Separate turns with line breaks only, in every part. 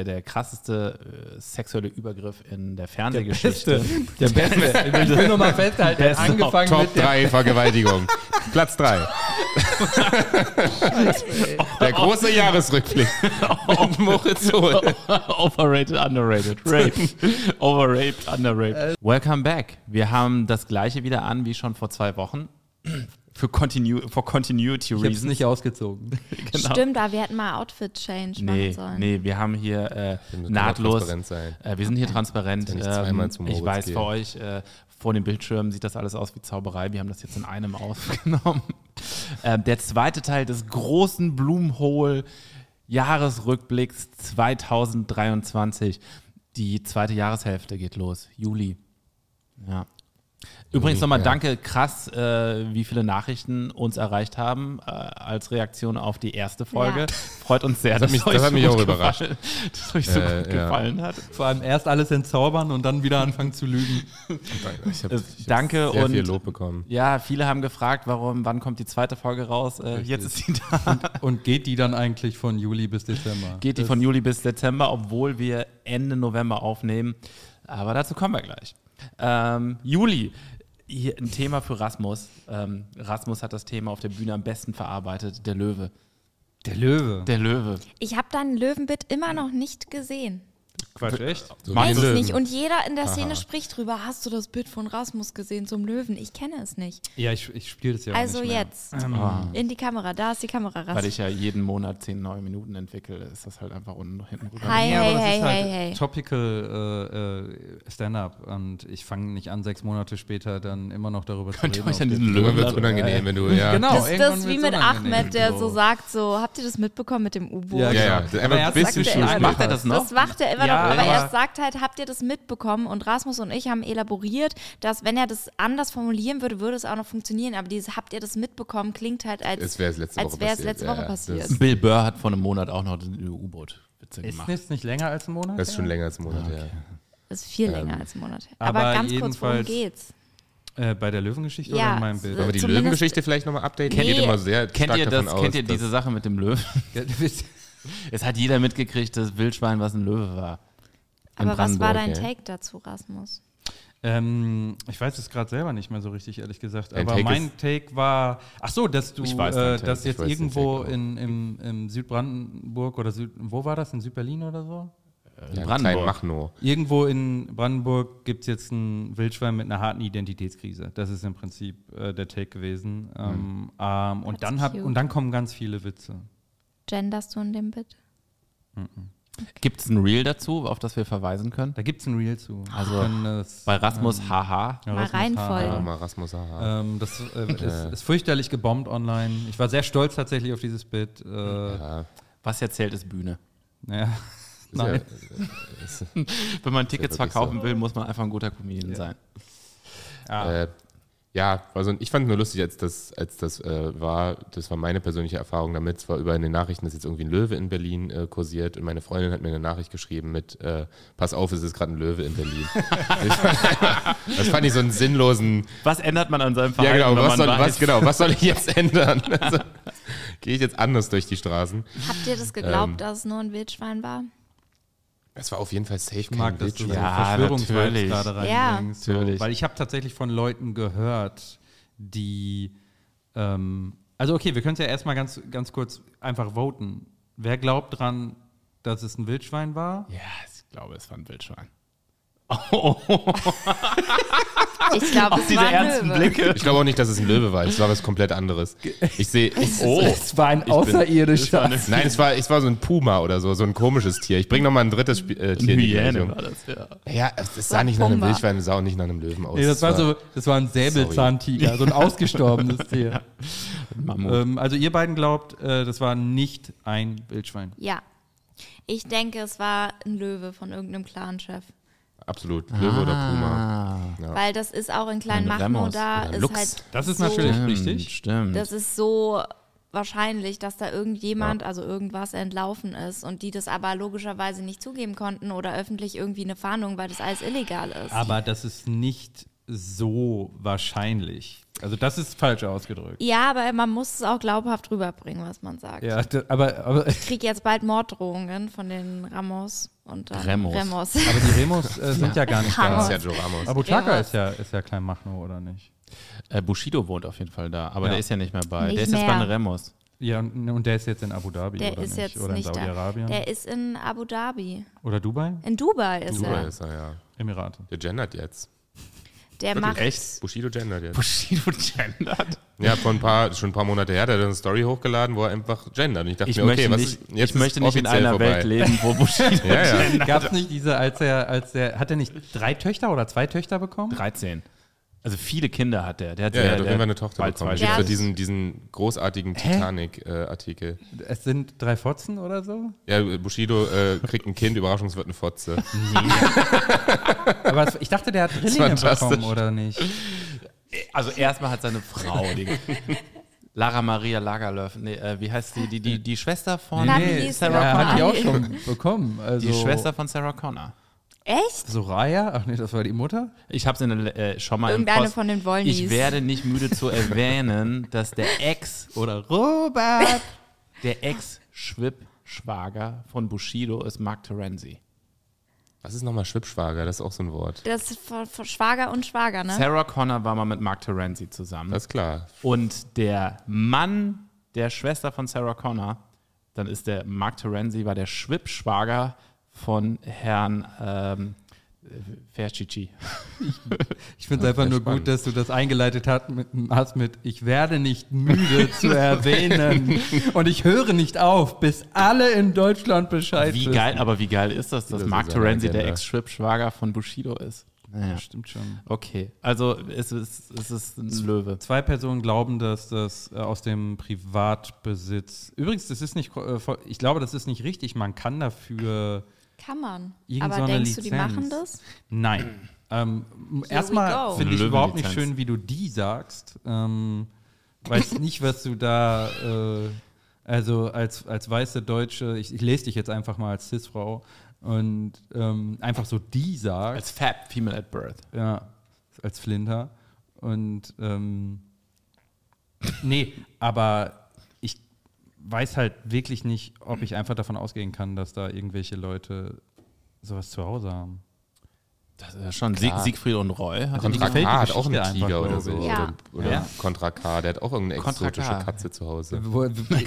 äh, der krasseste äh, sexuelle Übergriff in der Fernsehgeschichte.
Der Beste. Ich will nur mal festhalten, der hat
Beste.
angefangen
Top
mit der
3 Vergewaltigung. Platz 3. Der große Jahresrückblick. Mit Moritz Hohl.
Overrated, underrated, raped. Overraped,
Äh.
underraped. Welcome back. Wir haben das gleiche wieder an wie schon vor zwei Wochen. Für Continu for Continuity
Ich hab's
Reasons.
nicht ausgezogen.
Genau.
Stimmt, aber wir hätten mal Outfit-Change machen
Nee,
sollen.
nee, wir haben hier äh,
müssen aber
nahtlos.
transparent sein.
Äh, wir sind hier transparent.
ja nicht
ähm,
zweimal zu
ich
Moritz
weiß
gehen.
für euch, äh, vor dem Bildschirm sieht das alles aus wie Zauberei. Wir haben das jetzt in einem aufgenommen. Äh, der zweite Teil des großen Blumenhol Jahresrückblicks 2023. Die zweite Jahreshälfte geht los. Juli. Ja. Übrigens nochmal
ja.
danke, krass, äh, wie viele Nachrichten uns erreicht haben äh, als Reaktion auf die erste Folge.
Ja.
Freut uns sehr,
Das hat
dass
mich-
euch
das hat
so
mich
gut
auch überrascht.
gefallen- Dass euch so
Äh,
gut
ja.
gefallen hat.
Vor allem erst alles entzaubern und dann wieder anfangen zu lügen.
Ich hab, ich hab
Äh, Danke
sehr
und
viel Lob bekommen.
ja, viele haben gefragt, warum, wann kommt die zweite Folge raus? Äh, jetzt ist sie da.
Und geht die dann eigentlich von Juli bis Dezember?
Geht die
Das-
von Juli bis Dezember, obwohl wir Ende November aufnehmen. Aber dazu kommen wir gleich. Ähm, Juli, hier ein Thema für Rasmus. Ähm, Rasmus hat das Thema auf der Bühne am besten verarbeitet, der Löwe.
Der Löwe.
Der Löwe.
Ich habe deinen Löwenbit immer noch nicht gesehen.
Quatsch, echt?
So
Mein
Weiß
Löwen.
ich nicht. Und jeder in der Szene spricht drüber. Hast du das Bild von Rasmus gesehen zum Löwen? Ich kenne es nicht.
Ja, ich, ich spiele das ja
Also
auch nicht mehr.
jetzt. In die Kamera. Da ist die Kamera,
Weil
Rasmus.
ich ja jeden Monat zehn neue Minuten entwickle, ist das halt einfach unten hinten rüber.
Hi,
Ja, aber
hey,
das
hey,
ist halt
hey, hey.
topical äh, äh, Stand-up und ich fange nicht an, seks Monate später dann immer noch darüber
Könnt ihr
zu reden.
euch
ob
an
der-
diesen
Irgendwann
Löwen
wird es
da-
unangenehm, wenn du. Ja.
Genau,
Das ist
irgendwann
das wie
wird's
mit
unangenehm.
Ahmed, der so sagt so, habt ihr das mitbekommen mit dem U-Boot?
Ja,
Ja, ja.
genau.
Einmal
Aber er
ein bisschen
sagt er
Schulspät.
immer-
Macht er das noch?
Das macht er immer
Ja,
noch, aber,
aber-
er sagt halt, habt ihr das mitbekommen? Und Rasmus und ich haben elaboriert, dass wenn er das anders formulieren würde, würde es auch noch funktionieren. Aber dieses habt ihr das mitbekommen klingt halt als,
Es wär's letzte
als
Woche
wär's
passiert.
letzte
Ja,
Woche
ja,
passiert.
das-
Bill Burr hat vor einem Monat auch noch den U-Boot-Witze
Ist
gemacht.
jetzt nicht länger als ein Monat?
Das ist schon länger als ein Monat,
Das ist viel
Ähm,
länger als ein Monat. her. Aber,
aber
ganz kurz, worum
jedenfalls-
geht's?
Äh, bei der Löwengeschichte
Ja,
oder in meinem
es
Bild?
ja. Aber die
Zumindest-
Löwengeschichte vielleicht nochmal updaten?
Nee.
Geht immer sehr
Kennt
stark
ihr
davon
das?
aus,
Kennt ihr
dass-
diese Sache mit dem Löwen? Es hat jeder mitgekriegt, dass Wildschwein, was ein Löwe war. In
Aber was
Brandenburg,
war dein
ja.
Take dazu, Rasmus?
Ähm, ich weiß es gerade selber nicht mehr so richtig, ehrlich gesagt.
Dein
Aber
Take
mein Take war, ach so, dass du,
Ich weiß deinen
äh,
Take,
dass
ich
jetzt
weiß den
irgendwo
Take auch.
in, im, im Südbrandenburg oder Süd, wo war das? In Südberlin oder so?
Ja,
Brandenburg.
Klein Machno.
Irgendwo in Brandenburg gibt es jetzt ein Wildschwein mit einer harten Identitätskrise. Das ist im Prinzip äh, der Take gewesen. Ähm,
Hm.
ähm, und,
That's
dann hab,
cute.
und dann kommen ganz viele Witze.
Genderst du in dem Bit?
Gibt es ein Reel dazu, auf das wir verweisen können?
Da gibt es ein Reel zu.
Also,
Wir können das-
Bei Rasmus, haha.
Ja,
Mal
Rasmus
reinfolgen.
Hahn.
Ähm, Ja, mal Rasmus Aha.
Ähm, das äh, ist, ist fürchterlich gebombt online. Ich war sehr stolz tatsächlich auf dieses Bild. Äh, ja.
Ja,
Was erzählt ist Bühne?
ist ja-
Nein.
ist-
Wenn man Tickets
wirklich
verkaufen will, muss man einfach ein guter Comedian sein. Ah.
Äh, ja, also ich fand es nur lustig, als das, als das äh, war, das war meine persönliche Erfahrung damit. Es war über in den Nachrichten, dass jetzt irgendwie ein Löwe in Berlin äh, kursiert und meine Freundin hat mir eine Nachricht geschrieben mit äh, Pass auf, es ist gerade ein Löwe in Berlin. Ich fand- das fand ich so einen sinnlosen,
Was ändert man an seinem
ja
Verhalten,
genau,
wenn
was
man
soll,
weiß,
was, genau, was soll ich jetzt ändern? Also, Gehe ich jetzt anders durch die Straßen?
Habt ihr das
Ähm.
geglaubt, dass es nur ein Wildschwein war?
Das war auf jeden Fall safe.
Ich mag,
kein
dass du so
Wildschwein.
Ja,
Verschwörungsvibes
natürlich.
gerade
Ja.
reinbringst. so.
Natürlich.
Weil ich habe tatsächlich von Leuten gehört, die ähm, also okay, wir können es ja erstmal ganz, ganz kurz einfach voten. Wer glaubt dran, dass es ein Wildschwein war?
Ja, ich glaube, es war ein Wildschwein.
Oh.
Oh,
Ich glaube, es
Diese
war ein
ernsten
Löwe.
Blicke.
Ich glaube auch nicht, dass es ein Löwe war. Es war was komplett anderes. Ich sehe, ich, oh.
war ein außerirdischer.
Nein, es war, es war so ein Puma oder so, so ein komisches Tier. Ich bringe nochmal ein drittes Spiel, äh, Tier in die Rechnung.
das, ja.
Ja, es es sah nicht nach
Pumba.
einem Wildschwein, es sah auch nicht nach einem Löwen aus.
Nee, das
Es
war so, das war ein Säbelzahntiger, so ein ausgestorbenes Tier.
Mammut.
ähm, also ihr beiden glaubt, äh, das war nicht ein Wildschwein.
Ja. Ich denke, es war ein Löwe von irgendeinem Clan-Chef.
absolut Löwe oder Puma. Ja.
Weil das ist auch in Kleinmachnow
Remos
da,
oder
ist
Luchs.
halt.
Das ist
so,
natürlich-
Stimmt,
Richtig?
Stimmt.
Das ist so wahrscheinlich, dass da irgendjemand, also irgendwas entlaufen ist und die das aber logischerweise nicht zugeben konnten oder öffentlich irgendwie eine Fahndung, weil das alles illegal ist.
Aber das ist nicht so wahrscheinlich. Also das ist falsch ausgedrückt.
Ja, aber man muss es auch glaubhaft rüberbringen, was man sagt.
Ja, d- aber, aber,
Ich kriege jetzt bald Morddrohungen von den Ramos und dann
Remos.
Remos.
aber die Remos äh, sind ja gar nicht
Ramos.
da.
Sergio Ramos.
Abu Chaka
Remos.
ist ja, ist ja klein Machno, oder nicht?
Äh, Bushido wohnt auf jeden Fall da, aber
Ja.
der ist ja nicht mehr bei.
Nicht
der ist jetzt bei
mehr.
den Remos.
Ja, und, und der ist jetzt in Abu Dhabi,
Der
oder
ist
nicht?
jetzt
oder in
nicht da.
Saudi-Arabien?
Der ist in Abu Dhabi.
Oder Dubai?
In Dubai ist
Super
er.
ist er, ja.
Emirate.
Der gendert jetzt.
Der macht.
Echt? Bushido gendert jetzt.
Bushido gendert.
Ja, vor ein paar, schon ein paar Monate her, da hat er eine Story hochgeladen, wo er einfach gendert. Und ich dachte
Ich
mir, okay,
möchte
was
nicht,
ist, jetzt
ich möchte
ist
nicht in
offiziell
einer
vorbei.
Welt leben, wo Bushido
Ja, ja.
Gab es nicht diese, als er, als er, hat er nicht drei Töchter oder zwei Töchter bekommen?
13. Also viele Kinder hat der. Der hat
Ja, er hat auf
der-
jeden Fall eine Tochter
bald
bekommen.
zwei
Für
Stück.
diesen, diesen großartigen Titanic-Artikel.
Es sind drei Fotzen oder so?
Ja, Bushido äh, kriegt ein Kind, Überraschung, es wird eine Fotze.
Aber es, ich dachte, der hat Drillinge
fantastisch.
bekommen, oder nicht?
Also erstmal hat seine Frau den. Lara Maria Lagerlöf, nee, äh, wie heißt die, die, die, die Schwester von
Na, wie hieß
Sarah
die?
Ja,
Connor?
hat die auch
Connery.
schon bekommen. Also
Die Schwester von Sarah Connor.
Echt?
Soraya? Ach nee, das war die Mutter?
Ich habe es in der, äh, schon mal
Irgendeine
im Post.
von den Wollnies.
Ich werde nicht müde zu erwähnen, dass der Ex oder Robert, der Ex-Schwib-Schwager von Bushido ist Mark Terenzi.
Was ist nochmal Schwippschwager? Das ist auch so ein Wort.
Das ist von, von Schwager und Schwager, ne?
Sarah Connor war mal mit Mark Terenzi zusammen.
Das ist klar.
Und der Mann der Schwester von Sarah Connor, dann ist der Mark Terenzi, war der Schwib-Schwager von Herrn ähm, Ferchichi.
Ich finde es einfach nur
spannend.
gut, dass du das eingeleitet hat mit, hast mit Ich werde nicht müde zu erwähnen und ich höre nicht auf, bis alle in Deutschland Bescheid
Wie
wissen.
geil, aber wie geil ist das, dass
Das
Mark
ist eine
Terenzi der
Agenda.
Ex-Schwib-Schwager von Bushido ist? Naja.
Stimmt schon.
Okay, also es ist, es ist ein Löwe.
Zwei Personen glauben, dass das äh, aus dem Privatbesitz. Übrigens, das ist nicht. äh, voll- Ich glaube, das ist nicht richtig. Man kann dafür.
Kann man.
Irgend
Aber
so eine
denkst du, die
Lizenz.
machen das?
Nein. Ähm,
Here we
erstmal
go.
finde ich
Eine
überhaupt nicht
Löwenlizenz.
schön, wie du die sagst. Ähm, weiß nicht, was du da, äh, also als, als weiße Deutsche, ich, ich lese dich jetzt einfach mal als Cis-Frau und ähm, einfach so die sagst,
Als Fab, Female at Birth.
ja, als Flinter. Und ähm, nee, aber ich weiß halt wirklich nicht, ob ich einfach davon ausgehen kann, dass da irgendwelche Leute sowas zu Hause haben.
Das ist ja schon Sieg, Siegfried und Roy. Hat
Contra
gefällt die
K hat auch einen
Geschichte
Tiger
einfach,
oder
glaub
so.
ich. Ja.
Oder, oder
Ja.
Contra K, der hat auch irgendeine
Contra
exotische
K.
Katze zu Hause.
Wo, irgendwann-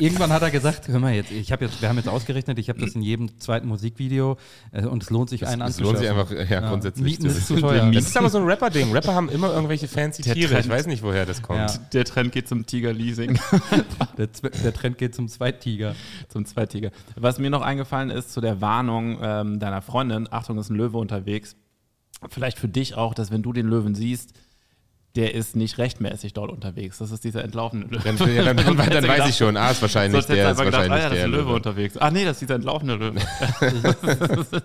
irgendwann hat er gesagt, hör mal jetzt, ich habe jetzt, wir haben jetzt ausgerechnet, ich habe das in jedem zweiten Musikvideo äh, und es lohnt sich einen
Das lohnt sich
anzuschauen.
einfach, ja, grundsätzlich.
Mieten ist zu
Das
teuer.
ist aber so ein Rapper-Ding. Rapper haben immer irgendwelche fancy
Der
Tiere. Ich
Trend.
weiß nicht, woher das kommt.
Ja.
Der Trend geht zum Tiger-Leasing,
Der, Zw- der Trend geht zum Zweittiger.
zum Zweitiger. Was mir noch eingefallen ist zu der Warnung ähm, deiner Freundin, Achtung, ist ein Löwe unterwegs. Vielleicht für dich auch, dass wenn du den Löwen siehst, der ist nicht rechtmäßig dort unterwegs. Das ist dieser entlaufene Löwe.
Dann, ja, dann, dann, dann
Hätte
weiß
gedacht,
ich schon, ah, ist wahrscheinlich
Sonst hättest du
der, ist
einfach gedacht, ah
wahrscheinlich
ja, das ist
der.
ein Löwe unterwegs. Ach nee, das ist dieser entlaufene Löwe.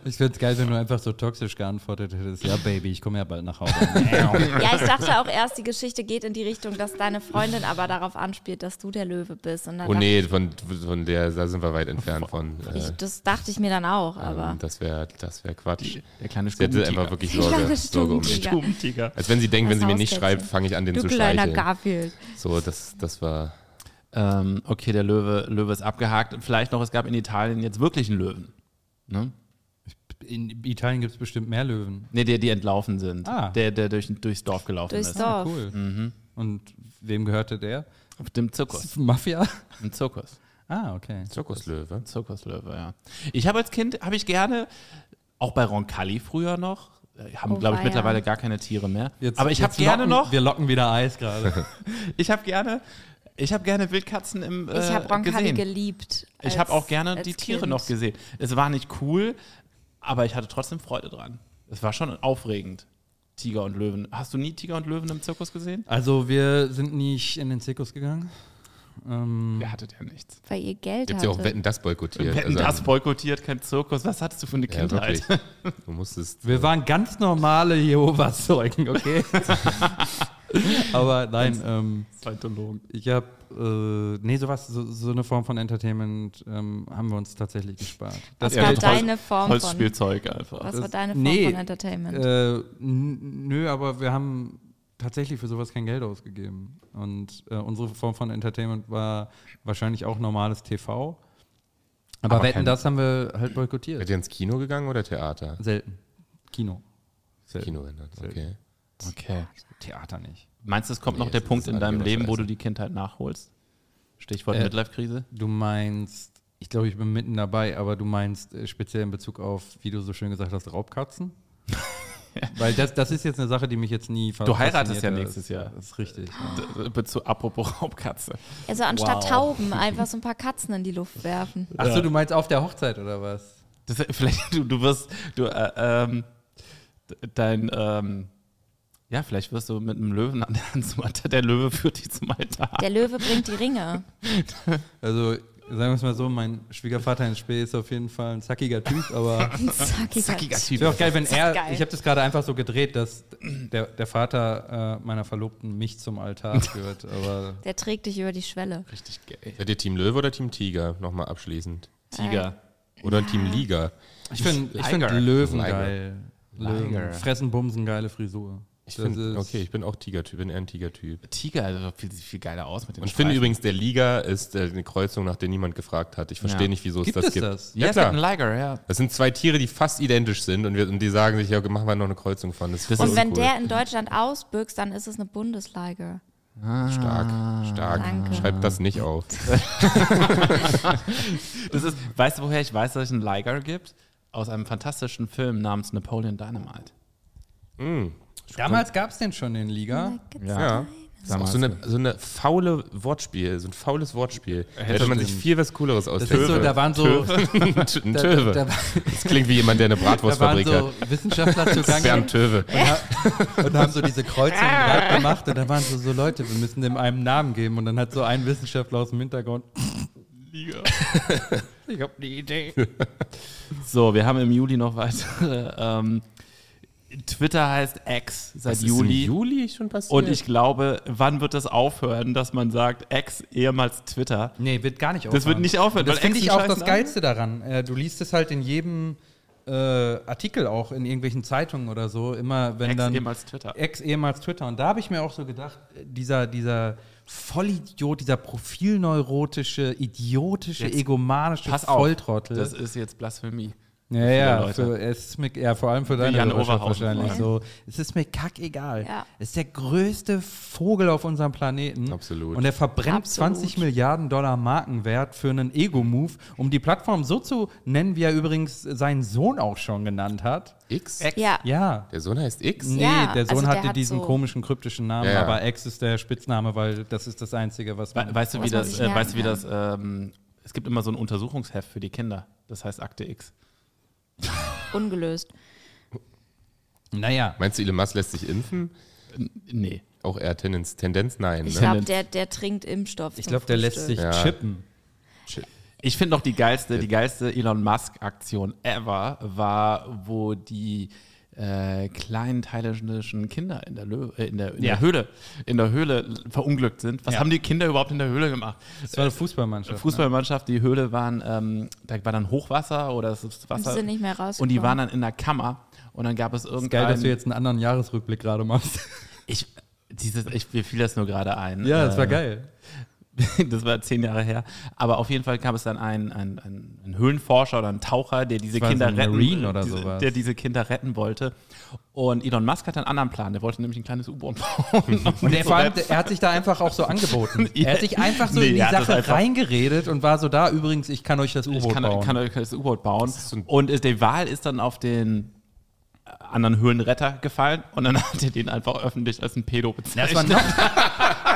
Ich finde es geil, wenn du einfach so toxisch geantwortet hättest. Ja, Baby, ich komme ja bald nach Hause.
Ja, ich dachte auch erst, die Geschichte geht in die Richtung, dass deine Freundin aber darauf anspielt, dass du der Löwe bist. Und dann
Oh
dachte
nee, von, von der, da sind wir weit entfernt von.
ich,
Äh,
das dachte ich mir dann auch, aber.
ähm, das wäre das wär Quatsch.
Der kleine
Sie hätte einfach wirklich Sorge,
kleine
Sorge um mich.
Stubentiger.
Stubentiger.
Als wenn sie denkt, wenn
Das
sie mir nicht
Hauskatze.
schreibt, fange ich an, den
Du
zu
kleiner
streicheln.
Garfield.
So, das, das war.
Ähm, okay, der Löwe, Löwe ist abgehakt. Und Vielleicht noch, es gab in Italien jetzt wirklich einen Löwen. Ne,
In Italien gibt es bestimmt mehr Löwen.
nee, der, die entlaufen sind.
Ah.
Der, der durch, durchs Dorf gelaufen
Durchs
ist.
Dorf.
Cool. Und wem gehörte der?
Auf dem Zirkus.
Mafia?
Im Zirkus.
Ah, okay.
Zirkuslöwe.
Zirkuslöwe, ja. Ich habe als Kind, habe ich gerne, auch bei Roncalli früher noch, äh, haben,
Oh,
glaube ich,
weia.
mittlerweile gar keine Tiere mehr.
Jetzt-
Aber ich habe
jetzt
gerne
locken-
noch,
Wir locken wieder Eis gerade.
ich habe gerne, ich habe gerne Wildkatzen im äh,
Ich habe Roncalli
gesehen.
geliebt.
Ich
als-
habe auch gerne
als
die Tiere
Kind.
noch gesehen. Es war nicht cool, aber ich hatte trotzdem Freude dran. Es war schon aufregend. Tiger und Löwen. Hast du nie Tiger und Löwen im Zirkus gesehen?
Also, wir sind nicht in den Zirkus gegangen. Ähm,
Ihr hattet ja nichts.
Weil ihr Geld
Gibt ja
hattet.
auch Wetten, das boykottiert.
Wetten, das
Mhm. Also,
boykottiert, kein Zirkus. Was hattest du für eine
ja,
Kindheit?
wirklich. Du musstest.
Wir waren ganz normale Jehovas Zeugen, okay? Aber nein, ähm,
Scientologen.
ich habe, äh, nee, sowas, so, so eine Form von Entertainment ähm, haben wir uns tatsächlich gespart.
Was
Ja,
war
mit
deine Form von,
Holzspielzeug einfach.
was war deine Form
Nee,
von Entertainment?
Äh, n- nö, aber wir haben tatsächlich für sowas kein Geld ausgegeben. Und äh, unsere Form von Entertainment war wahrscheinlich auch normales TV. Aber,
Aber
Wetten,
kein-
das haben wir halt
Seid
boykottiert.
ihr ins Kino gegangen oder Theater?
Selten. Kino.
Kino, wenn dann. Okay.
Okay.
Theater nicht.
Meinst du, es kommt
Nee,
noch der
es
Punkt
ist
in deinem
angenehme
Leben, wo
Scheiße.
du die Kindheit nachholst? Stichwort
Äh.
Midlife-Krise?
Du meinst, ich glaube, ich bin mitten dabei, aber du meinst äh, speziell in Bezug auf, wie du so schön gesagt hast, Raubkatzen? Weil das, das ist jetzt eine Sache, die mich jetzt nie fa-
Du heiratest
fasziniert
ja
hat.
nächstes Jahr.
Das ist richtig.
D- Bezu apropos Raubkatze.
Also anstatt
Wow.
Tauben einfach so ein paar Katzen in die Luft werfen.
Achso, du meinst auf der Hochzeit oder was?
Das, vielleicht, du, du wirst, du, äh, ähm, d- dein, ähm, ja, vielleicht wirst du mit einem Löwen an der Hand zum Altar. Der Löwe führt dich zum Altar.
Der Löwe bringt die Ringe.
Also, sagen wir es mal so, mein Schwiegervater in Spee ist auf jeden Fall ein zackiger Typ, aber
Zackiger
Zackiger
Typ.
Typ.
wäre auch geil, wenn
Das ist
er,
geil.
ich habe das gerade einfach so gedreht, dass der, der Vater äh, meiner Verlobten mich zum Altar führt, aber
Der trägt dich über die Schwelle.
Richtig geil.
Seid ihr Team Löwe oder Team Tiger? Nochmal abschließend.
Tiger.
Oder Team Liga?
ich finde ich find
Liger.
Löwen
Liger.
geil. Löwen.
Liger.
Fressen, bumsen, geile Frisur.
Ich
Das
finde,
ist-
okay, ich bin auch Tiger-Typ, bin eher ein Tiger-Typ.
Tiger, also viel, sieht viel geiler aus mit den
Und ich finde
Streifen.
übrigens, der Liga ist äh, eine Kreuzung, nach der niemand gefragt hat. Ich verstehe
Ja.
nicht, wieso es
Gibt
das
es
gibt.
das?
Ja,
Ja,
es gibt einen
klar.
Liger, ja.
Das sind zwei Tiere, die fast identisch sind und, wir, und die sagen sich, ja, machen wir noch eine Kreuzung von. Das ist voll
Und wenn
uncool.
der in Deutschland ausbüchst, dann ist es eine Bundesliga.
Stark, stark.
Danke.
Schreibt das nicht auf.
Das ist, weißt du, woher ich weiß, dass es einen Liger gibt? Aus einem fantastischen Film namens Napoleon Dynamite.
Damals gab es den schon in Liga.
Ja. Das ist auch so eine, so eine faule Wortspiel, so ein faules Wortspiel. Da hätte man sich
stimmt.
viel was Cooleres aus.
Das ist so, da waren so, da,
ein
da,
Töwe.
da,
das klingt wie jemand, der eine
da waren
Bratwurstfabrik
so
hat.
Wissenschaftler
Bernd
zugange
Töwe.
und, ha- und haben so diese Kreuzungen breit gemacht und da waren so, so Leute, wir müssen dem einem Namen geben und dann hat so ein Wissenschaftler aus dem Hintergrund
Ich habe die Idee. so, wir haben im Juli noch weitere. Ähm, Twitter heißt X seit
Was ist
Juli.
im Juli schon passiert?
Und ich glaube, wann wird das aufhören, dass man sagt, X ehemals Twitter?
Nee, wird gar nicht aufhören.
Das wird nicht aufhören,
Und Das
weil
finde
Ex
ich
einen
auch das
scheißen
Geilste daran. Äh, du liest es halt in jedem äh, Artikel auch, in irgendwelchen Zeitungen oder so, immer wenn
Ex
dann...
ehemals Twitter.
Ex ehemals Twitter. Und da habe ich mir auch so gedacht, äh, dieser, dieser Vollidiot, dieser profilneurotische, idiotische,
Jetzt
egomanische
Pass auf,
Volltrottel.
das ist jetzt Blasphemie.
ja, ja,
Leute.
für, es ist mir, ja, vor allem für deine
Jan
Hörerschaft
Oberhausen.
wahrscheinlich
Ja.
so. Es ist mir kackegal.
Ja.
Es ist der größte Vogel auf unserem Planeten.
Absolut.
Und er verbrennt
Absolut.
20 Milliarden Dollar Markenwert für einen Ego-Move, um die Plattform so zu nennen, wie er übrigens seinen Sohn auch schon genannt hat.
X?
Ja.
Ja.
Der Sohn heißt X?
Nee,
Ja,
der Sohn
also der
hatte
hat
diesen
so-
komischen kryptischen Namen,
Ja, ja.
aber Ex ist der Spitzname, weil das ist das Einzige, was
We
man.
weißt du, wie
Was man
das,
sich
äh,
merken
weißt du, wie
kann.
das, ähm, es gibt immer so ein Untersuchungsheft für die Kinder. Das heißt Akte X.
Ungelöst.
naja.
Meinst du, Elon Musk lässt sich impfen?
Nee.
Auch eher Tendenz, Tendenz nein.
Ich
Ne?
glaube, der, der trinkt Impfstoff.
Ich
zum
glaube, der lässt
Frühstück.
sich
Ja.
chippen.
Ich finde noch die geilste, die geilste Elon Musk-Aktion ever war, wo die äh, kleinen thailändischen Kinder in der, Lö äh, in, der, in
Ja.
der Höhle in der Höhle verunglückt sind. Was
Ja.
haben die Kinder überhaupt in der Höhle gemacht?
Das war eine
ne?
Fußballmannschaft.
Fußballmannschaft, die Höhle waren, ähm, da war dann Hochwasser oder es ist
Und
Wasser.
die sind nicht mehr
und die
rausgekommen.
waren dann in der Kammer und dann gab es
Ne?
irgendeinen.
Geil, dass du jetzt einen anderen Jahresrückblick gerade machst.
ich, dieses, ich, mir fiel das nur gerade ein.
ja, das war
Äh,
geil.
das war zehn Jahre her. Aber auf jeden Fall gab es dann einen, einen, einen, einen Höhlenforscher oder einen Taucher, der diese
war so
Kinder
ein
retten äh,
Marine oder
diese,
sowas.
der diese Kinder retten wollte. Und Elon Musk hatte einen anderen Plan. Der wollte nämlich ein kleines U-Boot bauen.
Und er, vor allem, er hat sich da einfach auch so angeboten. Er hat sich einfach so
Nee,
in die
er hat das
Sache
einfach-
reingeredet und war so da. Übrigens, ich kann euch das
ich
U-Boot
kann,
bauen.
kann, kann das U-Boot bauen.
so ein-
Und äh, die Wahl ist dann auf den äh, anderen Höhlenretter gefallen und dann hat er den einfach öffentlich als ein Pedo bezeichnet.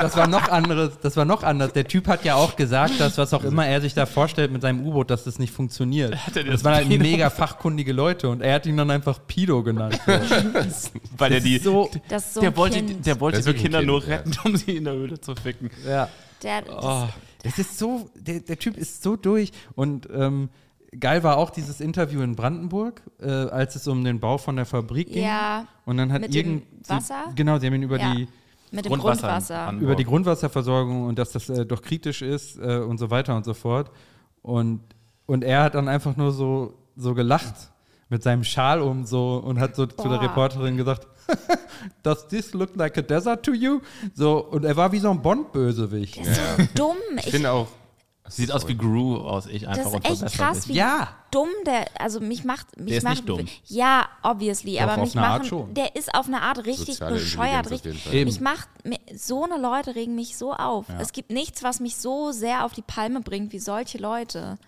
Das war, noch, das war noch anderes, das war noch anders. Der Typ hat ja auch gesagt, dass was auch immer er sich da vorstellt mit seinem U-Boot, dass das nicht funktioniert.
er dir
Das
das
waren halt
Pido-
mega fachkundige Leute und er hat ihn dann einfach Pido genannt.
weil er
Das
die,
ist so,
Das ist so
der
ein
wollte,
kind.
der wollte
Das ist
die
wirklich ein
Kinder nur
Kind, ja.
retten, um sie in der Höhle zu ficken.
ja.
der, das,
Das ist so, der, der Typ ist so durch. Und ähm, geil war auch dieses Interview in Brandenburg, äh, als es um den Bau von der Fabrik ging.
Ja,
Und dann hat
mit dem
irgend.
Wasser?
Sie, genau, sie haben ihn über
Ja.
die.
Mit dem Grundwasser.
an
über
Bord.
die Grundwasserversorgung und dass das äh, doch kritisch ist äh, und so weiter und so fort. Und, und er hat dann einfach nur so, so gelacht mit seinem Schal um so und hat so zu der
Boah.
Reporterin gesagt, does this look like a desert to you? So, und er war wie so ein Bond-Bösewicht.
Das ist so dumm.
Ich finde auch.
Sieht aus wie Gru aus ich einfach
Das
und
ist echt
verbessert
krass,
mich.
wie
Ja.
dumm der, also mich macht, mich
Der ist
macht,
nicht dumm.
ja, obviously,
Doch,
aber
auf
mich
eine Art
machen,
schon.
der ist auf eine Art richtig
Soziale
bescheuert,
Intelligenz auf jeden
richtig,
Fall.
Eben.
mich macht, mir- so eine Leute regen mich so auf. Es gibt nichts, was mich so sehr auf die Palme bringt, wie solche Leute.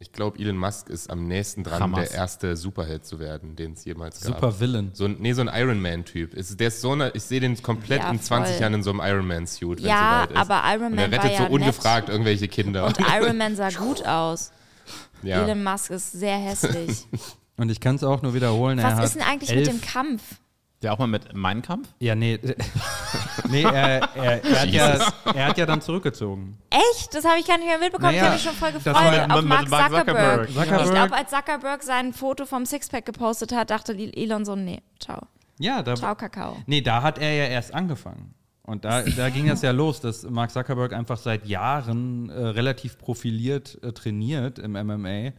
Ich glaube, Elon Musk ist am nächsten dran,
Hamas.
der erste Superheld zu werden, den es jemals gab.
Super Villain.
So ein, nee, so ein Iron Man-Typ. Ist- Der ist so eine, ich sehe den komplett
Ja,
in 20
voll.
Jahren in so einem Iron Man-Suit, wenn
Ja,
es soweit ist.
aber Iron
Und er
Man war
rettet so
ja nett.
ungefragt irgendwelche Kinder.
Und Iron Man sah gut aus.
ja.
Elon Musk ist sehr hässlich.
Und ich kann es auch nur wiederholen. er
Was
hat
ist denn eigentlich
elf,
mit dem Kampf?
Der auch mal mit Mein Kampf?
Ja, nee. nee, er, er, er, hat ja, er hat ja dann zurückgezogen.
Echt? Das habe ich gar nicht mehr mitbekommen.
Naja,
ich habe mich schon voll
das war ja
gefreut auf
mit
Mark
Mark
Zuckerberg.
Zuckerberg.
Zuckerberg.
Ich glaube, als Zuckerberg sein Foto vom Sixpack gepostet hat, dachte Elon so, nee, ciao.
Ja, da,
Ciao, Kakao.
Nee, da hat er ja erst angefangen. Und da, da ging das ja los, dass Mark Zuckerberg einfach seit Jahren äh, relativ profiliert äh, trainiert im MMA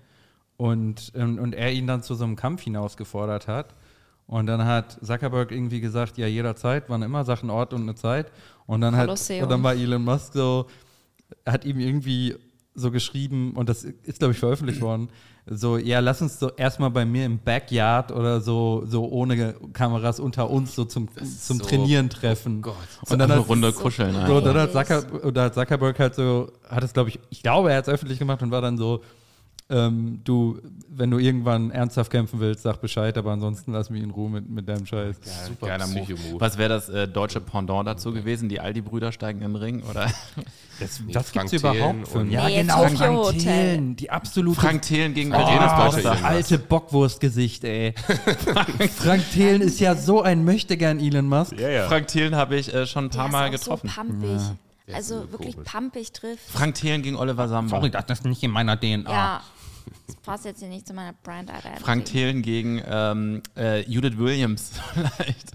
und, ähm, und er ihn dann zu so einem Kampf hinausgefordert hat. Und dann hat Zuckerberg irgendwie gesagt, ja, jederzeit, wann immer, Sachen Ort und eine Zeit. Und dann, hat,
Kolosseum.
und dann war Elon Musk so, hat ihm irgendwie so geschrieben, und das ist, glaube ich, veröffentlicht worden, so, ja, lass uns so erstmal bei mir im Backyard oder so, so ohne Ge- Kameras unter uns so zum, zum
so-
Trainieren treffen.
So
und dann
eine
hat,
Runde
so
kuscheln.
cool.
einfach.
so, dann
Ja.
hat, Zucker, oder hat Zuckerberg halt so, hat es, glaube ich, ich glaube, er hat es öffentlich gemacht und war dann so, ähm, du, wenn du irgendwann ernsthaft kämpfen willst, sag Bescheid, aber ansonsten lass mich in Ruhe mit, mit deinem Scheiß.
Super
Geiler Move.
Psycho-Move.
Was wäre das äh, deutsche Pendant dazu gewesen? Die Aldi-Brüder steigen in den Ring? Oder
Das,
das
gibt's
gibt's überhaupt für einen-
Ja,
Nee,
genau,
Tokyo Hotel.
Thelen, die absolute
Frank Thelen gegen
Frank Thelen ist
Verena
Ah, das
Deutscher
Stoster.
Elon Musk.
alte Bockwurstgesicht, ey. Frank Thelen ist ja so ein Möchtegern Elon Musk.
Frank Thelen habe ich äh, schon ein paar
Der
Mal
ist auch
getroffen.
So pumpig.
Der ist
Also
so
wirklich
komisch.
pumpig trifft.
Frank Thelen gegen Oliver Samba.
das ist nicht in meiner DNA.
Ja. Das passt jetzt hier nicht zu meiner Brand Identity.
Frank Thelen gegen ähm, äh, Judith Williams vielleicht.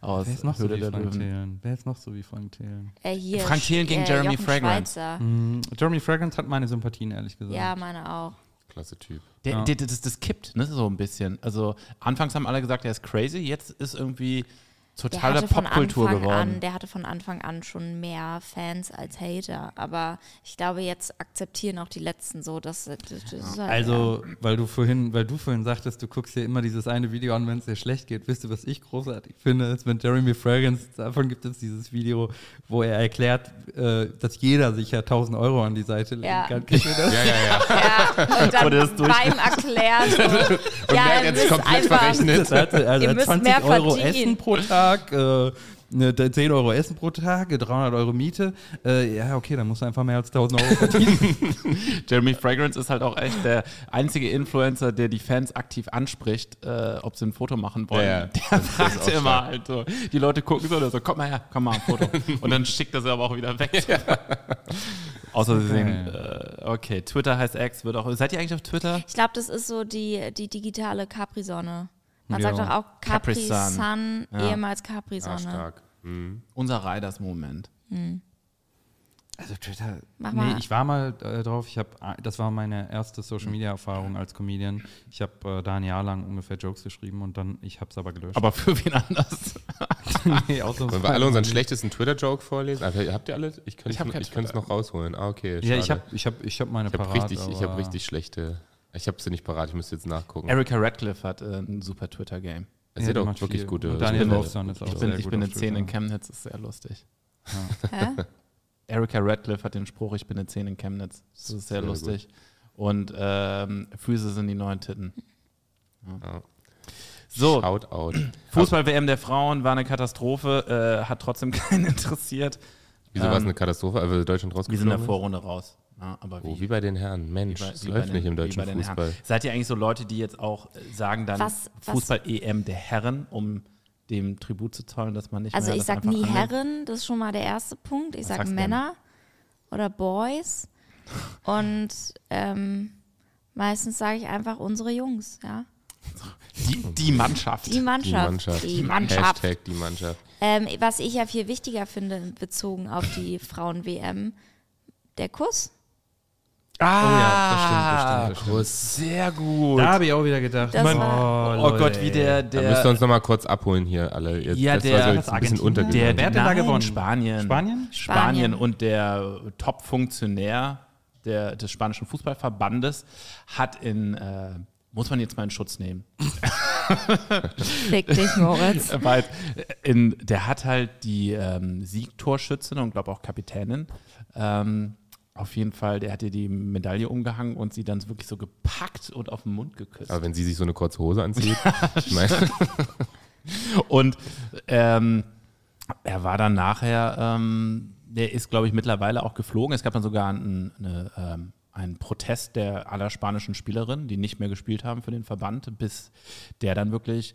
Aus
Wer ist noch so
Höhle
wie
der
Frank
Löwen.
Thelen? Wer ist noch so wie Frank Thelen?
äh, hier,
Frank Thelen gegen
äh,
Jeremy
Jochen
Fragrance.
Schweizer.
Jeremy Fragrance hat meine Sympathien, ehrlich gesagt.
Ja, meine auch.
Klasse Typ.
Der,
Ja.
der, das, das kippt, ne? So ein bisschen. Also anfangs haben alle gesagt, er ist crazy, jetzt ist irgendwie
Der
total der
hatte von
Popkultur
Anfang
geworden.
an, der hatte von Anfang an schon mehr Fans als Hater. Aber ich glaube, jetzt akzeptieren auch die letzten so, dass das, das ist halt,
Also, weil du vorhin, weil du vorhin sagtest, du guckst dir immer dieses eine Video an, wenn es dir schlecht geht. Wisst ihr, was ich großartig finde, ist, wenn Jeremy Fragrance, davon gibt es dieses Video, wo er erklärt, äh, dass jeder sich ja 1000 Euro an die Seite legen
Ja.
kann. Kennt ihr das?
Ja, ja, ja.
ja, und dann
Wurde das durch-
beim Erklären so,
Und
ja,
ja,
ihr
jetzt
müsst
komplett
einfach-
verrechnet.
Das hat, also
Ihr
hat
müsst
20
mehr
Euro
verdienen.
Essen pro Tag, äh, ne, 10 Euro Essen pro Tag, 300 Euro Miete. Äh, ja, okay, dann musst du einfach mehr als 1000 Euro verdienen.
Jeremy Fragrance ist halt auch echt der einzige Influencer, der die Fans aktiv anspricht, äh, ob sie ein Foto machen wollen.
Ja, ja.
Der fragt
auch
immer
stark.
halt so. Die Leute gucken so oder so, komm mal her, komm mal ein Foto. Und dann schickt er sie aber auch wieder weg. Außer sie sehen, äh, okay, Twitter heißt X, wird auch. Seid ihr eigentlich auf Twitter?
Ich glaube, das ist so die, die digitale Capri-Sonne. Man
Ja.
sagt doch auch
Capri-Sun.
Capri-Sun,
Ja.
ehemals
Ah,
Capri-Sonne.
stark. Mhm.
Unser Riders Moment.
Also Twitter.
Mach
nee,
mal.
ich war mal äh, drauf. Ich habe, das war meine erste Social Media Erfahrung als Comedian. Ich habe äh, da ein Jahr lang ungefähr Jokes geschrieben und dann, ich habe es aber gelöscht.
Aber für wen anders?
nee, auch so
Wollen wir alle unseren schlechtesten Twitter-Joke vorlesen? Ah, Habt ihr alle? Ich
Ich hab kein
könnte es
Twitter.
noch rausholen. Ah, okay.
Ja, ich habe,
schade.
ich habe, ich habe meine
Ich habe
parat,
richtig, ich
aber-
hab richtig schlechte. Ich habe sie nicht parat, ich müsste jetzt nachgucken.
Erika Radcliffe hat äh, ein super Twitter-Game.
Es
Ja,
sind
die
auch
macht
wirklich
viel.
gute.
Und Daniel
gute-
Wolfson ist auch
Ich
sehr
bin, ich
gut
bin
auf
eine 10 in
Twitter.
Chemnitz, ist sehr lustig.
Hä?
Erika Radcliffe hat den Spruch, ich bin eine 10 in Chemnitz. Das ist sehr,
Sehr
lustig. Und ähm, Füße sind die neuen Titten. Ja.
Ja.
So,
Shout out.
Fußball-WM der Frauen war eine Katastrophe, äh, hat trotzdem keinen interessiert.
Wieso war es eine Katastrophe? Also Deutschland
Wir sind in der
rausgekommen.
Vorrunde raus. Ja, aber wie?
Oh, wie bei den Herren. Mensch,
bei-
es
wie
läuft
bei
nicht
den-
im
wie
deutschen
bei den Herren.
Fußball.
Seid ihr eigentlich so Leute, die jetzt auch äh, sagen dann
Was- was-
Fußball-EM der Herren, um dem Tribut zu zollen, dass man nicht
Also
mehr
ich
das
sag
einfach
nie
annimmt?
Herren, das ist schon mal der erste Punkt. Ich sag
sagst du
Männer oder Boys. Und ähm, meistens sage ich einfach unsere Jungs, ja.
Die, die Mannschaft.
Die Mannschaft. Die Mannschaft.
Hashtag die Mannschaft.
Ähm, was ich ja viel wichtiger finde, bezogen auf die Frauen-WM, der Kuss.
Oh
Ah,
ja, das stimmt, das stimmt, das stimmt.
Sehr gut.
Da habe ich auch wieder gedacht.
Das
Mann,
war-
oh
Leute,
Gott, wie
ey.
der,
Da müsst ihr
der,
uns nochmal kurz abholen hier alle. Jetzt,
Ja,
das
der-
war so
das
jetzt ein bisschen
Argentinien?
der,
untergegangen.
Wer hat denn da
nein,
gewonnen?
Spanien.
Spanien?
Spanien
Spanien.
und der Top-Funktionär der, des spanischen Fußballverbandes hat in, äh, muss man jetzt mal in Schutz nehmen,
Fick dich, Moritz.
weil in, der hat halt die ähm, Siegtorschützin und glaube auch Kapitänin. Ähm, auf jeden Fall, der hat ihr die Medaille umgehangen und sie dann wirklich so gepackt und auf den Mund geküsst.
Aber wenn sie sich so eine kurze Hose anzieht, ich meine,
Und ähm, er war dann nachher, ähm, der ist, glaube ich, mittlerweile auch geflogen. Es gab dann sogar einen, eine, ähm, einen Protest der aller spanischen Spielerinnen, die nicht mehr gespielt haben für den Verband, bis der dann wirklich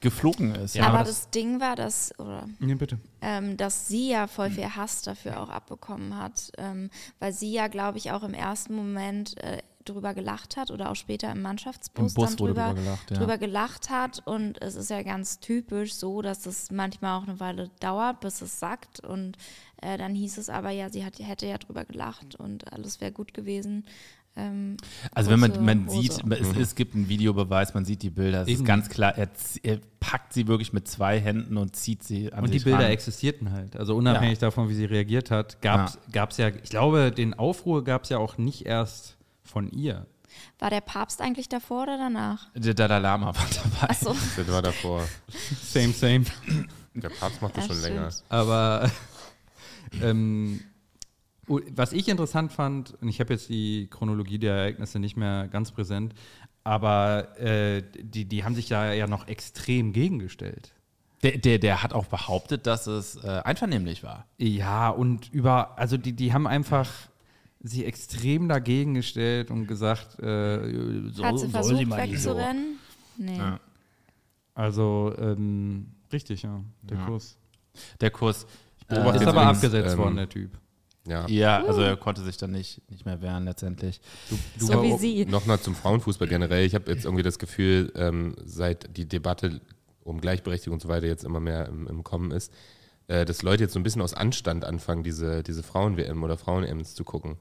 geflogen ist.
Ja,
aber
aber
das, Ding war, dass, oder,
Nee, bitte.
ähm, dass sie ja voll
Hm.
viel Hass dafür auch abbekommen hat, ähm, weil sie ja, glaube ich, auch im ersten Moment äh, drüber gelacht hat oder auch später im Mannschaftsbus
Im Bus
dann
wurde
drüber,
drüber gelacht, ja.
drüber gelacht hat. Und es ist ja ganz typisch so, dass es manchmal auch eine Weile dauert, bis es sackt. Und äh, dann hieß es aber ja, sie hat, hätte ja drüber gelacht und alles wäre gut gewesen. Ähm,
Also wenn man,
kurze
man
Hose.
sieht, es, es gibt einen Videobeweis, man sieht die Bilder, es ist
Mhm. Eben.
ganz klar, er, z- er packt sie wirklich mit zwei Händen und zieht sie an
Und die
sich
Bilder
ran.
existierten halt. Also unabhängig davon, wie sie reagiert hat, gab es ja. ich glaube, den Aufruhr gab es ja auch nicht erst von ihr.
War der Papst eigentlich davor oder danach?
Der Dalai Lama war dabei.
Achso.
das war davor.
Same, same.
Der Papst macht das
Ja,
schon länger.
stimmt.
Aber ähm, u- was ich interessant fand, und ich habe jetzt die Chronologie der Ereignisse nicht mehr ganz präsent, aber äh, die, die haben sich ja, ja noch extrem gegengestellt.
Der, der, der hat auch behauptet, dass es äh, einvernehmlich war.
Ja, und über, also die, die haben einfach sich extrem dagegen gestellt und gesagt, äh, so,
Hat
soll
sie
sie
versucht
mal nicht so.
wegzurennen? Nee.
Ja.
Also, ähm, richtig, ja, der Kurs.
Der Kurs.
beobachte
Äh, ist
jetzt
aber
übrigens,
abgesetzt
ähm,
worden, der Typ.
Ja.
Ja, also
Hm.
er konnte sich dann nicht, nicht mehr wehren letztendlich.
So wie sie.
Nochmal zum Frauenfußball generell. Ich habe jetzt irgendwie das Gefühl, ähm, seit die Debatte um Gleichberechtigung und so weiter jetzt immer mehr im, im Kommen ist, äh, dass Leute jetzt so ein bisschen aus Anstand anfangen, diese, diese Frauen-WM oder Frauen-EMs zu gucken.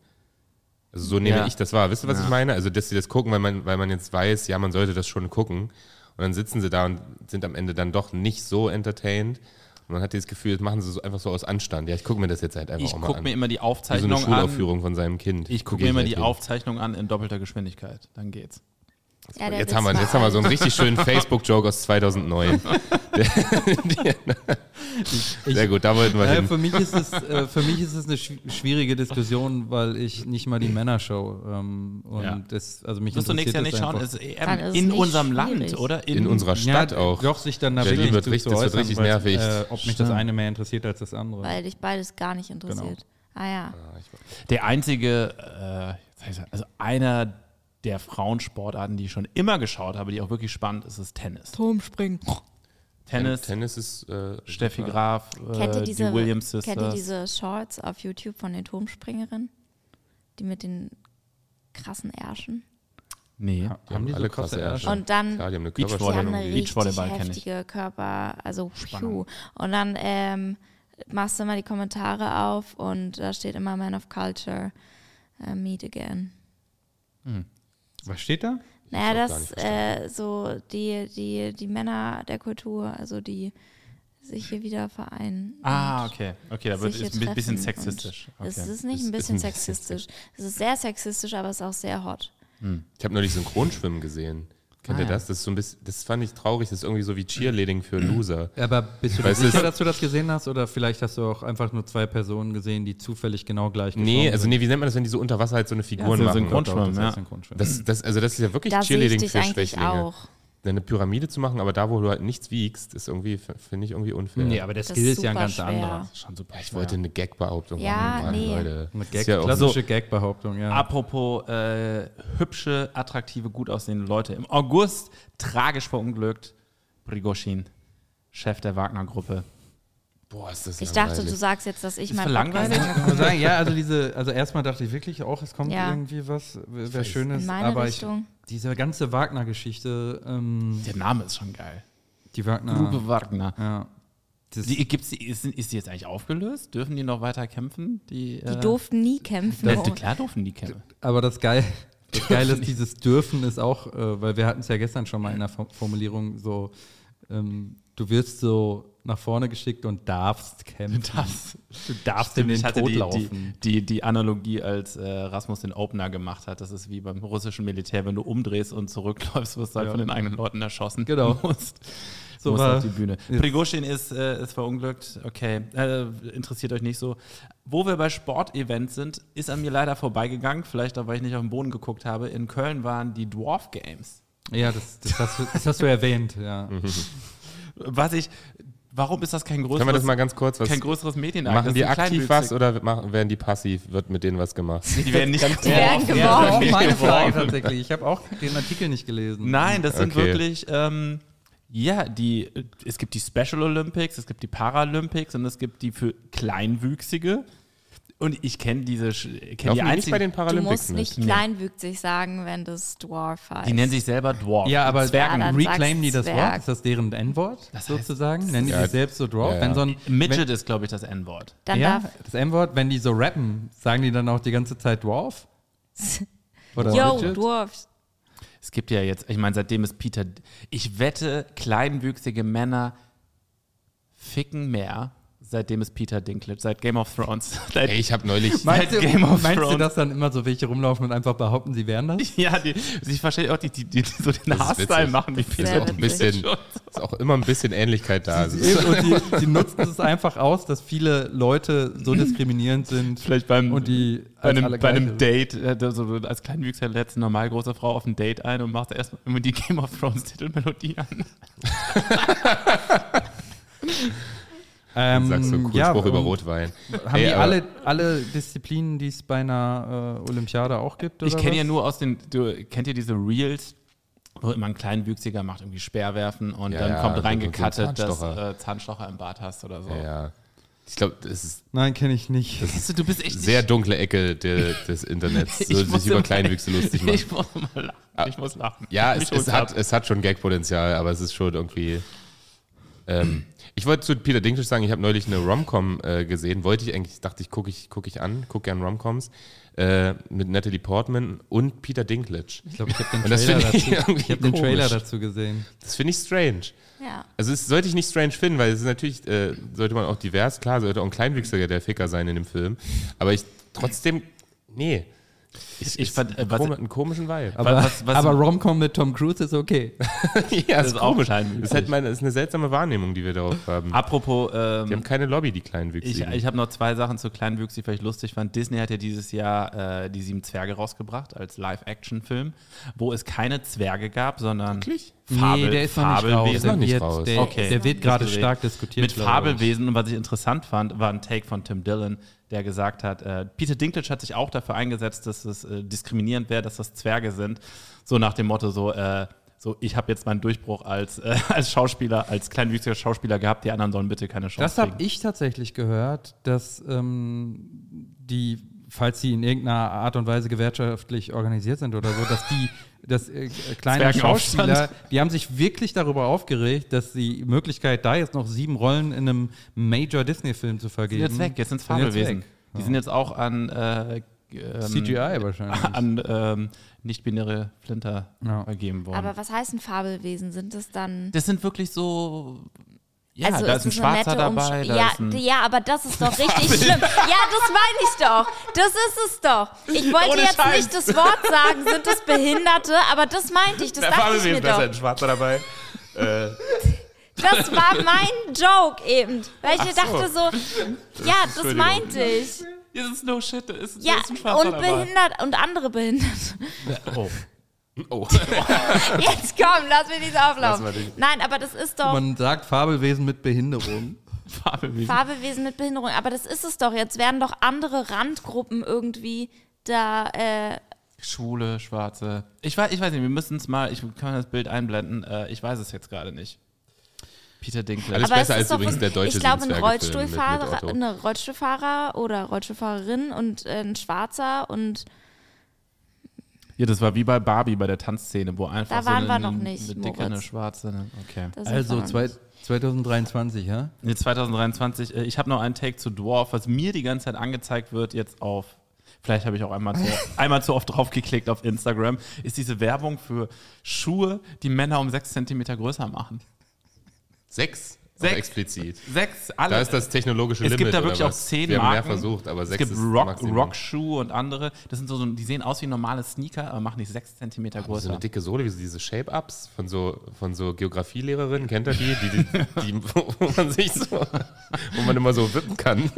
Also so nehme
Ja.
ich das wahr. Wisst ihr, was ich meine? Also, dass sie das gucken, weil man, weil man jetzt weiß, ja, man sollte das schon gucken. Und dann sitzen sie da und sind am Ende dann doch nicht so entertained. Und man hat dieses Gefühl, das machen sie so einfach so aus Anstand. Ja, ich gucke mir das jetzt halt einfach
Ich
auch mal
gucke
an.
mir immer die
Wie so
Aufzeichnung
eine
an.
Schulaufführung von seinem Kind.
Ich
Guck
gucke mir immer
halt
die
hin.
Aufzeichnung an in doppelter Geschwindigkeit. Dann geht's.
Ja, der
Jetzt
Witz
haben, wir,
war
jetzt haben wir so
alt.
einen richtig schönen Facebook-Joke aus 2009. Sehr gut, da wollten wir
Äh,
hin.
für, mich ist es, äh, für mich ist es eine schw- schwierige Diskussion, weil ich nicht mal die Männershow ähm, und
Ja.
das, also mich
Wirst du nächstes Jahr
interessiert
nicht
das
schauen?
einfach.
Ist
Dann
EM
ist es
in
nicht
unserem
schwierig.
Land, oder?
In unserer Stadt
ja,
auch.
Doch, sich dann da wirklich
Berlin wird
zu-
richtig-
zu
das wird
äußern,
richtig
weil,
nervig.
Äh, ob mich das
Stimmt.
eine mehr interessiert als das andere.
Weil dich beides gar nicht interessiert.
Genau.
Ah ja.
Der einzige, äh, jetzt sag ich's ja, also einer der Frauensportarten, die ich schon immer geschaut habe, die auch wirklich spannend ist, ist Tennis.
Turmspringen.
Tennis,
Tennis ist. Äh,
Steffi Graf,
Kennt
äh,
ihr diese,
die Williams
kennt ihr
Sisters.
diese Shorts auf YouTube von den Turmspringerinnen? Die mit den krassen Ärschen?
Nee.
Ha- haben die so
alle
krasse
krasse
Ärsche?
Ärsche.
Und dann
Klar, die haben eine
Beachvolleyball.
die haben
Körperspannung.
eine
Beachvolleyball
die-
richtig
kenn ich.
heftige Körper, also phew. Und dann ähm, machst du immer die Kommentare auf und da steht immer Man of Culture, äh, meet again.
Was steht da?
hab's
Naja,
gar
das
nicht
äh, so die, die, die Männer der Kultur, also die sich hier wieder vereinen.
Ah,
und
okay. Okay, da
sich
wird,
hier
ist ein bisschen
treffen
sexistisch.
und Es
Okay.
ist nicht
Es
ein
ist ein
bisschen
bisschen
sexistisch. Es ist sehr sexistisch, aber es ist auch sehr hot.
Ich habe neulich Synchronschwimmen gesehen. Kennt
Ah,
ihr
ja.
das? Das, ist so ein bisschen, das fand ich traurig. Das ist irgendwie so wie Cheerleading für Loser.
Aber bist du dir
Weil es
sicher,
ist-
dass du das gesehen hast? Oder vielleicht hast du auch einfach nur zwei Personen gesehen, die zufällig genau gleich
Nee, also nee, wie nennt man das, wenn die so unter Wasser halt so eine Figuren
so
machen?
Synchron-
Grundschwimmen,
Grundschwimmen,
das
ja.
heißt Synchronschwimmen.
Das, das, also das ist ja wirklich
Da sehe ich
Cheerleading
dich
für
eigentlich
Schwächlinge.
auch.
Eine Pyramide zu machen, aber da, wo du halt nichts wiegst, ist irgendwie, finde ich irgendwie unfair.
nee, aber der
Das
Skill ist ja ein
super
ganz
schwer.
anderer.
Schon super.
Ich wollte eine Gag-Behauptung
Ja,
machen. Mann,
nee.
Leute.
Eine
Ist
Gag,
ja auch-
klassische Gag-Behauptung, ja.
Apropos äh, hübsche, attraktive, gut aussehende Leute. Im August tragisch verunglückt Prigoshin, Chef der Wagner-Gruppe.
Boah, ist das
Ich dachte,
langweilig.
du sagst jetzt, dass ich
Ist
mein
für langweilig?
Podcast
Ich muss sagen, ja, also diese, also erstmal dachte ich wirklich auch, es kommt
Ja.
irgendwie was, wäre
weiß.
Schönes,
in meine
aber ich,
Richtung.
diese ganze Wagner-Geschichte, ähm,
Der Name ist schon geil.
die
Ah.
Wagner,
Grube Wagner.
ja, das,
Die, gibt's, die- ist, ist die jetzt eigentlich aufgelöst? Dürfen die noch weiter kämpfen? Die,
Die durften nie kämpfen.
Äh, klar dürfen die kämpfen.
aber das geil, das Geile ist, dieses Dürfen ist auch, äh, weil wir hatten es ja gestern schon mal in der Fo- Formulierung so, ähm, du wirst so nach vorne geschickt und darfst kämpfen.
Das.
Du darfst in
Stimmt,
den
ich hatte
Tod
die, die,
laufen.
die, die Analogie, als äh, Rasmus den Opener gemacht hat. Das ist wie beim russischen Militär, wenn du umdrehst und zurückläufst, wirst du halt
Ja.
von den eigenen Leuten erschossen.
Genau.
Du musst,
So
so musst
war-
auf die Bühne.
Ja.
Prigoshin ist, äh, ist verunglückt. Okay, äh, interessiert euch nicht so. Wo wir bei Sportevents sind, ist an mir leider vorbeigegangen. Vielleicht auch, weil ich nicht auf den Boden geguckt habe. In Köln waren die Dwarf Games.
Ja, das, das, hast, du, das hast du erwähnt, ja.
Mhm. Was ich, warum ist das kein
Können wir das
größeres,
mal ganz kurz? Was,
kein größeres Medienereignis?
machen die
Das ist ein
aktiv was oder machen, werden die passiv? Wird mit denen was gemacht?
Die werden nicht
Die werden
Das war
geworfen.
auch meine Frage
Geworfen.
tatsächlich. Ich habe auch den Artikel nicht gelesen.
Nein, das sind
Okay.
wirklich, ähm, ja, die, äh, es gibt die Special Olympics, es gibt die Paralympics und es gibt die für Kleinwüchsige. Und ich kenne diese, sch- kenne
Laufen
die
die nicht bei
einzigen,
den
Du
Paralympics
musst
mit?
nicht kleinwüchsig sagen, wenn das Dwarf heißt.
die nennen sich selber Dwarf.
Ja, aber
Zwergen.
Ja, dann
reclaim die das
sagst
Wort?
Zwerg.
Ist das deren N-Wort
Das heißt-
sozusagen? Nennen die
Ja.
sich selbst so Dwarf?
Ja, ja.
Wenn so ein,
Midget ist, glaube ich, das N-Wort.
wenn,
Dann
ja,
darf
das M-Wort, wenn die so rappen, sagen die dann auch die ganze Zeit Dwarf? Oder
Yo,
Midget?
Dwarfs.
Es gibt ja jetzt, ich meine, seitdem ist Peter, ich wette, kleinwüchsige Männer ficken mehr, seitdem ist Peter Dinklage, seit Game of Thrones. Seit,
Ey, ich habe neulich.
Meinst,
Seit
du,
Game of
meinst du,
Thrones.
dass dann immer so welche rumlaufen und einfach behaupten, sie wären das?
ja, die, ich verstehe auch, die, die, die so den
Das ist
Haarstyle
witzig.
machen wie Peter
sehr
ist, auch ein
witzig.
bisschen, ist auch immer ein bisschen Ähnlichkeit da. Also,
Eben, und die, die nutzen es einfach aus, dass viele Leute so diskriminierend sind.
Vielleicht beim,
und die
bei,
als
einem,
alle
bei
gleich
einem
sind.
Date, äh, da so als Kleinwüchser lädst du eine normal große Frau auf ein Date ein und machst erstmal immer die Game of Thrones Titelmelodie an.
Ähm,
sagst du einen coolen
ja,
Spruch über
und
Rotwein.
Haben
Ey,
die
aber-
alle, alle Disziplinen, die es bei einer äh, Olympiade auch gibt?
Ich
oder
kenne
was?
ja nur aus den, du kennt ihr diese Reels, wo immer ein Kleinwüchsiger macht irgendwie Speerwerfen und
Ja,
dann
ja,
kommt
und- und so ein
reingekattet, dass
Zahnstocher.
äh, Zahnstocher im Bart hast oder so.
Ja, ja. Ich glaube, das ist
Nein, kenne ich nicht.
Siehst du, du bist echt
sehr dunkle Ecke de, des Internets, so sich
muss
über
immer-
Kleinwüchse lustig machen.
Ich muss mal lachen. Ich muss lachen.
Ja,
Mich
es, es,
holt's
hat,
ab.
es hat schon Gagpotenzial, aber es ist schon irgendwie. Ähm, ich wollte zu Peter Dinklage sagen, ich habe neulich eine Romcom äh, gesehen, wollte ich eigentlich, dachte ich, gucke ich, guck ich an, gucke gern Romcoms äh, mit Natalie Portman und Peter Dinklage.
Ich glaube, ich habe den
Und das
Trailer
finde ich
dazu.
irgendwie
Ich habe den
komisch.
Trailer dazu gesehen.
Das finde ich strange.
Ja.
Also es sollte ich nicht strange finden, weil es ist natürlich, äh, sollte man auch divers, klar, sollte auch ein Kleinwüchsiger der Ficker sein in dem Film. Aber ich trotzdem, nee.
Ich fand, äh, was-
kom einen komischen Vibe.
Aber,
was- was-
aber Romcom mit Tom Cruise ist okay.
ja,
das ist auch kleinwüchsig.
Das ist, halt meine, das ist eine seltsame Wahrnehmung, die wir darauf haben.
Apropos,
Die
ähm,
haben keine Lobby, die
Ich,
Kleinwüchsigen.
ich habe noch zwei Sachen zu Kleinwüchs, die vielleicht lustig fand. Disney hat ja dieses Jahr äh, die Sieben Zwerge rausgebracht als Live-Action-Film, wo es keine Zwerge gab, sondern
Wirklich?
Fabel,
Der ist noch
Fabelwesen.
nicht
Der,
raus.
wird, der,
Okay.
der wird gerade
Nicht
stark diskutiert.
Mit
glaub ich.
Fabelwesen. Und was ich interessant fand, war ein Take von Tim Dillon, der gesagt hat, äh, Peter Dinklage hat sich auch dafür eingesetzt, dass es äh, diskriminierend wäre, dass das Zwerge sind. So nach dem Motto so, äh, so ich habe jetzt meinen Durchbruch als, äh, als Schauspieler, als kleinwüchsiger Schauspieler gehabt, die anderen sollen bitte keine Chance
Das
kriegen.
habe ich tatsächlich gehört, dass ähm, die, falls sie in irgendeiner Art und Weise gewerkschaftlich organisiert sind oder so, dass die, dass äh, kleine
Zwergenaufstand.
Schauspieler, die haben sich wirklich darüber aufgeregt, dass die Möglichkeit, da jetzt noch sieben Rollen in einem Major Disney-Film zu
Die
vergeben.
sind jetzt weg, jetzt Mhm. sind es
sind jetzt
Fabelwesen.
weg.
Die sind jetzt auch an äh, ähm,
CGI wahrscheinlich.
an ähm, nicht-binäre Flinter
Ja.
vergeben worden.
Aber was heißt ein Fabelwesen? Sind das dann.
das sind wirklich so. Ja,
also
da ist ein
es
Schwarzer
eine nette
dabei.
Umsch-
Da
ja,
ist ein,
d- ja, aber das ist doch richtig schlimm. Ja, das meine ich doch. Das ist es doch. Ich wollte
Ohne
jetzt
Scheiß.
nicht das Wort sagen, sind das Behinderte, aber das meinte ich. Das dachte ich mir doch.
ein Schwarzer dabei.
Das war mein Joke eben. Weil ich mir
Ach so.
dachte so, ja, das
Entschuldigung.
meinte ich.
Das ist no shit, da ist, da
Ja,
ist ein Schwarzer
und behindert und andere Behinderte.
dabei. Oh.
Oh.
Jetzt komm, lass mich nicht
Lass mal
auflaufen.
den-
Nein, aber das ist doch
Man sagt Fabelwesen mit Behinderung.
Fabelwesen.
Fabelwesen mit Behinderung. Aber das ist es doch. Jetzt werden doch andere Randgruppen irgendwie da. Äh,
Schwule, Schwarze. Ich weiß, ich weiß nicht, wir müssen es mal, ich kann das Bild einblenden. Äh, ich weiß es jetzt gerade nicht. Peter Dinklage.
Alles
Aber
besser
es
als
ist doch
übrigens der
wirklich-
deutsche
Ich glaube, ein
Siebenzwerge-Film mit- mit
Rollstuhlfahrer,
Otto.
eine Rollstuhlfahrer oder Rollstuhlfahrerin und äh, ein Schwarzer und
Ja, das war wie bei Barbie bei der Tanzszene, wo einfach
Da
so
waren
eine,
wir noch
eine-
nicht,
eine dicke, eine
Moritz.
schwarze. Ne? Okay.
das
Also
ist
zwei, 2023, ja?
Nee, 2023. äh, Ich habe noch einen Take zu Dwarf, was mir die ganze Zeit angezeigt wird, jetzt auf. Vielleicht habe ich auch einmal zu, einmal zu oft draufgeklickt auf Instagram, ist diese Werbung für Schuhe, die Männer um 6 cm größer machen.
Sechs.
Sechs.
Aber explizit.
Sechs, alle.
Da ist das technologische
es
Limit.
gibt da
oder
wirklich auch
was?
zehn
Wir haben
Marken.
mehr versucht, aber sechs
es gibt
ist
Rock,
Maximum.
Rockschuhe und andere. Das sind so, so, die sehen aus wie normale Sneaker, aber machen nicht 6 cm
Aber So
größer.
eine dicke Sohle, wie so diese Shape-Ups von so, von so Geografielehrerinnen, kennt ihr die? die, die, die wo man sich so, wo man immer so wippen kann.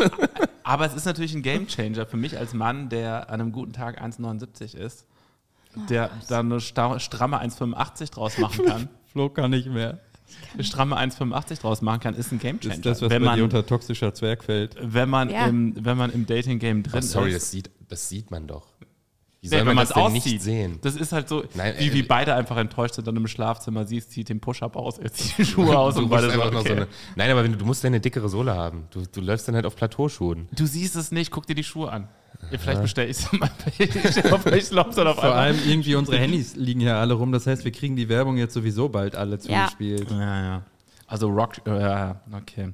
aber es ist natürlich ein Gamechanger für mich als Mann, der an einem guten Tag 1,79 ist,
Ah,
der da eine sta- stramme 1,85 draus machen kann.
Flo kann nicht mehr.
stramme 1,85 draus machen kann, ist ein Gamechanger.
Ist das, was
wenn,
bei
man,
dir unter toxischer Zwerg fällt?
wenn, man
Ja.
im, wenn man im Dating-Game drin
Oh, Sorry,
ist.
das sieht, das sieht man doch. Wie
Nee,
soll man
man's
das denn
aussieht.
nicht sehen?
Das ist halt so,
Nein,
wie,
äh,
wie beide einfach enttäuscht sind, dann im Schlafzimmer siehst, zieht den Push-Up aus, er zieht die Schuhe aus
Du
und
musst
beide so,
einfach noch so
okay.
eine, nein, aber wenn du, du musst ja eine dickere Sohle haben. Du, du läufst dann halt auf Plateauschuhen.
Du siehst es nicht, guck dir die Schuhe an. Vielleicht bestelle ich es mal bei Ich laufe dann auf
Vor
einmal.
allem irgendwie unsere Handys liegen hier alle rum. Das heißt, wir kriegen die Werbung jetzt sowieso bald alle zugespielt.
Ja, ja. Also Rock, äh, okay.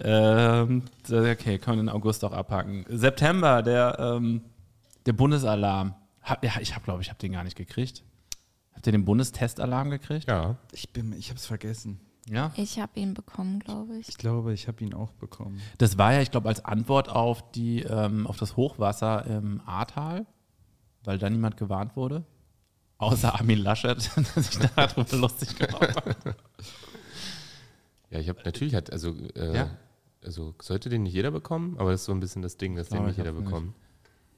Ähm, so, okay, können wir den August auch abhaken. September, der, ähm, der Bundesalarm. Hab, ja, ich habe, glaube ich, habe den gar nicht gekriegt. Habt ihr den Bundestestalarm gekriegt?
Ja.
Ich bin, ich hab's vergessen.
Ja.
Ich habe ihn bekommen, glaube ich.
Ich glaube, ich habe ihn auch bekommen.
Das war ja, ich glaube, als Antwort auf, die, ähm, auf das Hochwasser im Ahrtal, weil da niemand gewarnt wurde. Außer Armin Laschet, der sich darüber lustig gemacht hat.
Ja, ich habe natürlich hat, also, äh,
Ja.
also sollte den nicht jeder bekommen, aber das ist so ein bisschen das Ding, dass den
glaube, ich
nicht jeder
hab's nicht.
bekommt.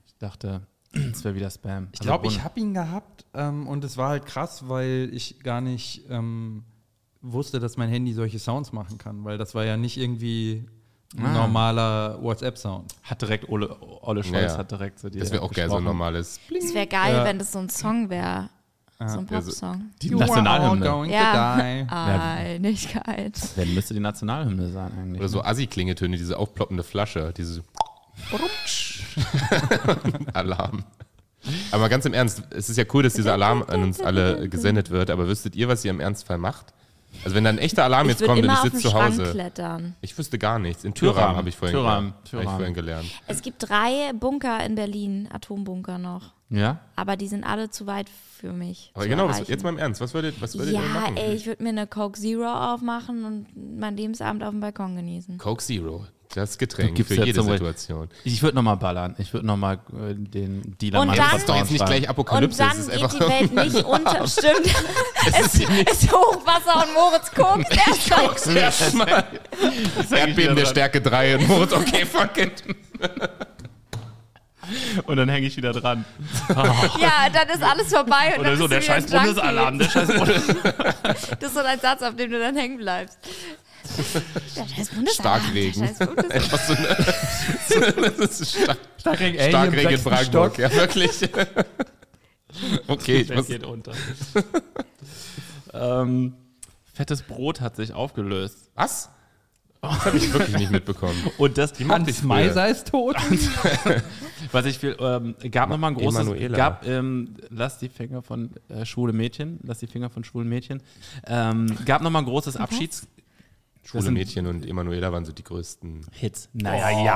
Ich dachte, es wäre wieder Spam. Also
Ich glaube, ich habe ihn gehabt ähm, und es war halt krass, weil ich gar nicht ähm, wusste, dass mein Handy solche Sounds machen kann, weil das war ja nicht irgendwie ein
Ah.
normaler WhatsApp-Sound.
Hat direkt Ole, Ole Scholz
Ja, ja.
hat direkt so die.
Das wäre auch geil, so
gesprochen.
ein normales.
Es wäre geil,
Ja.
wenn das so ein Song wäre. So ein
Ja, so-
Popsong.
Die Nationalhymne.
going
Ja,
to die.
Einigkeit.
Dann müsste die Nationalhymne sein eigentlich.
Oder so Assi-Klingetöne, diese aufploppende Flasche, diese Alarm. Aber ganz im Ernst, es ist ja cool, dass dieser Alarm an uns alle gesendet wird, aber wüsstet ihr, was ihr im Ernstfall macht? Also wenn da ein echter Alarm
Ich
jetzt
würde
kommt und
immer
ich
auf den
sitze zu
Schrank
Hause.
klettern.
Ich wüsste gar nichts. In Türrahmen
Türrahmen,
habe ich, vorhin
Türrahmen,
gelernt. Hab ich
Türrahmen.
vorhin gelernt.
Es gibt drei Bunker in Berlin, Atombunker noch.
Ja?
Aber die sind alle zu weit für mich.
Aber
zu
genau, was,
erreichen.
jetzt mal im Ernst, was würdet, was würdet ihr
Ja,
machen?
ey, ich würde mir eine Coke Zero aufmachen und meinen Lebensabend auf dem Balkon genießen.
Coke Zero, das
Du
Getränk
gibst
für
ja
jede
zum Beispiel-
Situation.
Ich würde nochmal ballern. Ich würde nochmal äh, den Dealer
Und
mal
dann-
Das ist doch jetzt nicht gleich
Und
Apokalypse,
dann
es ist
geht
einfach
die Welt nicht unter. Stimmt. Es,
ist nicht-
ist Hochwasser und Moritz guckt erstmal.
Erstmal Erdbeben der Stärke 3 und Moritz, okay, fuck it.
Und dann hänge ich wieder dran.
Ja, dann ist alles vorbei. Und
Oder
dann
so,
bist
der
du wieder
scheiß Bundesalarm,
ein Junkie.
der scheiß Bundesalarm.
Das ist so ein Satz, auf dem du dann hängen bleibst. Der scheiß Bundesalarm.
Starkregen.
Der scheiß Bundesalarm.
Einfach so eine, das ist stark,
Starkregen,
Starkregen in Brandenburg, ja, wirklich. Okay, ich
Der
muss,
geht unter. ähm, fettes Brot hat sich aufgelöst.
was? Das habe ich wirklich nicht mitbekommen.
Und das,
Hans Meiser ist tot.
Was ich viel, ähm, gab nochmal ein großes,
Emanuela.
gab, ähm, lass die Finger von äh, schwule Mädchen, lass die Finger von schwulen Mädchen, ähm, gab nochmal ein großes Abschiedshits.
Schwule
sind-
Mädchen und Emanuela waren so die größten.
Naja,
Oh,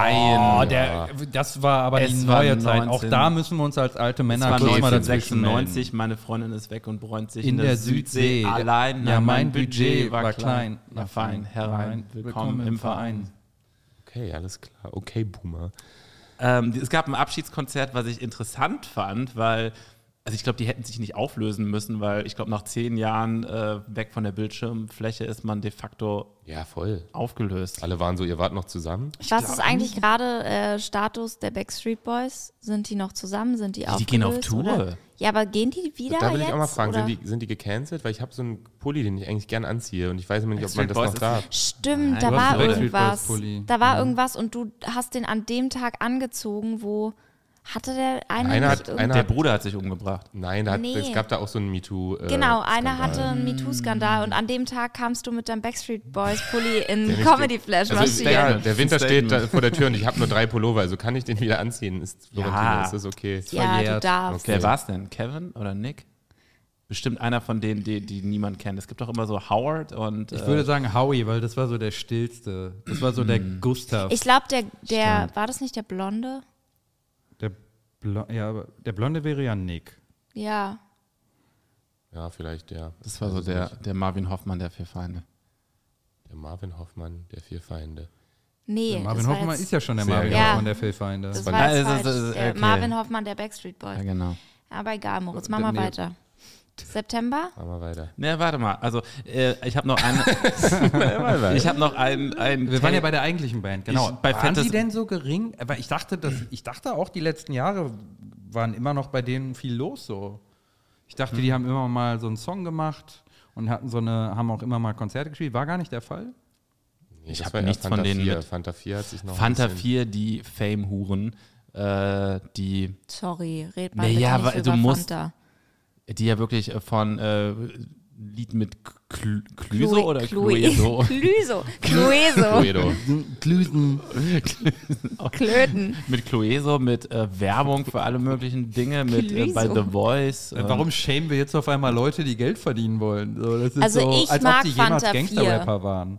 jein.
der, das war aber
Es
die
war
neue Zeit. Auch
19.
da müssen wir uns als alte
Es
Männer
war
kurz mal dazwischen
1996, meine Freundin ist weg und bräunt sich in,
In
der,
der
Südsee,
Südsee.
allein.
Ja,
Nein,
mein Budget war klein.
Na fein, herein, willkommen, im Verein.
Okay, alles klar. Okay, Boomer.
Ähm, die- es gab ein Abschiedskonzert, was ich interessant fand, weil, also ich glaube, die hätten sich nicht auflösen müssen, weil ich glaube, nach zehn Jahren äh, weg von der Bildschirmfläche ist man de facto
Ja, voll.
aufgelöst.
Alle waren so, ihr wart noch zusammen.
Was ist eigentlich gerade äh, Status der Backstreet Boys? Sind die noch zusammen? Sind die
die
aufgelöst?
gehen auf Tour.
Oder? Ja, aber gehen die wieder
da will
jetzt?
ich auch mal fragen,
oder?
sind die, sind die gecancelt? Weil ich habe so einen Pulli, den ich eigentlich gerne anziehe und ich weiß immer nicht, ob man das
Backstreet
noch
Boys
darf.
Stimmt,
Nein,
da
du hast
war
einen Backstreet
Mhm. Boys
irgendwas.
Pulli.
Da war irgendwas und du hast den an dem Tag angezogen, wo Hatte der eine
Einer
nicht
hat-
irgendwie-
einer
Der Bruder hat sich umgebracht.
Nein, da hat,
Nee.
es gab da auch so einen MeToo. Äh,
Genau, einer
Skandal.
hatte einen MeToo-Skandal und an dem Tag kamst du mit deinem Backstreet Boys-Pulli in
nicht
Comedy Flash
Also, der,
marschieren.
der Winter
Statement.
steht da vor der Tür und ich habe nur drei Pullover, also kann ich den wieder anziehen? Ist Florentine,
Ja.
ist das okay?
Ja, du
verjährt.
darfst.
Wer war es denn? Kevin oder Nick? Bestimmt einer von denen, die, die niemand kennt. Es gibt doch immer so Howard und.
Ich
äh,
würde sagen Howie, weil das war so der stillste. Das war so der
Mm.
Gustav.
Ich glaube, der, der
Stimmt.
war das nicht der Blonde?
der, Blo ja, aber der Blonde wäre ja Nick.
Ja.
Ja, vielleicht der,
das war so der, der Marvin Hoffmann der vier Feinde.
der Marvin Hoffmann, der vier Feinde.
Nee.
Marvin
das war
Hoffmann
jetzt,
ist ja schon der
Sehr
Marvin
geil.
Hoffmann
Ja.
der Fehlfeinde.
Das
war-
war jetzt
Ah, es ist- es ist-
falsch. Der
okay.
Marvin Hoffmann, der Backstreet Boy.
Ja, genau.
Aber egal, Moritz, mach mal
Nee.
weiter. September?
Machen wir weiter.
Ne, warte mal. Also, äh, ich habe noch einen. ich habe noch einen. einen
Wir waren ja bei der eigentlichen Band, genau.
Ich- bei
waren
Fettes-
die denn so gering? Aber ich dachte, dass, ich dachte auch, die letzten Jahre waren immer noch bei denen viel los so. Ich dachte, die haben immer mal so einen Song gemacht und hatten so eine, haben auch immer mal Konzerte gespielt. War gar nicht der Fall.
Nee,
Ich
das
hab
war eher
nichts von
Fanta
denen
4.
mit.
Fanta 4 hat sich noch. ein
Fanta
bisschen-
4, die Fame-Huren, äh, die,
Sorry, red mal
Naja,
bitte
wa-
nicht
du
über
musst-
Fanta.
die ja wirklich äh, von äh, Lied mit Cl Clüso
Chloe-
oder
Chloe-
Clueso?
Clueso. Clueso.
Cluedo.
Glüsen.
Klöten.
mit Clueso, mit äh, Werbung für alle möglichen Dinge, mit äh, bei
Clueso.
The Voice.
Äh, Warum schämen wir jetzt auf einmal Leute, die Geld verdienen wollen? So, das ist
Also
so,
ich
als
mag
ob die jemals
Fanta 4.
Gangster-Rapper waren.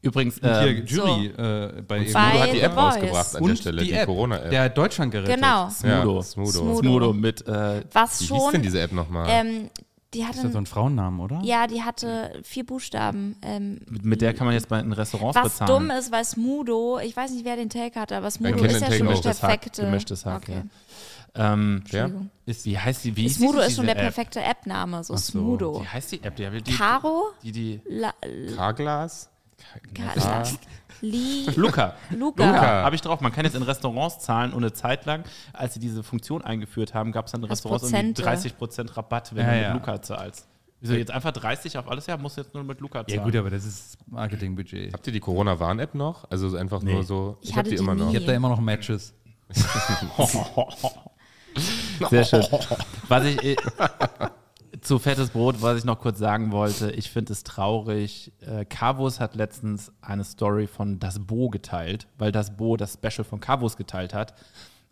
Übrigens,
Und hier
ähm,
Jury äh, bei
Bei
Cluedo hat die
The
App
Voice.
rausgebracht an der Stelle, die,
die App,
Corona-App.
der hat Deutschland gerettet.
Genau.
Smudo.
Ja, Smudo.
Smudo.
Smudo mit äh,
Was
Wie hieß denn
schon.
diese App nochmal?
Ähm, die
Ist ja so
hatte.
ein Frauennamen, oder?
Ja, die hatte vier Buchstaben. Ähm,
Mit, mit der kann man jetzt bei in Restaurants
Was
bezahlen.
dumm ist, weil Smudo, ich weiß nicht, wer den Take hatte, aber Smudo
kennt
ist
den
ja
Take
schon
auch.
der
Gemischtes Hack,
perfekte.
gemischtes Hack,
okay.
ja. Genau. ähm,
ja?
ist, wie heißt die? Wie hieß
Smudo
diese-
ist schon
diese
der perfekte App-Name,
so.
so,
App?
Smudo.
Wie heißt die App? Die, die,
Caro,
die, die
La,
Carglass?
Ka- Li,
Luca.
Luca.
Luca, habe ich drauf. Man kann jetzt in Restaurants zahlen und eine Zeit lang, als sie diese Funktion eingeführt haben, gab es dann in
Als
Restaurants irgendwie
Prozente.
30% Rabatt, wenn
Ja,
du mit
ja.
Luca zahlst. Wieso jetzt einfach 30 auf alles? Ja, musst du jetzt nur mit Luca zahlen.
Ja, gut, aber das ist Marketingbudget.
Habt ihr die Corona-Warn-App noch? Also so einfach nur so.
Ich
hab
hatte die nie.
Ich habe da immer noch Matches.
Sehr schön. Was ich äh, zu fettes Brot, was ich noch kurz sagen wollte, ich finde es traurig. Äh, Carvus hat letztens eine Story von Das Bo geteilt, weil Das Bo das Special von Carvus geteilt hat.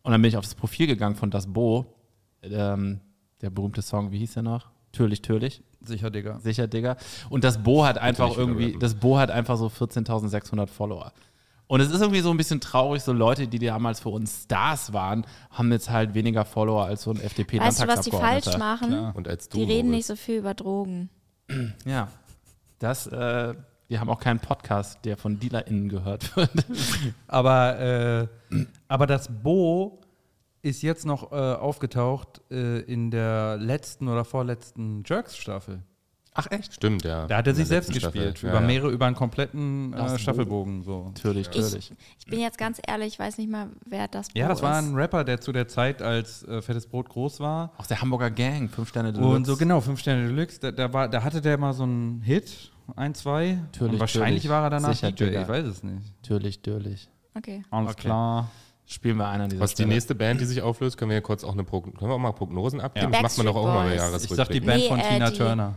Und dann bin ich auf das Profil gegangen von Das Bo. Ähm, der berühmte Song, wie hieß der noch? Türlich, türlich.
Sicher, Digga.
Sicher, Digga. Und das Bo hat einfach
ich wieder
irgendwie,
rappen.
das Bo hat einfach so 14.600 Follower. Und es ist irgendwie so ein bisschen traurig, so Leute, die damals für uns Stars waren, haben jetzt halt weniger Follower als so ein
Weißt du, was die falsch
FDP-Landtagsabgeordneter.
machen?
Und als du.
Die reden
Moritz,
nicht so viel über Drogen.
Ja, das, äh, wir haben auch keinen Podcast, der von DealerInnen gehört wird.
Aber, äh, aber das Bo ist jetzt noch äh, aufgetaucht äh, in der letzten oder vorletzten Jerks-Staffel.
Ach echt?
Stimmt, ja.
Da hat er
In
sich
der
selbst
letzten Staffel.
gespielt.
Ja,
über
ja.
mehrere, über einen kompletten
Das
äh,
Bo.
Staffelbogen. So.
Natürlich, natürlich.
Ich bin jetzt ganz ehrlich, ich weiß nicht mal, wer das
Ja, das
Bo
war
ist.
ein Rapper, der zu der Zeit, als äh, Fettes Brot groß war.
Auch der Hamburger Gang, 5 Sterne Deluxe.
Und so genau, 5 Sterne Deluxe, da, da, war, da hatte der mal so einen Hit, ein, zwei.
Natürlich,
Und wahrscheinlich
natürlich.
war er danach
Sicher,
DJ,
Digga.
ich weiß es nicht.
Natürlich, natürlich.
Okay.
Alles
Okay.
klar.
Spielen wir einen an dieser
Was die
Stelle.
nächste Band, die sich auflöst, können wir ja kurz auch eine Progn können wir auch mal Prognosen abgeben.
Die
Das macht man doch auch mal bei
Backstreet Boys.
Ich sag die
Jahresrückblick.
Band
Nee,
von
äh,
Tina
die-
Turner.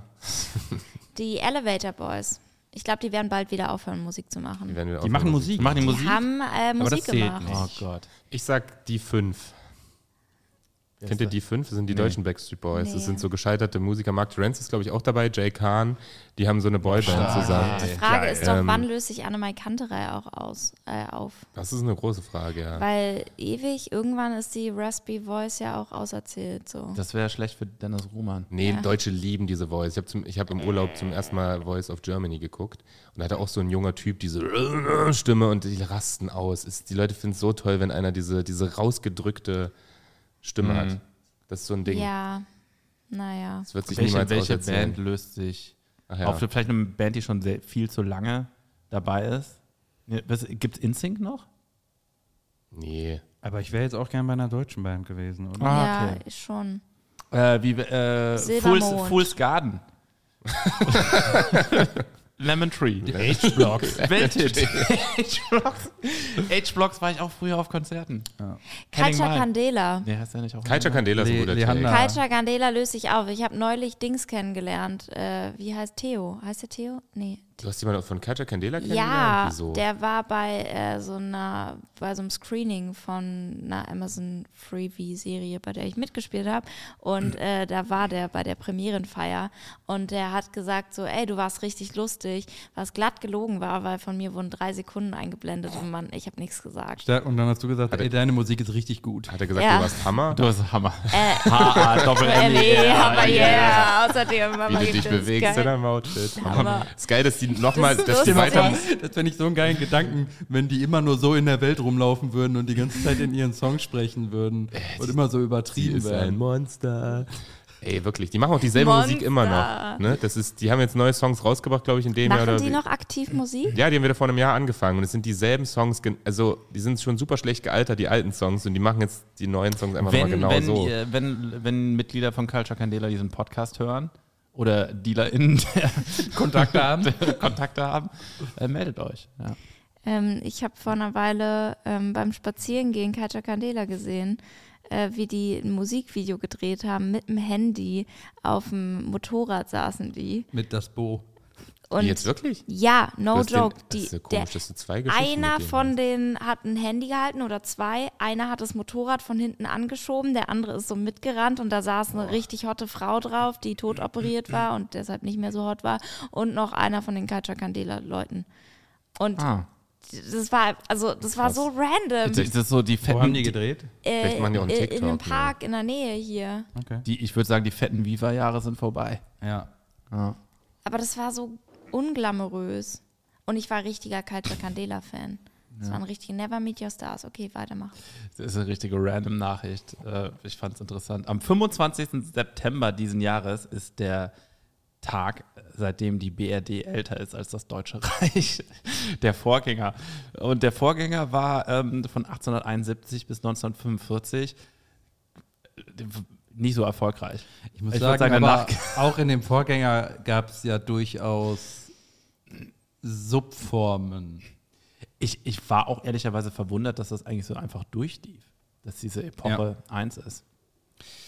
Die Elevator Boys. Ich glaube, die werden bald wieder aufhören, Musik zu machen.
werden wir
Die
auch
machen
mal-
Musik.
Machen die
Die
Musik?
haben äh,
das
Musik
zählt
gemacht.
nicht.
Oh Gott.
Ich sag die fünf. Kennt ihr die fünf? Das sind die deutschen Backstreet Boys.
Nee.
Das sind so gescheiterte Musiker. Mark Terence ist, glaube ich, auch dabei. Jay Kahn. Die haben so eine Boyband zusammen.
Die Frage ist doch,
Ähm,
wann löst sich Annemai Kanterei auch aus, äh, auf?
Das ist eine große Frage, ja.
Weil ewig, irgendwann ist die Raspy Voice ja auch auserzählt. So.
Das wäre schlecht für Dennis Ruhmann.
Nee, Deutsche lieben diese Voice. Ich habe hab im Urlaub zum ersten Mal Voice of Germany geguckt und da hatte auch so ein junger Typ diese Stimme und die rasten aus. Ist, die Leute finden es so toll, wenn einer diese, diese rausgedrückte Stimme
Mhm.
hat. Das ist so ein Ding.
Ja, naja.
Das wird sich
Welche,
niemals
welche
auserzählen.
Band löst sich
Ach ja.
auf? Vielleicht eine Band, die schon sehr, viel zu lange dabei ist. Gibt es InSync noch?
Nee.
Aber ich wäre jetzt auch gern bei einer deutschen Band gewesen, oder?
Ah,
Ja, schon.
Äh, wie, äh, Fools,
Silbermond.
Fools Garden. Lemon Tree.
H-Blocks.
Welthit. H-Blocks. H-Blocks war ich auch früher auf Konzerten. Kenning
Kalcha
Mine.
Candela.
Nee, heißt der nicht auch?
Kalcha Candela ist ein
Le-
guter
Leander.
Take.
Ja.
Kalcha Candela löse ich auf. Ich habe neulich Dings kennengelernt. Äh, wie heißt Theo? Heißt der Theo? Nee.
Du hast jemanden von Kalcha Candela
Ja,
kennengelernt? Wieso?
der war bei äh, so einer, bei so einem Screening von einer Amazon Freebie-Serie, bei der ich mitgespielt habe.
Hm.
Und äh, da war der bei der Premierenfeier und der hat gesagt so, ey, du warst richtig lustig, was glatt gelogen war, weil von mir wurden drei Sekunden eingeblendet und man, ich habe nichts gesagt.
Da- Und dann hast du gesagt, ey, deine Musik ist richtig gut.
Hat er gesagt,
Ja.
du warst Hammer?
Du bist Hammer.
Äh,
H-A, doppel m
Ellie,
e
aber yeah, außerdem Mama
Wie du dich
gibt es
bewegst in
kein-
deinem Outfit.
Hammer.
Ist geil, dass die nochmal,
Das ist
dass die
lustig.
weiter.
Das finde ich so einen geilen Gedanken, wenn die immer nur so in der Welt rumlaufen würden und die ganze Zeit in ihren Songs sprechen würden und immer so
Äh, Die
übertrieben
ist ein
wären.
Monster. Ey, wirklich. Die machen auch dieselbe
Monster.
Musik immer noch. Ne? Das ist, die haben jetzt neue Songs rausgebracht, glaube ich, in dem Jahr.
Machen
Oder
die
wie-
noch aktiv Musik?
Ja, die haben wieder vor einem Jahr angefangen und es sind dieselben Songs, gen- also die sind schon super schlecht gealtert, die alten Songs, und die machen jetzt die neuen Songs einfach mal
Wenn,
genau
wenn,
so.
ihr, wenn, wenn Mitglieder von Culture Candela diesen Podcast hören oder DealerInnen der Kontakte haben, Kontakte haben äh, meldet euch. Ja.
Ähm, ich habe vor einer Weile ähm, beim Spazierengehen Katja Candela gesehen, äh, wie die ein Musikvideo gedreht haben mit dem Handy. Auf dem Motorrad saßen die.
Mit das Bo.
Und
jetzt wirklich?
Ja,
Du
no
hast den-
joke.
das
Die,
ist ja komisch,
der,
dass du zwei Geschichten
einer
mit denen
von
hast.
denen hat ein Handy gehalten oder zwei. Einer hat das Motorrad von hinten angeschoben, der andere ist so mitgerannt und da saß eine richtig hotte Frau drauf, die tot operiert war und deshalb nicht mehr so hot war. Und noch einer von den Katja Candela-Leuten. Und
Ah.
das war also das war so
Das
random.
ist so die
Wo haben die
fetten,
gedreht?
Äh,
Vielleicht machen die auch einen
äh,
TikTok,
in einem
ne?
Park in der Nähe hier.
Okay.
die, ich würde sagen, die fetten Viva-Jahre sind vorbei.
Ja.
Ja.
Aber das war so unglamourös. Und ich war richtiger Culture Candela-Fan. Das war ein richtiger Never Meet Your Stars. Okay, weitermachen.
Das ist eine richtige random Nachricht. Äh, Ich fand es interessant. Am 25. September diesen Jahres ist der Tag, seitdem die BRD älter ist als das Deutsche Reich. Der Vorgänger. Und der Vorgänger war ähm, von 1871 bis 1945 nicht so erfolgreich.
Ich muss
Ich würd
sagen,
sagen,
aber
danach-
auch in dem Vorgänger gab es ja durchaus Subformen.
Ich, ich war auch ehrlicherweise verwundert, dass das eigentlich so einfach durchlief, dass diese Epoche eins ist.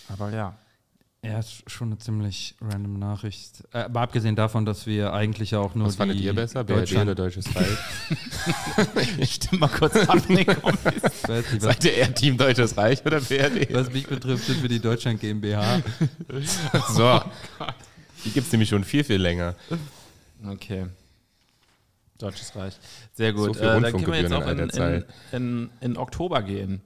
Aber ja.
Ja, ist schon eine ziemlich random Nachricht. Äh, Aber abgesehen davon, dass wir eigentlich ja auch nur
Was fandet
die
ihr besser? BRD oder
Deutschland,
Deutsches Reich?
Stimmt mal kurz ab, Nico.
ich weiß nicht, was,
Seid ihr eher Team Deutsches Reich oder BRD?
was mich betrifft, sind wir die Deutschland GmbH.
So. Die gibt es nämlich schon viel, viel länger.
Okay. Deutsches Reich. Sehr
So
gut. Äh, dann
viel
können wir
Rundfunkgebühren
jetzt auch
in
in,
einer
in, in, in Oktober gehen.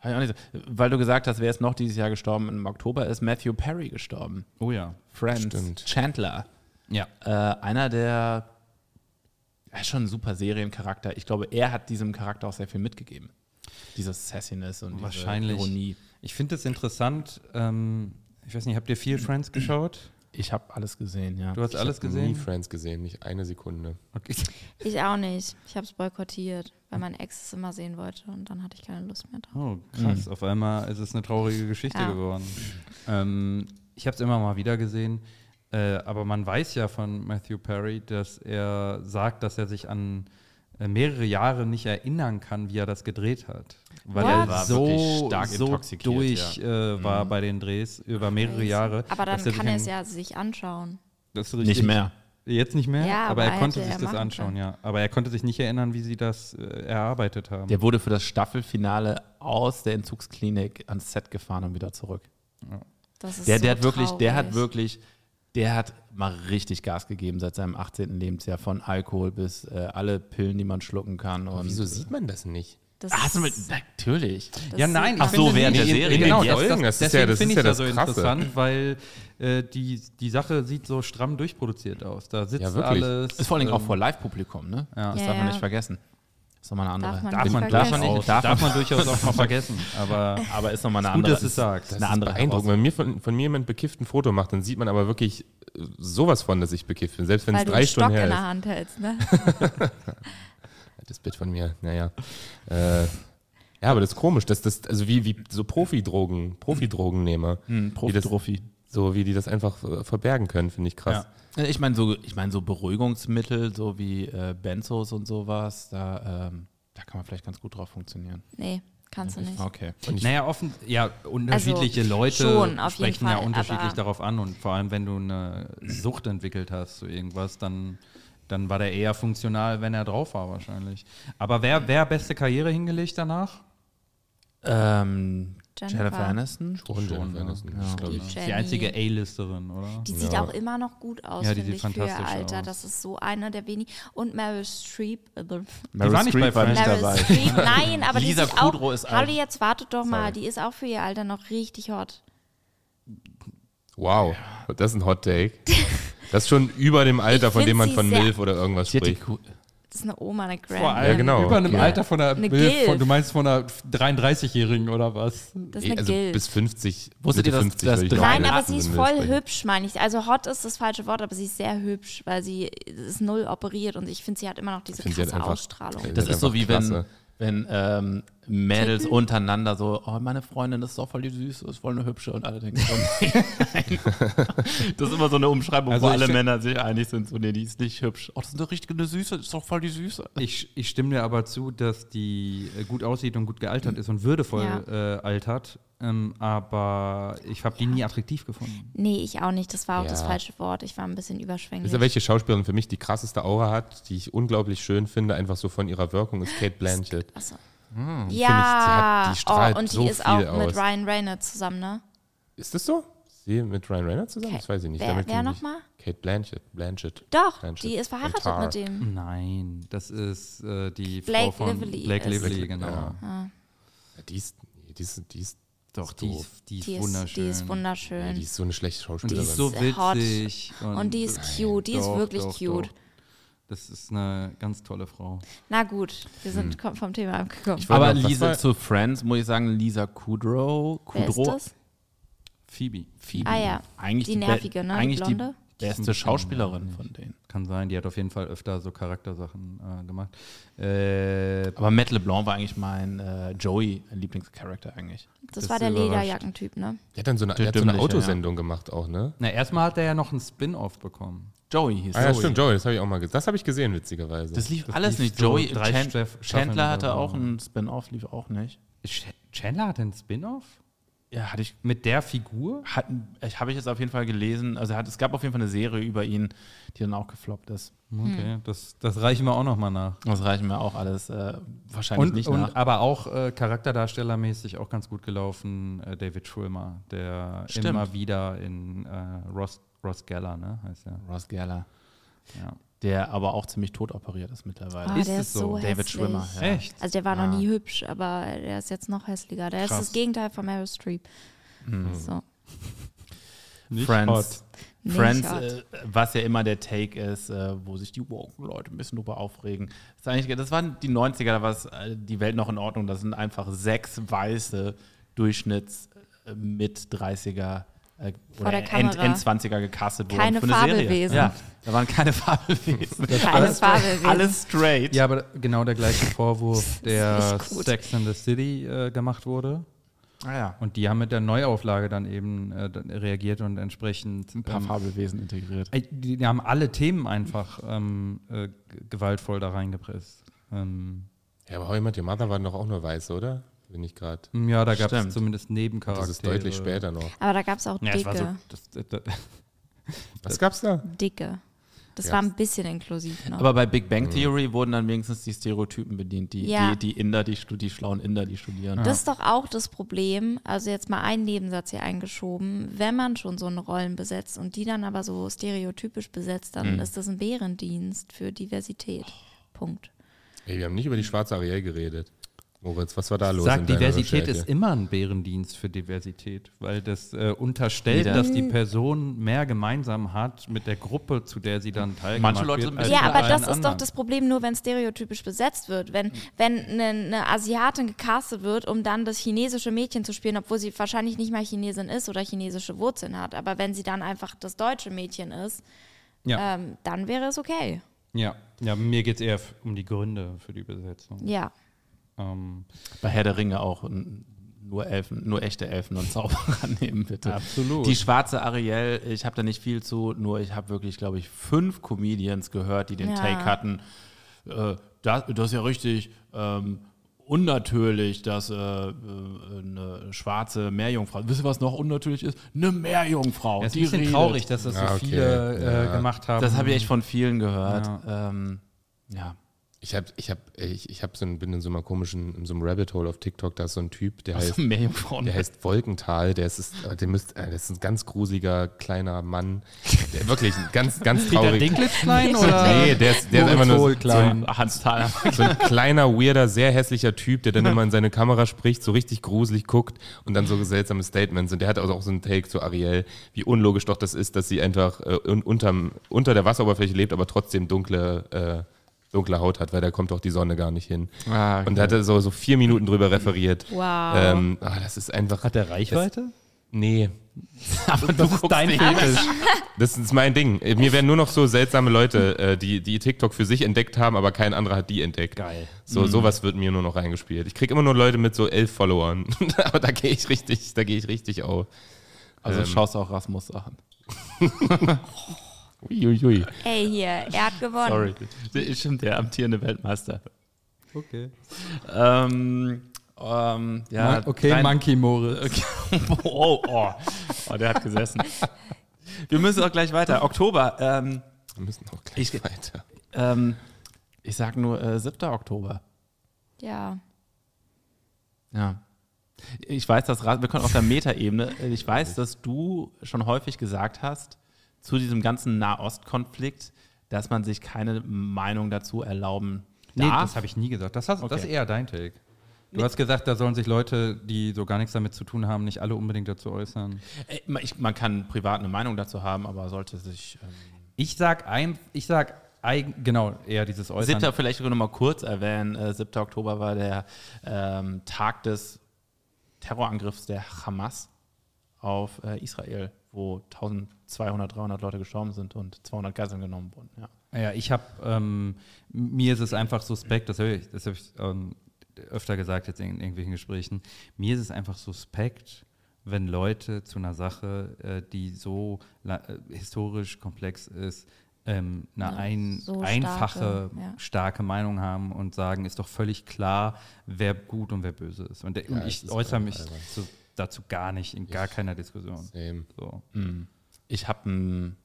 Hab ich auch nicht so- Weil du gesagt hast, wer ist noch dieses Jahr gestorben? Im Oktober ist Matthew Perry gestorben.
Oh ja.
Friends.
Stimmt.
Chandler.
Ja.
Äh, einer der. Er ist schon ein super Seriencharakter. Ich glaube, er hat diesem Charakter auch sehr viel mitgegeben. Diese Sassiness und
Wahrscheinlich.
diese Ironie.
Ich finde es interessant. Ähm, ich weiß nicht, habt ihr viel Friends geschaut?
Ich habe alles gesehen, ja.
Du hast
Ich
alles
hab Nie
gesehen?
Friends gesehen, nicht eine Sekunde.
Okay.
Ich auch nicht. Ich habe es boykottiert, weil mein Ex es immer sehen wollte und dann hatte ich keine Lust mehr drauf.
Oh, krass. Auf einmal ist es eine traurige Geschichte
Ja.
geworden. Ähm, ich habe es immer mal wieder gesehen. Äh, aber man weiß ja von Matthew Perry, dass er sagt, dass er sich an äh, mehrere Jahre nicht erinnern kann, wie er das gedreht hat. Weil
What?
er
War wirklich
so,
stark
so
intoxikiert,
durch äh, war bei den Drehs über mehrere Jahre.
Aber dann
dass sich
kann er
an-
es ja sich anschauen.
das ist
Nicht
richtig.
mehr.
Jetzt nicht mehr,
Ja,
aber,
aber
er konnte
hätte
sich
er
das
machen
anschauen,
können.
ja. Aber er konnte sich nicht erinnern, wie sie das äh, erarbeitet haben.
Der wurde für das Staffelfinale aus der Entzugsklinik ans Set gefahren und wieder zurück.
Das ist
Der,
so
der hat wirklich, der hat
traurig.
wirklich, der hat mal richtig Gas gegeben seit seinem 18. Lebensjahr, von Alkohol bis äh, alle Pillen, die man schlucken kann. Und äh,
Wieso sieht man das nicht?
Das
Ach, so, Ah, mit,
ist-
natürlich.
das
Ja,
sieht
nein,
man
Ach so,
nicht.
während der
Nee,
Serie.
Genau,
Die
das,
Folgen,
das,
das ist
deswegen
ja- das
finde
ist
ich
ja
das
das
so
Krasse.
interessant, weil äh, die, die Sache sieht so stramm durchproduziert aus. Da sitzt
Ja, wirklich.
alles.
Ist vor allen Dingen
ähm,
auch vor Live-Publikum, ne? Das darf
Ja,
man
ja.
nicht vergessen. Ist nochmal eine andere.
Darf man
Darf
nicht
man,
darf
darf,
man
vergessen.
nicht-
darf,
darf
man durchaus auch mal vergessen. Aber
aber ist nochmal eine
gut,
andere.
dass du es sagst.
Ist eine
Das
Das ist
andere
beeindruckend.
Herausforderung.
Wenn mir von, von mir jemand bekifft ein Foto macht, dann sieht man aber wirklich äh, sowas von, dass ich bekifft bin. Selbst wenn es
Weil du
drei
einen
Stunden
Stock
her
in
ist.
der Hand hältst, ne?
Das Bild von mir, naja. Äh, ja, aber das ist komisch, dass das, also wie, wie so Profidrogen, Profidrogennehmer.
Hm, Profi,
Wie das-
Trophy.
So wie die das einfach äh, verbergen können, finde ich krass.
Äh, Ich meine, so, ich mein, so Beruhigungsmittel, so wie äh, Benzos und sowas, da, ähm, da kann man vielleicht ganz gut drauf funktionieren.
Nee, kannst du nicht.
Okay.
Und ich,
Naja, offen, ja, unterschiedliche
Also,
Leute
schon, auf jeden
sprechen ja
Fall,
unterschiedlich
aber-
darauf an und vor allem, wenn du eine Sucht entwickelt hast zu irgendwas, dann, dann war der eher funktional, wenn er drauf war wahrscheinlich. Aber wer, wer beste Karriere hingelegt danach?
Ähm,
Jennifer.
Jennifer. Aniston?
schon,
und Jennifer
ja.
Aniston, ich glaube,
Die
ich-
Die
Jenny.
einzige A-Listerin, oder?
Die sieht
Ja.
auch immer noch gut aus,
Ja, die
finde
sieht
ich, für ihr
fantastisch
Alter.
aus.
Das ist so einer der wenigen. Und Meryl Streep. äh, Meryl
Meryl
war nicht bei
Streep war nicht
Friends.
dabei.
Streep, nein, aber
Lisa
die sieht auch,
Kudrow ist alt.
Hallo, jetzt wartet doch mal,
Sorry.
die ist auch für ihr Alter noch richtig hot.
Wow, das ist ein Hot Take. Das ist schon über dem Alter,
Ich
von
find
dem man
sie
von
sehr-
MILF oder irgendwas
Die hat die
spricht.
Ku-
Das ist eine Oma, eine
Vor
Grandma.
allem
genau.
über einem
Ja.
Alter von einer,
Eine
Milf, von,
Gilf.
du meinst von einer 33-Jährigen oder was?
Das ist eine
also
Gilf.
bis 50.
Wusstet
Mitte
ihr, dass-
50
dass
würde ich noch
drei-
Nein,
eine
aber sie ist
Aniston
voll
sprechen.
hübsch, meine ich. Also hot ist das falsche Wort, aber sie ist sehr hübsch, weil sie ist null operiert und ich finde, sie hat immer noch diese
find, sie hat
krasse
einfach-
Ausstrahlung.
Das
Das
ist so
ist
wie
einfach
wenn,
klasse.
wenn ähm, Mädels untereinander so, oh, meine Freundin ist doch voll die süß, ist voll eine hübsche und alle denken so, nein. Das ist immer so eine Umschreibung,
Also
wo
ich
alle
find-
Männer sich einig sind, so, nee, die ist nicht hübsch. Oh, das ist eine richtige eine Süße, ist doch voll die Süße.
Ich, ich stimme dir aber zu, dass die äh, gut aussieht und gut gealtert ist und würdevoll äh, altert, ähm, aber ich habe die nie attraktiv gefunden.
Nee, ich auch nicht. Das war auch das
Ja.
falsche Wort. Ich war ein bisschen überschwänglich.
Wisst ihr, welche Schauspielerin für mich die krasseste Aura hat, die ich unglaublich schön finde, einfach so von ihrer Wirkung, ist Kate Blanchett.
Achso.
die
ja,
strahlt
oh, und die
so
ist auch
viel aus.
mit Ryan Reynolds zusammen, ne?
Ist das so? Sie mit Ryan Reynolds zusammen?
Kate-
Das weiß ich nicht.
wer-
Damit
wer
bin
noch
ich-
mal?
Kate Blanchett. Blanchett.
Doch,
Blanchett.
die ist
Von
verheiratet
Tar.
mit
Hm,
dem.
Nein, das ist äh, die
Blake
Frau von
Lively
Blake
ist- Ah.
Lively, genau.
Ja. Die ist, die ist, die ist,
Doch, die
doof.
ist, die ist
Die ist,
wunderschön.
die ist
Nee,
wunderschön.
die ist so eine
Und
schlechte
die
Schauspielerin.
ist so
Hot.
witzig.
und die ist cute, die ist
Doch,
wirklich
doch,
cute.
Doch. Das ist eine ganz tolle Frau.
Na gut, wir sind kom- vom Thema abgekommen.
Ich wollte
Aber
noch- was
Lisa
war-
zu Friends, muss ich sagen, Lisa Kudrow,
Wer ist
Kudrow
das?
Phoebe.
Phoebe.
Ah ja,
eigentlich
die
be-
nervige, ne? Die
Eigentlich die
Blonde?
beste Schauspielerin von denen.
Kann sein, die hat auf jeden Fall öfter so Charaktersachen äh, gemacht. Äh,
Aber Matt LeBlanc war eigentlich mein äh, Joey, ein Lieblingscharakter eigentlich.
Das
Bist
war
du
der
überrascht?
Lederjackentyp, ne?
Die hat dann so eine, die hat so eine
Dümmliche,
Autosendung gemacht auch, ne?
na, erstmal hat er ja noch einen Spin-off bekommen.
Joey hieß
Ah ja,
Joey.
stimmt, Joey, das habe ich auch mal gesehen. Das habe ich gesehen, witzigerweise.
Das lief
Das
alles
lief
nicht.
so
Joey,
drei
Chan
Staff- Staffeln
Chandler hatte
oder so.
auch einen Spin-off, lief auch nicht.
Ch Chandler hat einen Spin-off?
Ja, hatte ich
Mit der Figur?
hat, ich habe ich jetzt auf jeden Fall gelesen. Also er hat, es gab auf jeden Fall eine Serie über ihn, die dann auch gefloppt ist.
Hm.
Okay, das, das reichen wir auch nochmal nach.
Das reichen mir auch alles äh, wahrscheinlich
Und,
nicht
und
nach.
aber auch äh, charakterdarstellermäßig auch ganz gut gelaufen, äh, David Schulmer, der
Stimmt.
immer wieder in äh, Ross, Ross Geller, ne? Heißt er.
Ross Geller,
Ja.
der aber auch ziemlich tot operiert ist mittlerweile.
Ah,
Ist
der
es
ist
so?
so
David
hässlich.
Schwimmer. Ja.
Echt?
Also der war
Ah.
noch nie hübsch, aber der ist jetzt noch hässlicher. Der ist
Krass.
das Gegenteil von Meryl Streep. So.
Nicht
Friends,
Nicht
Friends
hot.
äh, was ja immer der Take ist, äh, wo sich die Woken-Leute ein bisschen drüber aufregen. Das, ist eigentlich, das waren die 90er, da war es, äh, die Welt noch in Ordnung. Das sind einfach sechs weiße Durchschnitts äh, mit 30er äh,
Vor
oder
der
End,
Kamera.
End 20er gecastet wurden
Keine
für eine Serie.
Fabelwesen.
Ja, da waren keine Fabelwesen.
Keine Fabelwesen.
Alles straight.
Ja, aber genau der gleiche Vorwurf, der
nicht gut.
Sex and the City äh, gemacht wurde.
Ah, ja.
Und die haben mit der Neuauflage dann eben äh, dann reagiert und entsprechend.
Ein paar
ähm,
Fabelwesen integriert.
Äh, Die, die haben alle Themen einfach ähm, äh, g- gewaltvoll da reingepresst. Ähm,
ja, aber How I Met Your Mother waren doch auch nur weiß, oder? Bin ich gerade.
ja, da gab
Stimmt.
es zumindest Nebencharaktere.
Das ist deutlich später noch.
Aber da gab es auch
Ja, es
dicke,
war so, das, das, das,
Was gab's da?
dicke. Das
Ja.
war ein bisschen inklusiv noch.
Aber bei Big Bang Theory wurden dann wenigstens die Stereotypen bedient, die,
Ja.
die, die Inder, die, stu- die schlauen Inder, die studieren.
Das ist doch auch das Problem, also jetzt mal einen Nebensatz hier eingeschoben, wenn man schon so eine Rollen besetzt und die dann aber so stereotypisch besetzt, dann ist das ein Bärendienst für Diversität. Punkt.
Ey, wir haben nicht über die schwarze Ariel geredet. Moritz, was war da los? in
sagt,
deiner
Diversität
Recherche?
ist immer ein Bärendienst für Diversität, weil das äh, unterstellt,
Jeder.
dass die Person mehr gemeinsam hat mit der Gruppe, zu der sie dann teilgenommen
Manche Leute
wird.
sind
als
Also
ja,
mit
aber
allen
das ist doch
anderen.
das Problem, nur wenn stereotypisch besetzt wird. Wenn, wenn eine, eine Asiatin gecastet wird, um dann das chinesische Mädchen zu spielen, obwohl sie wahrscheinlich nicht mal Chinesin ist oder chinesische Wurzeln hat, aber wenn sie dann einfach das deutsche Mädchen ist,
Ja,
ähm, dann wäre es okay.
ja. ja mir geht es eher f- um die Gründe für die Besetzung.
Ja.
Ähm,
Bei Herr der Ringe auch n- Nur Elfen, nur echte Elfen und Zauberer nehmen, bitte.
Absolut.
Die schwarze Ariel, ich habe da nicht viel zu, nur ich habe wirklich, glaube ich, fünf Comedians gehört, die den
Ja.
Take hatten. Äh, das, das ist ja richtig ähm, unnatürlich, dass äh, äh, eine schwarze Meerjungfrau. Wisst ihr, was noch unnatürlich ist? Eine Meerjungfrau.
Es ist ein
die
bisschen
redet.
traurig, dass das so
Ja, okay.
viele äh,
Ja.
gemacht haben.
Das habe ich echt von vielen gehört. Ja.
Mhm. Ja.
Ähm, ja.
Ich hab, ich hab, ich, ich hab so ein, bin in so einem komischen, in so einem Rabbit Hole auf TikTok, da ist so ein Typ, der heißt,
Also Meerjungfrauen.
der heißt Wolkental, der ist, ist äh, der müsst, äh, das ist ein ganz gruseliger kleiner Mann. Der, wirklich ein ganz, ganz
Peter
traurig.
Dinklitz klein oder?
Nee, der ist, der ist einfach nur
Wohl klein.
So, Hans Thaler.
so ein kleiner, weirder, sehr hässlicher Typ, der dann immer in seine Kamera spricht, so richtig gruselig guckt und dann so seltsame Statements. Und der hat also auch so einen Take zu Ariel, wie unlogisch doch das ist, dass sie einfach äh, un unterm, unter der Wasseroberfläche lebt, aber trotzdem dunkle, äh, dunkle Haut hat, weil da kommt doch die Sonne gar nicht hin.
Ah,
Und da hat er so, so vier Minuten drüber referiert.
Wow.
Ähm, ah, das ist einfach.
Hat der Reichweite?
Nee,
Aber du guckst den-
Fetisch.
das ist mein Ding. Äh, Mir werden nur noch so seltsame Leute, äh, die, die TikTok für sich entdeckt haben, aber kein anderer hat die entdeckt.
Geil.
So,
Mhm.
sowas wird mir nur noch reingespielt. Ich kriege immer nur Leute mit so elf Followern. aber da gehe ich richtig, da gehe ich richtig auf.
Also
Ähm.
schaust du auch Rasmus Sachen.
Uiuiui.
Ey, hier, er hat gewonnen.
Sorry. Stimmt, der amtierende Weltmeister.
Okay.
Ähm, ähm, ja,
okay,
rein-
Monkey Moritz.
Okay. Oh, oh. oh, der hat gesessen. Wir müssen auch gleich weiter. Oktober. Ähm,
Wir müssen auch gleich
Ich-
weiter.
ähm, ich sag nur äh, 7. Oktober.
Ja.
Ja. Ich weiß, dass Ra- wir können auf der Metaebene. äh, Ich weiß, dass du schon häufig gesagt hast zu diesem ganzen Nahostkonflikt, dass man sich keine Meinung dazu erlauben
Nee,
darf.
das habe ich nie gesagt. Das, hast, das ist
Okay.
eher dein Take. Du hast gesagt, da sollen sich Leute, die so gar nichts damit zu tun haben, nicht alle unbedingt dazu äußern.
Äh, ma- ich, man kann privat eine Meinung dazu haben, aber sollte sich. Ähm,
Ich sag ein, ich sag eigen, genau, eher dieses Äußern.
7. vielleicht sogar nochmal kurz erwähnen. Äh, 7. Oktober war der ähm, Tag des Terrorangriffs der Hamas auf äh, Israel, wo 1200, 300 Leute gestorben sind und 200 Geiseln genommen wurden. Ja.
Ja, ich habe, ähm, mir ist es einfach suspekt, das habe ich, das hab ich ähm, öfter gesagt jetzt in irgendwelchen Gesprächen, mir ist es einfach suspekt, wenn Leute zu einer Sache, äh, die so la- äh, historisch komplex ist, ähm, eine
Ja,
ein,
so starke,
einfache,
ja.
starke Meinung haben und sagen, ist doch völlig klar, wer gut und wer böse ist. Und, der, und
es
ich
ist
äußere
total
mich
albern.
zu, dazu gar nicht, in gar keiner Diskussion.
Same.
So.
Ich habe ein.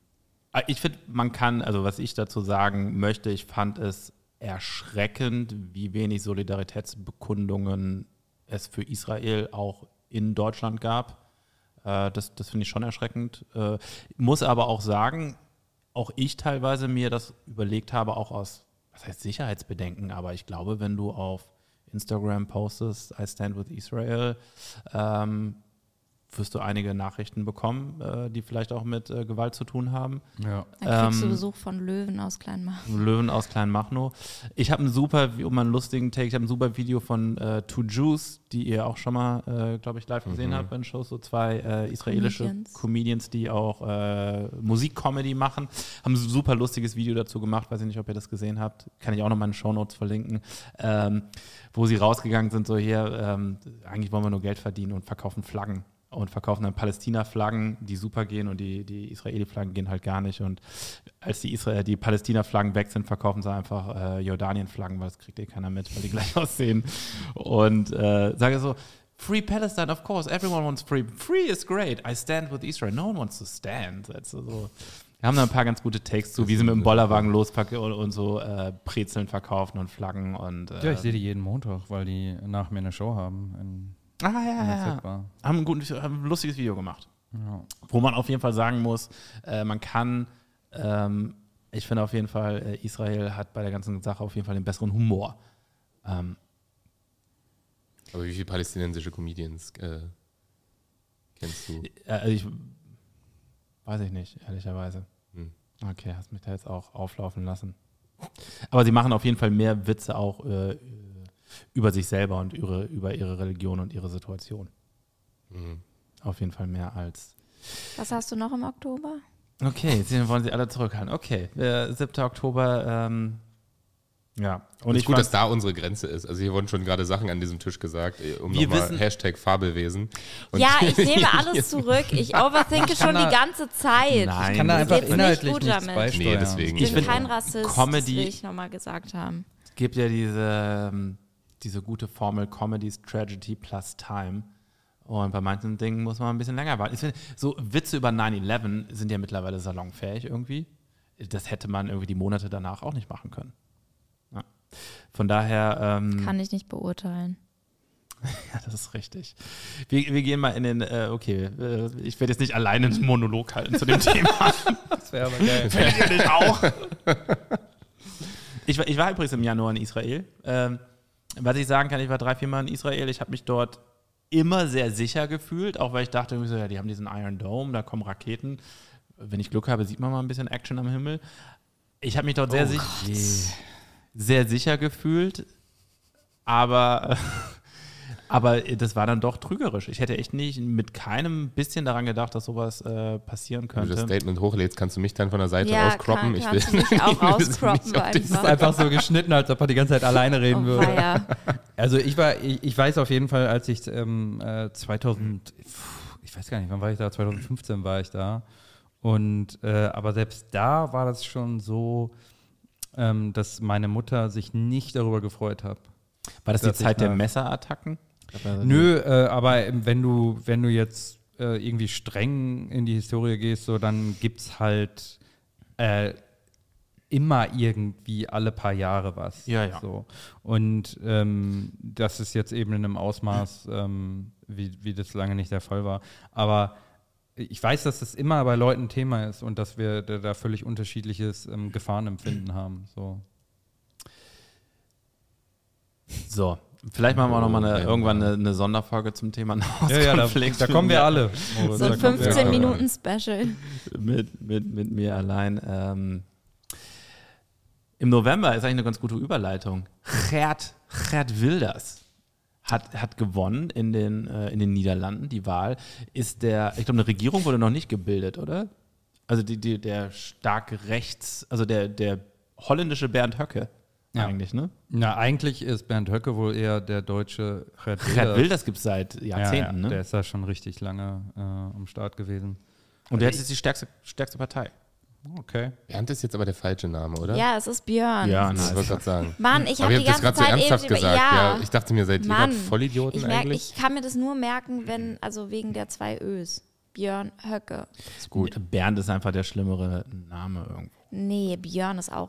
Ah, Ich finde, man kann, also was ich dazu sagen möchte, ich fand es erschreckend, wie wenig Solidaritätsbekundungen es für Israel auch in Deutschland gab. Äh, das das finde ich schon erschreckend. Äh, muss aber auch sagen, auch ich teilweise mir das überlegt habe, auch aus, was heißt Sicherheitsbedenken, aber ich glaube, wenn du auf Instagram postest, I stand with Israel, ähm, wirst du einige Nachrichten bekommen, äh, die vielleicht auch mit äh, Gewalt zu tun haben.
Ja.
Dann kriegst
Ähm,
du Besuch von Löwen aus Kleinmach.
Löwen aus Kleinmachnow. Ich habe ein super, um mal einen lustigen Take, ich habe ein super Video von äh, Two Jews, die ihr auch schon mal, äh, glaube ich, live gesehen habt in Shows, so zwei äh, israelische Comedians.
Comedians.
die auch äh, Musikcomedy machen. Haben ein super lustiges Video dazu gemacht, weiß ich nicht, ob ihr das gesehen habt. Kann ich auch noch mal in den Shownotes verlinken. Ähm, wo sie rausgegangen sind, so hier, ähm, eigentlich wollen wir nur Geld verdienen und verkaufen Flaggen. Und verkaufen dann Palästina-Flaggen, die super gehen und die, die Israeli-Flaggen gehen halt gar nicht. Und als die, Israel, die Palästina-Flaggen weg sind, verkaufen sie einfach äh, Jordanien-Flaggen, weil das kriegt eh keiner mit, weil die gleich aussehen. Und äh, sage so, Free Palestine, of course, everyone wants free. Free is great. I stand with Israel. No one wants to stand. Also so. Wir haben da ein paar ganz gute Texte, so wie sie mit dem Bollerwagen lospacken und, und so äh, Brezeln verkaufen und Flaggen und äh,
ja, ich sehe die
Ähm.
jeden Montag, weil die nach mir eine Show haben. In
Ah, ja,
der
ja, ja.
Zetbar.
Haben ein, gutes, haben ein lustiges Video gemacht.
Ja.
Wo man auf jeden Fall sagen muss, äh, man kann, ähm, ich finde auf jeden Fall, äh, Israel hat bei der ganzen Sache auf jeden Fall den besseren Humor. Ähm,
Aber wie viele palästinensische Comedians äh, kennst du?
äh, also ich weiß ich nicht, ehrlicherweise.
Hm.
Okay, hast mich da jetzt auch auflaufen lassen. Aber sie machen auf jeden Fall mehr Witze auch äh, über sich selber und ihre, über ihre Religion und ihre Situation.
Mhm.
Auf jeden Fall mehr als
Was hast du noch im Oktober?
Okay, jetzt wollen sie alle zurückhalten. Okay, äh, 7. Oktober, ähm, Ja.
Und
Und
ist
ich
gut,
fand,
dass da unsere Grenze ist. Also hier wurden schon gerade Sachen an diesem Tisch gesagt, eh, um
Wir
nochmal
wissen-
Hashtag Fabelwesen. Und
Ja, ich nehme alles zurück. Ich overthinke schon die
da-
ganze
Nein.
Zeit. Nein.
Ich kann da
das
einfach
ist jetzt
inhaltlich
nicht gut
nichts
damit.
beisteuern.
Nee, deswegen.
Ich
Ich
bin
find-
kein Rassist,
Comedy-
will ich nochmal gesagt haben.
es gibt ja diese, ähm, diese gute Formel Comedies, Tragedy plus Time. Und bei manchen Dingen muss man ein bisschen länger warten. Ich finde, so Witze über 9-11 sind ja mittlerweile salonfähig irgendwie. Das hätte man irgendwie die Monate danach auch nicht machen können. Ja. Von daher.
Hm.
Ähm,
Kann ich nicht beurteilen.
Ja, das ist richtig. Wir, wir gehen mal in den, äh, okay, äh, ich werde jetzt nicht alleine einen Monolog halten zu dem Thema.
Das wäre aber geil.
Natürlich auch. Ich, war- ich war übrigens im Januar in Israel. Ähm, was ich sagen kann, ich war drei, vier Mal in Israel. Ich habe mich dort immer sehr sicher gefühlt, auch weil ich dachte, irgendwie so, ja, die haben diesen Iron Dome, da kommen Raketen. Wenn ich Glück habe, sieht man mal ein bisschen Action am Himmel. Ich habe mich dort
Oh
sehr, sich, sehr sicher gefühlt, aber, aber das war dann doch trügerisch. Ich hätte echt nicht mit keinem bisschen daran gedacht, dass sowas äh, passieren
Wenn du das
könnte.
Statement hochlädst, kannst du mich dann von der Seite
Ja,
rauscroppen.
kann,
Ich
kannst
will.
du mich auch
will das
rauscroppen
nicht auf dieses
Das ist einfach so geschnitten, als ob er die ganze Zeit alleine reden
Oh,
würde.
weia.
Also ich war, ich, ich weiß auf jeden Fall, als ich ähm, äh, 2000, pf, ich weiß gar nicht, wann war ich da? 2015 war ich da. Und äh, aber selbst da war das schon so, ähm, dass meine Mutter sich nicht darüber gefreut hat.
War das die
dass ich
Zeit der
mal-
Messerattacken? Also
Nö, äh, aber ähm, wenn du, wenn du jetzt äh, irgendwie streng in die Historie gehst, so dann gibt's halt äh, immer irgendwie alle paar Jahre was.
Ja, ja.
So. Und ähm, das ist jetzt eben in einem Ausmaß, ähm, wie, wie das lange nicht der Fall war. Aber ich weiß, dass das immer bei Leuten Thema ist und dass wir da, da völlig unterschiedliches ähm, Gefahrenempfinden haben. So.
So, vielleicht machen wir auch noch mal
Oh,
eine,
ja.
irgendwann eine, eine Sonderfolge zum Thema
Ja, ja, da,
Nahostkonflikt.
da kommen wir alle. Moritz,
So
da
ein
kommen wir
15
alle.
Minuten Special.
Mit, mit, mit mir allein. Ähm, Im November ist eigentlich eine ganz gute Überleitung. Gerd, Gerd Wilders hat, hat gewonnen in den, äh, in den Niederlanden, die Wahl. Ist der, ich glaube, eine Regierung wurde noch nicht gebildet, oder? Also die, die, der stark rechts, also der, der holländische Bernd Höcke
Ja.
eigentlich, ne?
Na, eigentlich ist Bernd Höcke wohl eher der deutsche Red
Gerd Wilders gibt es seit
Ja, Äh, ja,
Jahrzehnten, ne?
der ist da schon richtig lange äh, am Start gewesen.
Und der hat jetzt die stärkste, stärkste Partei.
Okay.
Bernd ist jetzt aber der falsche Name, oder? Ah,
Ja, es ist
Ah,
Björn.
Ja,
Ich wollte gerade sagen.
Mann, ich
aber
habe
ihr
die
habt das
ganze
gerade so
Zeit
ernsthaft
eben
gesagt.
Ja.
Ja. ich dachte mir, seid ihr
Mann,
gerade Vollidioten
ich merk,
eigentlich?
Ich kann mir das nur merken, wenn, also wegen der zwei Ös. Björn Höcke.
Ist gut. Bernd ist einfach der schlimmere Name irgendwo.
Nee, Björn ist auch.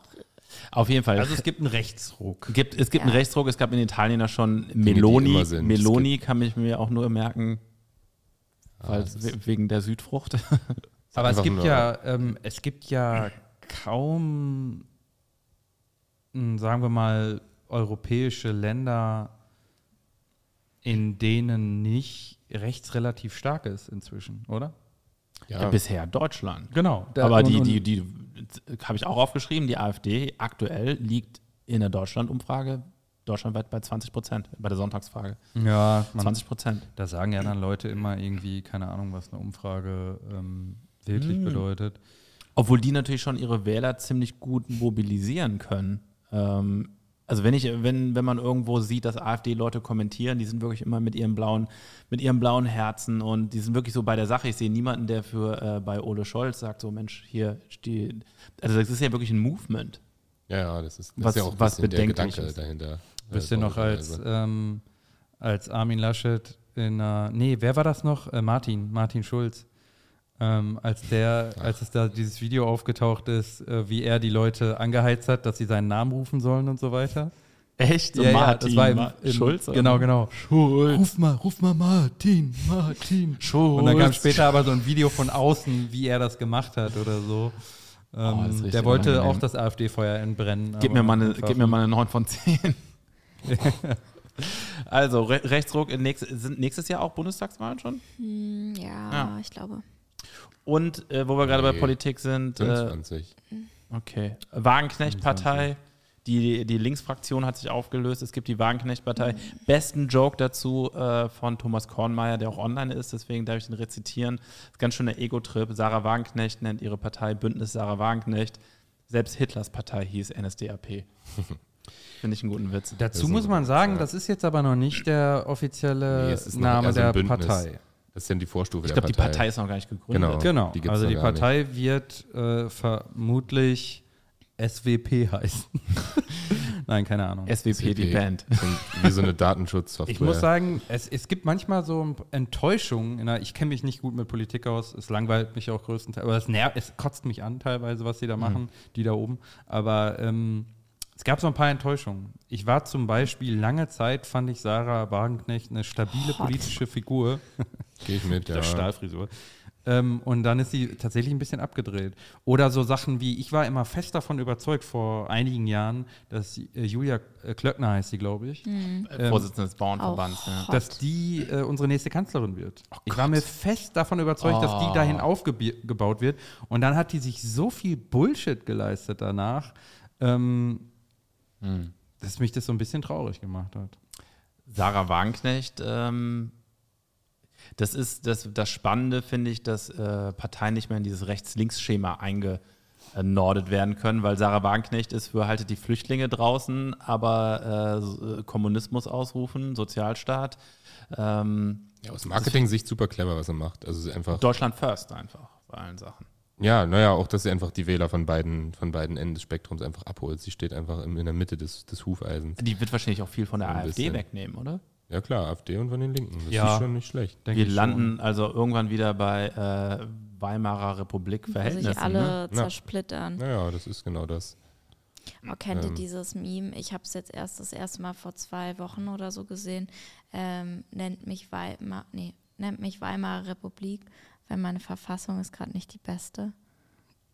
Auf jeden Fall.
Also es gibt einen Rechtsruck.
gibt, es gibt einen
Ja.
Rechtsruck, es gab in Italien ja schon
die
Meloni.
immer sind.
Meloni kann ich mir auch nur merken, weil,
das
we- wegen der Südfrucht.
Aber es
Einfach
gibt
nur-
ja, ähm, es gibt ja kaum, mh, sagen wir mal, europäische Länder, in denen nicht rechts relativ stark ist inzwischen, oder?
Ja.
Bisher Deutschland.
Genau.
Aber die, die, die, habe ich auch aufgeschrieben, die AfD aktuell liegt in der Deutschland-Umfrage deutschlandweit bei 20 Prozent, bei der Sonntagsfrage.
ja, man,
20 Prozent.
Da sagen ja dann Leute immer irgendwie, keine Ahnung, was eine Umfrage ähm, wirklich bedeutet.
Obwohl die natürlich schon ihre Wähler ziemlich gut mobilisieren können. Ähm, also wenn ich, wenn, wenn man irgendwo sieht, dass AfD-Leute kommentieren, die sind wirklich immer mit ihrem blauen, mit ihrem blauen Herzen und die sind wirklich so bei der Sache. Ich sehe niemanden, der für äh, bei Ole Scholz sagt, so Mensch, hier steht. Also das ist ja wirklich ein Movement.
ja, ja, das ist, das
Was-
ist ja auch ein
was
bisschen der
bedenklich
Gedanke
ist.
dahinter.
Wisst ihr noch, als,
Also,
ähm, als Armin Laschet in einer, nee, wer war das noch? Äh, Martin, Martin Schulz. Ähm, als der, als es da dieses Video aufgetaucht ist, äh, wie er die Leute angeheizt hat, dass sie seinen Namen rufen sollen und so weiter.
Echt?
Ja, ja, das war im,
Ma-
im,
Schulz? oder?
Genau, genau.
Schulz.
Ruf mal, ruf mal Martin, Martin.
Schulz.
Und dann kam später aber so ein Video von außen, wie er das gemacht hat oder so. Ähm,
das ist richtig
der wollte
unangenehm.
auch das AfD-Feuer entbrennen.
Gib mir,
aber
mal eine,
einfach-
gib mir mal eine 9 von 10. also, Re Rechtsruck in nächst, sind nächstes Jahr auch Bundestagswahlen schon?
Hm, ja,
Ja.
ich glaube.
Und äh, wo wir gerade bei
Nee.
Politik sind, äh,
25.
okay. Wagenknecht-Partei. Die, die Linksfraktion hat sich aufgelöst. Es gibt die
Mhm.
Wagenknecht-Partei. Besten Joke dazu äh, von Thomas Kornmeier, der auch online ist, deswegen darf ich ihn rezitieren. Ist ganz schöner Ego-Trip. Sarah Wagenknecht nennt ihre Partei Bündnis Sarah Wagenknecht. Selbst Hitlers Partei hieß NSDAP. Finde ich einen guten Witz.
Dazu
ist
muss
so,
man sagen,
ja.
das ist jetzt aber noch nicht der offizielle
Nee, es ist noch-
Name
also ein
der
Bündnis.
Partei.
Das ist dann die Vorstufe
Ich
der
glaube, die
Partei.
Partei ist noch gar nicht gegründet.
Genau.
Genau.
Die gibt's
also
noch
die
gar nicht.
Partei wird äh, vermutlich SWP heißen. Nein, keine Ahnung.
SWP, die
SWP.
Band.
Und wie so eine Datenschutzsoftware.
ich muss sagen, es, es gibt manchmal so Enttäuschungen. In der, ich kenne mich nicht gut mit Politik aus. Es langweilt mich auch größtenteils. Aber es, nervt, es kotzt mich an teilweise, was die da machen, die da oben. Aber ähm, es gab so ein paar Enttäuschungen. Ich war zum Beispiel lange Zeit, fand ich Sarah Wagenknecht eine stabile politische Figur.
Gehe ich mit, ja.
der Stahlfrisur. Ähm, und dann ist sie tatsächlich ein bisschen abgedreht. Oder so Sachen wie, ich war immer fest davon überzeugt vor einigen Jahren, dass äh, Julia äh, Klöckner heißt sie, glaube ich,
Äh, Vorsitzender des Bauernverbands. Ja.
Auch.
dass die äh, unsere nächste Kanzlerin wird. ich war mir fest davon überzeugt, dass die dahin aufgebaut wird. Und dann hat die sich so viel Bullshit geleistet danach, ähm, dass mich das so ein bisschen traurig gemacht hat.
Sarah Wagenknecht, ähm, das ist das, das Spannende, finde ich, dass äh, Parteien nicht mehr in dieses Rechts-Links-Schema eingenordet werden können, weil Sarah Wagenknecht ist für haltet die Flüchtlinge draußen, aber äh, so- äh, Kommunismus ausrufen, Sozialstaat, ähm,
ja aus Marketing-Sicht super clever, was er macht. Also es ist einfach.
Deutschland first einfach bei allen Sachen.
Ja, naja, auch, dass sie einfach die Wähler von beiden, von beiden Enden des Spektrums einfach abholt. Sie steht einfach im, in der Mitte des, des Hufeisens.
Die wird wahrscheinlich auch viel von der
Ein
AfD
bisschen.
wegnehmen, oder?
Ja klar, AfD und von den Linken. Das
Ja.
ist schon nicht schlecht.
Denke
Wir
ich schon.
landen also irgendwann wieder bei äh, Weimarer Republik-Verhältnissen.
sich alle
ne?
Ja.
zersplittern.
Naja, das ist genau das.
Oh, kennt ihr
Ähm.
dieses Meme? Ich habe es jetzt erst das erste Mal vor zwei Wochen oder so gesehen. Ähm, nennt, mich Weimar, nee, nennt mich Weimarer Republik, weil meine Verfassung ist gerade nicht die beste.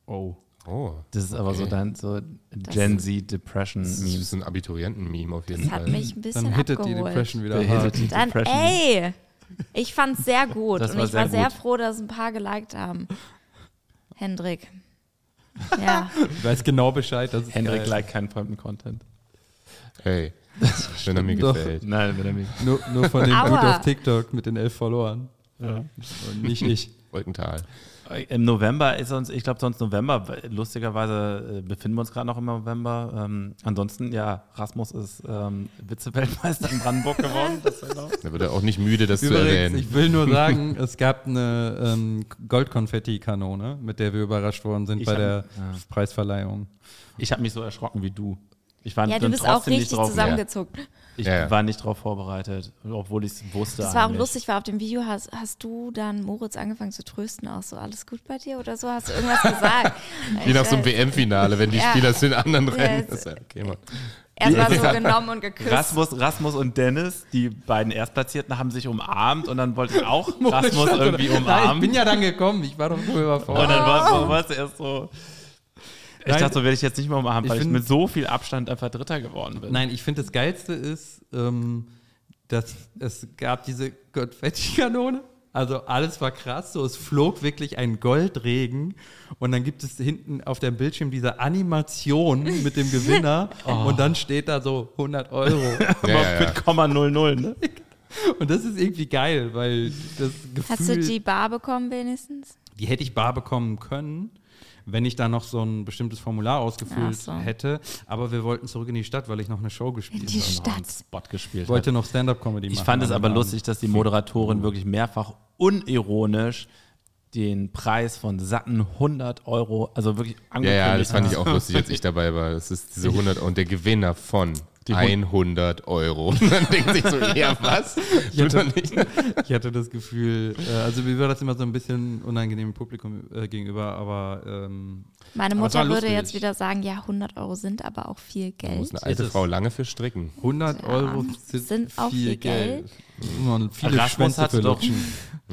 Oh.
Oh.
Das ist aber so
Okay.
dein so Gen Z Depression
Das ist
Memes.
so ein Abiturienten-Meme auf jeden
Das
Fall.
hat mich ein bisschen
Dann hittet die
abgeholt.
Depression wieder Also hart.
Dann, ey! Ich fand es sehr gut
Das
und
war
ich
sehr
war sehr
gut.
froh, dass ein paar geliked haben. Hendrik. Ja,
Ich weiß genau Bescheid. Das ist
Hendrik
geil.
liked keinen fremden Content.
Hey, wenn er mir
Doch.
gefällt.
Nein, wenn er mich.
Nur, nur von dem
Aua.
Dude auf TikTok mit den elf Followern. Und nicht ich.
Wolkental.
Äh, Im November ist uns, ich glaube, sonst November, lustigerweise äh, befinden wir uns gerade noch im November. Ähm, ansonsten, ja, Rasmus ist ähm, Vize-Weltmeister in Brandenburg geworden. Das war glaub-
Da wird er auch nicht müde, das zu
Übrigens,
erwähnen.
ich will nur sagen, es gab eine ähm, Goldkonfetti-Kanone, mit der wir überrascht worden sind
Ich
bei
hab-
der
ja.
Preisverleihung.
ich habe mich so erschrocken wie du. Ich war
ja du
dann
bist auch
trotzdem
richtig
nicht drauf,
zusammengezuckt.
Ich
Ja, ja.
war nicht drauf vorbereitet, obwohl ich es wusste.
Das war auch
eigentlich.
lustig, weil auf dem Video hast, hast du dann Moritz angefangen zu trösten, auch so, alles gut bei dir oder so, hast du irgendwas gesagt?
Wie nach so einem
Äh,
WM-Finale, wenn die
Ja.
Spieler zu den anderen
Ja,
rennen.
es-
Das ist ja okay, Mann.
Erstmal so genommen und geküsst.
Rasmus, Rasmus und Dennis, die beiden Erstplatzierten, haben sich umarmt und dann wollte auch Rasmus irgendwie
Nein, ich
umarmen.
bin ja dann gekommen, ich war doch nur
Und
überfordert.
dann war, war es erst so. Ich
Nein.
dachte, so werde ich jetzt nicht mehr umarmt,
Ich
weil ich
find-
mit so viel Abstand einfach Dritter geworden bin.
Nein, ich finde das Geilste ist, ähm, dass es gab diese Konfetti-Kanone. Also alles war krass, so es flog wirklich ein Goldregen und dann gibt es hinten auf dem Bildschirm diese Animation mit dem Gewinner
Oh.
und dann steht da so 100 Euro.
Ja,
Aber
ja, ja.
mit Komma 00, ne?
Und das ist irgendwie geil, weil das Gefühl,
Hast du die Bar bekommen wenigstens?
die hätte ich bar bekommen können, wenn ich da noch so ein bestimmtes Formular ausgefüllt
Ach so.
hätte. Aber wir wollten zurück in die Stadt, weil ich noch eine Show gespielt
Die
habe.
Haben
Stadt.
Spot gespielt.
Ich wollte noch Stand-up-Comedy machen. genau.
Ich fand es
an dem
aber
Abend.
lustig, dass die Moderatorin wirklich mehrfach unironisch den Preis von satten 100 Euro, also wirklich
Ja,
angekündigt
ja, das fand
hat.
ich auch lustig, als ich dabei war. Das ist diese 100 Euro. Und der Gewinner von
Die Hund-
100 Euro. Und man denkt sich so, ja, was? Tut man nicht.
Ich hatte das Gefühl, äh, also mir war das immer so ein bisschen unangenehm dem Publikum äh, gegenüber, aber ähm,
Meine
Aber es war
Mutter würde
lustig.
jetzt wieder sagen, ja, 100 Euro sind aber auch viel
Da muss eine
Geld.
alte
Ist es.
Frau lange für stricken.
100
Ja,
Euro sind,
sind
viel,
auch viel
Geld. Man, viele
Rasmus
Schwänze
hatte
für
doch-
Lutschen.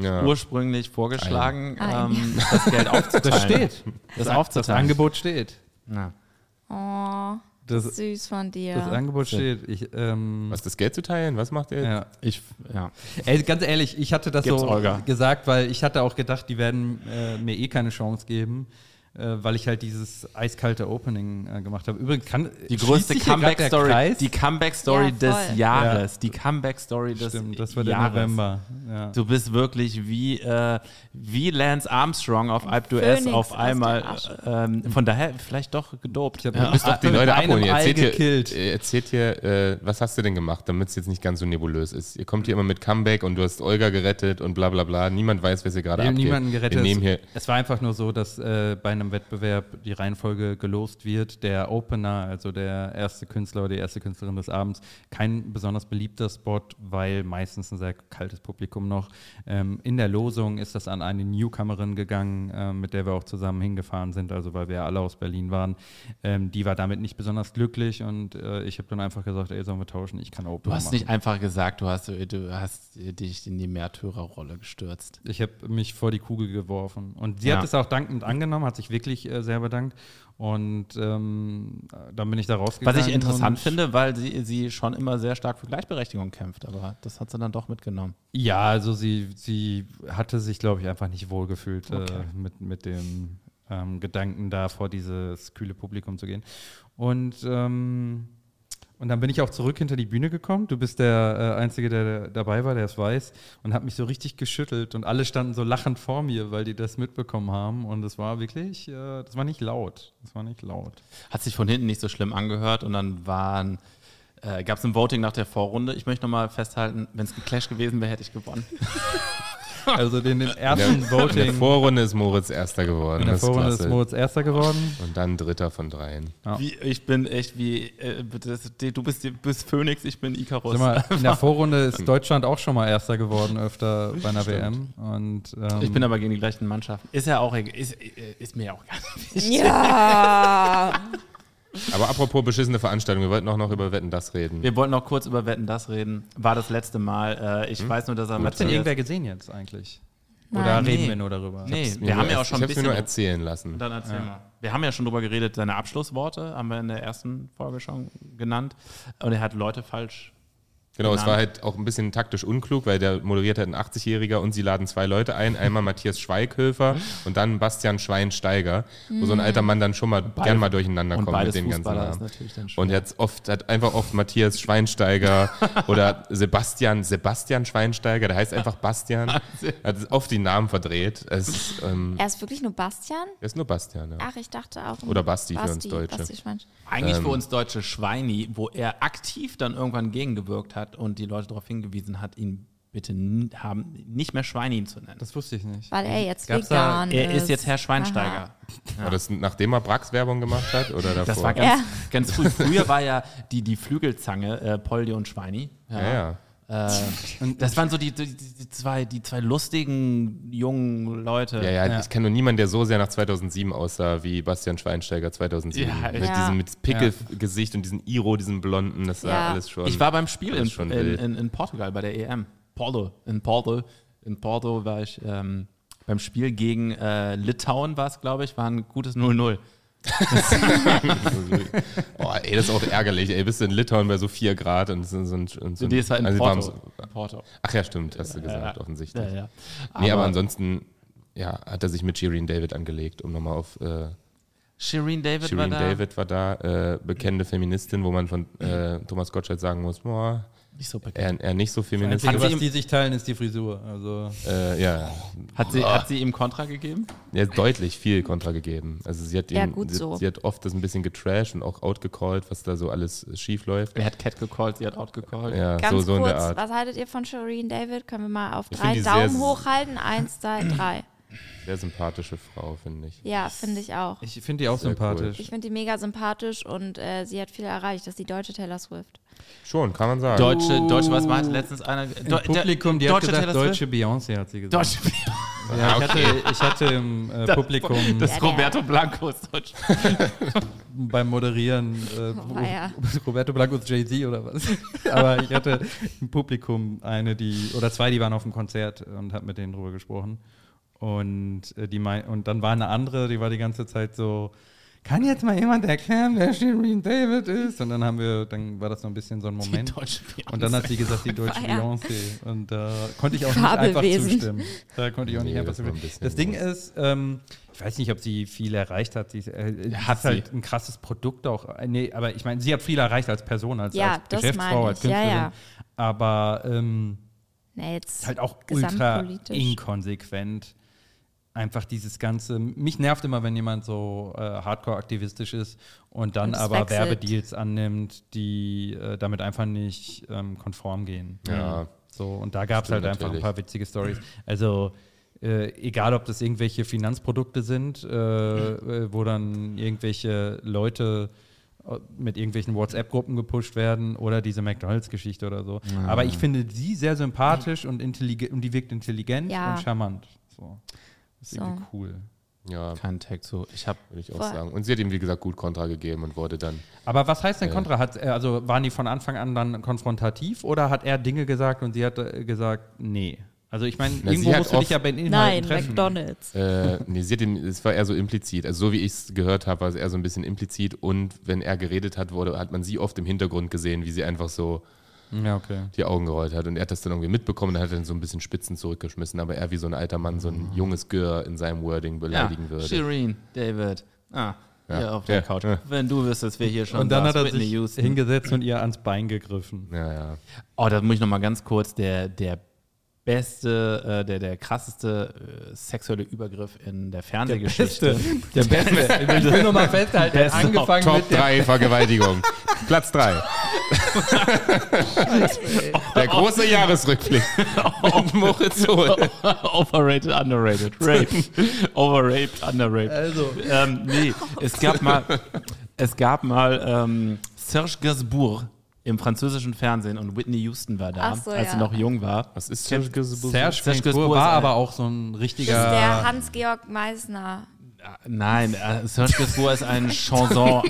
Ja.
ursprünglich vorgeschlagen,
Ein.
ähm, das Geld aufzuteilen.
Das steht.
Das
Das
aufzuteilen.
Angebot steht.
Ja.
Oh,
Das,
süß von dir.
das Angebot steht. Ich, ähm,
Was, das Geld zu teilen? Was macht er? jetzt?
ja.
Ich, ja.
Ey, ganz ehrlich, ich hatte das
Gibt's
so
Olga.
gesagt, weil ich hatte auch gedacht, die werden äh, mir eh keine Chance geben, äh, weil ich halt dieses eiskalte Opening äh, gemacht habe. Übrigens kann
Die größte
schließt sich hier grad der
Comeback-Story
Kreis?
die Comeback Story
Ja, voll.
des Jahres. Die Comeback-Story des
Stimmt, das war der
Jahres.
November. Ja. Ja.
Du bist wirklich wie, äh, wie Lance Armstrong auf Alp d'Huez
Phönix
auf
aus
einmal.
der Asche.
Ähm, von daher vielleicht doch gedopt.
Ich hab-
Ja.
Du musst doch die
Mit
Leute
einem
abholen. Ihr
Ei
erzählt
gekillt.
hier, ihr erzählt hier äh, was hast du denn gemacht, damit es jetzt nicht ganz so nebulös ist. Ihr kommt hier immer mit Comeback und du hast Olga gerettet und bla bla bla. Niemand weiß, wer sie gerade
Wir haben
abgeht.
niemanden gerettet.
Wir nehmen hier,
es, es war einfach nur so, dass äh, bei einem Wettbewerb die Reihenfolge gelost wird. Der Opener, also der erste Künstler oder die erste Künstlerin des Abends, kein besonders beliebter Spot, weil meistens ein sehr kaltes Publikum noch. Ähm, in der Losung ist das an eine Newcomerin gegangen, ähm, mit der wir auch zusammen hingefahren sind, also weil wir alle aus Berlin waren. Ähm, die war damit nicht besonders glücklich und äh, ich habe dann einfach gesagt, ey, sollen wir tauschen? Ich kann Opener
Du hast
machen.
nicht einfach gesagt, du hast, du hast dich in die Märtyrerrolle gestürzt.
Ich habe mich vor die Kugel geworfen. Und sie
Ja.
hat es auch dankend angenommen, hat sich wirklich äh, sehr bedankt. Und ähm, dann bin ich da
Was
rausgegangen.
ich interessant
und-
finde, weil sie, sie schon immer sehr stark für Gleichberechtigung kämpft, aber das hat sie dann doch mitgenommen.
Ja, also sie, sie hatte sich, glaube ich, einfach nicht wohlgefühlt
Okay.
äh, mit, mit dem ähm, Gedanken, da vor dieses kühle Publikum zu gehen. Und, ähm, und dann bin ich auch zurück hinter die Bühne gekommen. Du bist der äh, Einzige, der dabei war, der es weiß. Und hat mich so richtig geschüttelt. Und alle standen so lachend vor mir, weil die das mitbekommen haben. Und es war wirklich, äh, das war nicht laut. Das war nicht laut.
Hat sich von hinten nicht so schlimm angehört und dann waren. Äh, Gab es ein Voting nach der Vorrunde? Ich möchte nochmal festhalten, wenn es ein Clash gewesen wäre, hätte ich gewonnen.
Also den, den
in der,
ersten
in der
Voting.
Vorrunde ist Moritz Erster geworden.
In der
Das ist
Vorrunde ist
klasse.
Moritz Erster geworden.
Und dann Dritter von dreien.
Ja.
Wie, ich bin echt wie, äh, das, du bist, du bist Phoenix, ich bin Icarus.
Sag mal, in der Vorrunde ist Deutschland auch schon mal Erster geworden, öfter bei einer WM. Und, ähm,
ich bin aber gegen die gleichen Mannschaften. Ist ja auch egal. Ist, äh, ist mir ja auch egal.
Ja.
Aber apropos beschissene Veranstaltung, wir wollten auch noch über Wetten das reden.
Wir wollten noch kurz über Wetten das reden. War das letzte Mal. Äh,
Hm?
ich weiß nur, dass er
Hat denn
Matze-
irgendwer gesehen jetzt eigentlich?
Nein.
Oder
Nee.
reden wir nur darüber?
Nee,
Mir
wir haben
nur
ja auch
erz-
schon ein
ich hab's mir
bisschen.
nur erzählen lassen.
Dann erzähl mal. Wir haben ja schon drüber geredet, seine Abschlussworte haben wir in der ersten Folge schon genannt. Und er hat Leute falsch.
Genau, es
Namen.
war halt auch ein bisschen taktisch unklug, weil der moderiert halt ein 80-Jähriger und sie laden zwei Leute ein. Einmal Matthias
Mhm.
Schweighöfer und dann Bastian Schweinsteiger, wo so ein alter Mann dann schon mal gern mal durcheinander
Und
kommt mit
beides
dem ganzen
Fußballer ist
Namen.
natürlich dann
Und
schon.
er hat oft, hat einfach oft Matthias Schweinsteiger oder Sebastian, Sebastian Schweinsteiger, der heißt einfach Bastian. Hat oft die Namen verdreht. Es ist, ähm,
Er ist wirklich nur Bastian?
er ist nur Bastian, ja.
Ach, ich dachte auch.
Oder Basti für uns Deutsche.
Basti Schweinsch-
Eigentlich
Ähm.
für uns deutsche Schweini, wo er aktiv dann irgendwann gegengewirkt hat und die Leute darauf hingewiesen hat, ihn bitte n- haben, nicht mehr Schweini zu nennen.
Das wusste ich nicht.
Weil er jetzt
Gab's da-
vegan
er
ist.
ist jetzt Herr Schweinsteiger.
War das nachdem er Brax Werbung gemacht hat oder davor?
Das war ganz,
Ja.
ganz früh. Früher war ja die, die Flügelzange, äh, Poldi und Schweini.
ja, ja.
Und das waren so die, die, die, zwei, die zwei lustigen jungen Leute.
Ja, ja,
Ja.
ich kenne nur niemanden, der so sehr nach 2007 aussah wie Bastian Schweinsteiger 2007.
Ja,
mit
ja.
diesem mit Pickelgesicht und diesem Iro, diesem Blonden, das war
Ja.
alles schon.
Ich war beim Spiel
Das
in,
ist schon
in,
wild.
in, in Portugal bei der EM. Porto. In Porto. In Porto war ich ähm, beim Spiel gegen äh, Litauen war es, glaube ich, war ein gutes 0-0.
oh, ey, das ist auch ärgerlich. Ey, bist du in Litauen bei so 4 Grad und so, so, so, so
Nee, es war halt in
also wir
Porto.
haben so-
In Porto.
Ach ja, stimmt, hast du gesagt, offensichtlich.
Ja, ja.
Nee, aber ansonsten ja, hat er sich mit Shireen David angelegt, um nochmal auf äh,
Shireen David
Shireen
war da.
David war da, äh, bekennende Feministin, wo man von äh, Thomas Gottschalk sagen muss, boah,
Nicht so bekannt.
er, er nicht so
Das
feministisch.
Einzige,
Hat sie
was
ihm-
die sich teilen, ist die Frisur. Also,
Äh, ja,
Hat sie, hat sie ihm Kontra gegeben?
Er hat deutlich viel Kontra gegeben. Also sie hat, ihn,
Ja, gut
sie,
so.
sie hat oft das ein bisschen getrashed und auch outgecallt, was da so alles äh, schief läuft.
Er hat Cat gecallt, sie hat out gecallt.
Ja,
Ganz
so, so in
kurz,
der Art.
was haltet ihr von Shireen David? Können wir mal auf
Ich
drei
find die sehr-
Daumen hochhalten? Eins, zwei, drei.
Sehr sympathische Frau, finde ich.
Ja, finde ich auch.
ich finde die auch
Sehr
sympathisch.
Ich finde die mega sympathisch und äh, sie hat viel erreicht. Das ist die deutsche Taylor Swift.
Schon, kann man sagen.
Deutsche, Deutsche, was meinte letztens einer?
Im Publikum, die hat
deutsche
gesagt,
Taylor Swift?
deutsche Beyoncé, hat sie gesagt.
Deutsche
Ja, ich, hatte, ich hatte im äh, Publikum
Das
Ja,
ist
der-
Roberto Blanco ist Deutsch.
beim Moderieren äh,
Oh, ja.
Roberto Blancos Jay-Z oder was. Aber ich hatte im Publikum eine, die, oder zwei, die waren auf dem Konzert und habe mit denen drüber gesprochen. Und, äh, die mein, und dann war eine andere, die war die ganze Zeit so, kann jetzt mal jemand erklären, wer Shireen David ist? Und dann haben wir, dann war das so ein bisschen so ein Moment.
Deutsche
Und dann hat sie gesagt, die deutsche
Feier.
Beyoncé. Und da konnte ich auch nicht einfach
Fabelwesen.
zustimmen. Da konnte ich auch nicht
Nee,
einfach
das war ein
zustimmen.
bisschen
Das Ding
groß.
ist, ähm, ich weiß nicht, ob sie viel erreicht hat. Sie ist, äh,
Hat
hat halt ein krasses Produkt auch. Äh, Nee, aber ich meine, sie hat viel erreicht als Person, als,
Ja,
als
das
Geschäftsfrau,
meine
als
ich. Ja,
Künstlerin.
ja.
Aber ähm,
Nee, jetzt
Ist halt auch ultra
gesamtpolitisch.
inkonsequent. Einfach dieses Ganze. Mich nervt immer, wenn jemand so äh, hardcore-aktivistisch ist und dann
Und es
aber
wechselt.
Werbedeals annimmt, die äh, damit einfach nicht ähm, konform gehen. Mhm.
Ja.
So, und da gab es
Stimmt
halt einfach ein
natürlich.
paar witzige Stories. Also, äh, egal ob das irgendwelche Finanzprodukte sind, äh, äh, wo dann irgendwelche Leute äh, mit irgendwelchen WhatsApp-Gruppen gepusht werden oder diese McDonalds-Geschichte oder so. Aber ich finde die sehr sympathisch und, intelligent, und die wirkt intelligent
Ja.
und charmant. So. Das ist
So.
irgendwie cool.
Ja,
Kein Tag zu. Ich habe
würde ich auch
Voll.
sagen. Und sie hat ihm, wie gesagt, gut Kontra gegeben und wurde dann.
Aber was heißt denn
Äh.
Kontra? Hat, äh, also waren die von Anfang an dann konfrontativ oder hat er Dinge gesagt und sie hat äh, gesagt, nee? Also ich meine,
Na, sie
irgendwo
hat
musst du dich
oft-
ja bei den Inhalten
Nein,
treffen.
McDonalds.
Äh, nee, sie hat ihm, es war eher so implizit. Also, so wie ich es gehört habe, war es eher so ein bisschen implizit. Und wenn er geredet hat, wurde, hat man sie oft im Hintergrund gesehen, wie sie einfach so
Ja, okay.
die Augen gerollt hat. Und er hat das dann irgendwie mitbekommen und hat dann so ein bisschen Spitzen zurückgeschmissen. Aber er, wie so ein alter Mann, so ein junges Gör in seinem Wording beleidigen
ja,
würde.
Shireen, David. Ah,
Ja.
hier auf der
Ja.
Couch.
Ja.
Wenn du wüsstest, wer hier schon
und dann
saß,
hat er
Whitney
sich
Houston.
hingesetzt und ihr ans Bein gegriffen.
Ja, ja.
Oh, da muss ich nochmal ganz kurz. Der, der beste, äh, der, der krasseste äh, sexuelle Übergriff in der Fernsehgeschichte.
Der Beste. Ich will nur mal festhalten, er hat
Beste.
angefangen
Top
mit der
3 Vergewaltigung. Platz 3. Der große Jahresrückblick. Mit Moritz Hohl.
Overrated, underrated. Raped. Overraped, underraped.
Also.
Ähm, nee, es gab mal, es gab mal ähm, Serge Gainsbourg im französischen Fernsehen und Whitney Houston war da,
Ach so,
als sie
ja.
noch jung war.
Was ist Serge Gainsbourg?
Serge
Serge
Gainsbourg
Gainsbourg
war
ist ein-
aber auch so ein
Das ist der
richtiger
Hans-Georg Meissner.
Nein, äh, Serge Gainsbourg ist ein Chanson,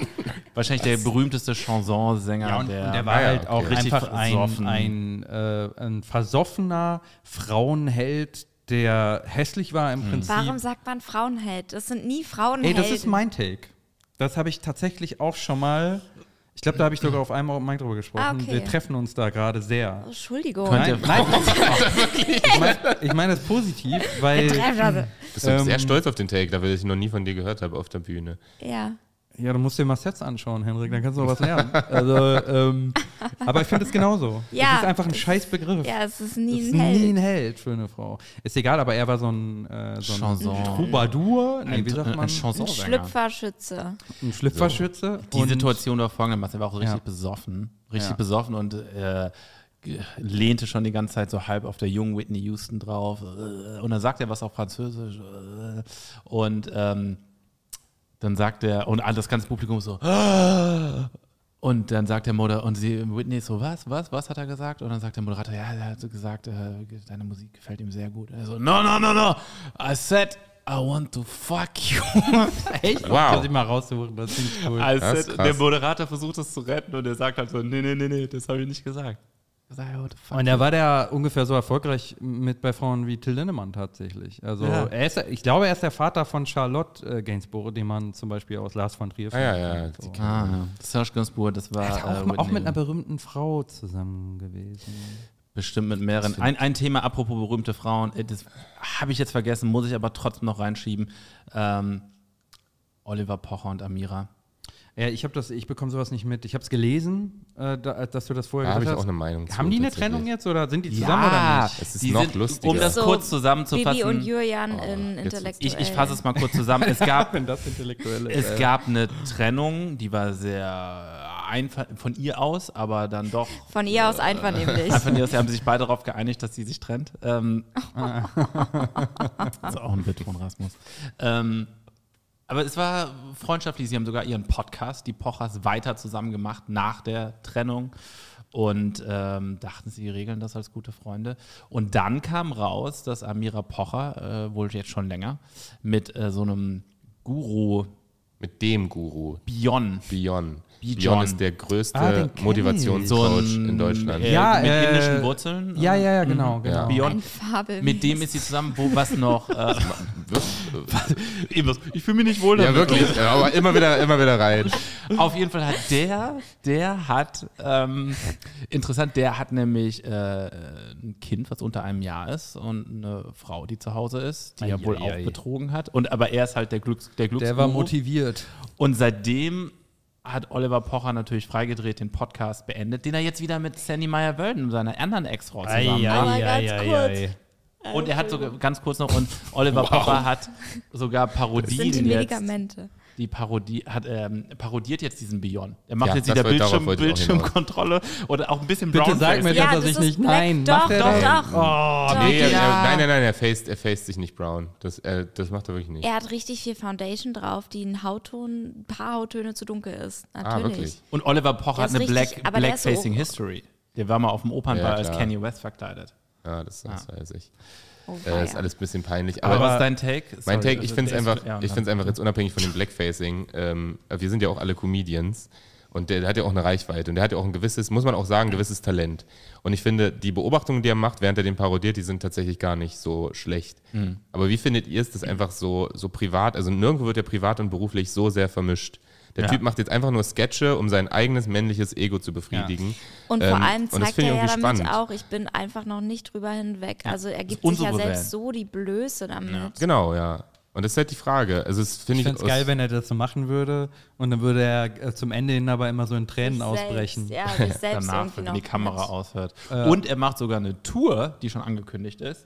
wahrscheinlich der berühmteste Chanson-Sänger.
ja, und,
der,
und der war
ja,
halt
okay.
auch
Richtig
einfach ein,
versoffen.
ein, äh, ein versoffener Frauenheld, der hässlich war
Hm.
im Prinzip.
Warum sagt man Frauenheld? Das sind nie Frauenhelden.
Ey, das ist mein Take. Das habe ich tatsächlich auch schon mal. Ich glaube, da habe ich sogar auf einmal mit Mike drüber gesprochen.
Ah, okay.
Wir treffen uns da gerade sehr.
Entschuldigung.
Könnt ihr-
Nein, nein. ich meine ich mein das positiv, weil
Treffer.
Bist du sehr
Ähm,
stolz auf den Take, da weil ich noch nie von dir gehört habe auf der Bühne.
Ja.
Ja, du musst dir mal Sets anschauen, Henrik, dann kannst du noch was lernen. Also, ähm, aber ich finde es genauso.
Ja.
Es ist einfach ein scheiß Begriff.
ja, es ist nie
Es ist
ein Held.
nie ein Held für eine Frau. Ist egal, aber er war so ein, äh, so ein
Chanson.
Troubadour, nee,
ein,
wie sagt
ein,
man?
ein
ein
Chanson-Sänger.
Schlüpferschütze.
Ein Schlüpferschütze.
Die
und-
Situation war folgendermaßen, er war auch richtig
Ja.
besoffen, richtig
Ja.
besoffen und äh, g- lehnte schon die ganze Zeit so halb auf der jungen Whitney Houston drauf äh, und dann sagt er was auf Französisch äh, und ähm, dann sagt er und das ganze Publikum so "Ah!" und dann sagt der Moderator und sie Whitney so was was was hat er gesagt und dann sagt der Moderator ja er hat so gesagt äh, deine Musik gefällt ihm sehr gut also no no no no I said I want to fuck you
Echt?
Wow.
Wow. Ich mal raussuchen, das klingt cool.
Das
als
ist krass.
der Moderator versucht es zu retten und er sagt halt so, nee, nee, nee, nee, das habe ich nicht gesagt. Ich sag, what the fuck?
Und da war der ungefähr so erfolgreich mit bei Frauen wie Till Lindemann tatsächlich. Also
Ja.
er ist, ich glaube, er ist der Vater von Charlotte äh, Gainsborough, den man zum Beispiel aus Lars von Trier
Ah, ja,
kennt.
ja,
So.
die
ah, ja. Serge Gainsbourg, das war
Er ist
äh,
auch, mal- auch mit
Whitney.
einer berühmten Frau zusammen gewesen.
bestimmt mit mehreren. Ein, ein Thema apropos berühmte Frauen, äh, das habe ich jetzt vergessen, muss ich aber trotzdem noch reinschieben. Ähm, Oliver Pocher und Amira.
Ja, ich habe das, ich bekomme sowas nicht mit. Ich habe es gelesen, äh, da, dass du das vorher
Da habe ich
gesagt
auch
hast.
eine Meinung zu,
Haben die eine
tatsächlich.
Trennung jetzt oder sind die zusammen oder nicht?
Es ist
die
noch
sind, Um
lustiger.
das
So,
kurz
Bibi und
zusammenzufassen,
Julian in
jetzt-
intellektuell.
ich, ich fasse es mal kurz zusammen. Es gab
Wenn das intellektuell ist.
Es gab eine Trennung, die war sehr einfach von ihr aus, aber dann doch.
Von ihr aus einvernehmlich.
Von ihr aus haben sich beide darauf geeinigt, dass sie sich trennt. Ähm, das ist auch ein Bit von Rasmus. Ähm, aber es war freundschaftlich. Sie haben sogar ihren Podcast, die Pochers, weiter zusammen gemacht nach der Trennung und ähm, dachten, sie regeln das als gute Freunde. Und dann kam raus, dass Amira Pocher, äh, wohl jetzt schon länger, mit äh, so einem Guru
Mit dem Guru,
Bion
Bion.
Bion.
Bion ist der größte
Ah, den kenn ich.
Motivationscoach
So ein-
in Deutschland.
äh,
Ja,
mit
äh,
indischen Wurzeln.
Ja,
äh,
ja, ja, genau. genau.
Mhm. Ja.
Beyond.
Ein Fabel.
Mit dem ist sie zusammen, wo was noch. Äh, ich fühle mich nicht wohl
Ja, wirklich. Ja, Aber immer wieder, immer wieder rein.
Auf jeden Fall hat der, der hat, ähm, interessant, der hat nämlich äh, ein Kind, was unter einem Jahr ist und eine Frau, die zu Hause ist, die
Ei,
ja wohl
ei,
auch
ei.
betrogen hat. Und aber er ist halt der Glücks, der Glücks
Der war motiviert.
Und seitdem hat Oliver Pocher natürlich freigedreht, den Podcast beendet, den er jetzt wieder mit Sandy Meyer-Wölden, seiner anderen Ex-Frau, zusammen macht.
Aber ganz kurz.
Und er hat sogar, ganz kurz noch, und Oliver Pocher hat sogar Parodien
sind die
jetzt.
Medikamente.
Die Parodie hat, ähm, parodiert jetzt diesen Bion. Er macht
Ja,
jetzt
das
wieder
wollte- darauf
Bildschirm,
wollte ich auch hinaus.
Bildschirmkontrolle oder auch ein bisschen
Bitte sag
Brownface.
mir,
Ja,
dass er sich
das ist
nicht.
Black-
Nein,
doch,
macht er
doch,
das?
doch.
Oh, Nee, er,
ja.
er, nein, nein, nein, er faced, er faced sich nicht brown. Das, äh, das macht er wirklich nicht.
Er hat richtig viel Foundation drauf, die ein Hautton, ein paar Hauttöne zu dunkel ist.
ah,
Natürlich.
wirklich.
Und Oliver Pocher
Der
hat
ist
eine
richtig,
Black,
aber der ist so-
Blackfacing History. Der war mal auf dem Opernball
Ja,
als
klar.
Kanye West verkleidet.
Ja, das, das weiß ich.
oh,
Äh, ist
weia.
alles ein bisschen peinlich.
Ah, Aber,
Aber,
was ist dein Take? Sorry,
mein Take, ich
also
finde es
der ist-
einfach,
ja, und
ich
dann-
find's einfach jetzt unabhängig von dem Blackfacing. Ähm, wir sind ja auch alle Comedians. Und der, der hat ja auch eine Reichweite und der hat ja auch ein gewisses, muss man auch sagen, ein gewisses Talent. Und ich finde, die Beobachtungen, die er macht, während er den parodiert, die sind tatsächlich gar nicht so schlecht.
Mhm.
Aber wie findet ihr es, das einfach so, so privat, also nirgendwo wird ja privat und beruflich so sehr vermischt. Der
Ja.
Typ macht jetzt einfach nur Sketche, um sein eigenes männliches Ego zu befriedigen.
Und
Ähm,
vor allem
und das
zeigt
finde
er
ich
ja
irgendwie
damit
spannend.
auch, ich bin einfach noch nicht drüber hinweg. Also er gibt
ist
sich ja
unsouverän.
selbst so die Blöße damit.
Genau, ja. Und das ist halt die Frage. Also, es finde
Ich
ich,
fände es
aus-
geil, wenn er das so machen würde und dann würde er äh, zum Ende hin aber immer so in Tränen
Sich
Genau, ausbrechen.
Selbst, ja, sich selbst
danach,
irgendwie
wenn
noch
die Kamera
mit.
aufhört. Und er macht sogar eine Tour, die schon angekündigt ist,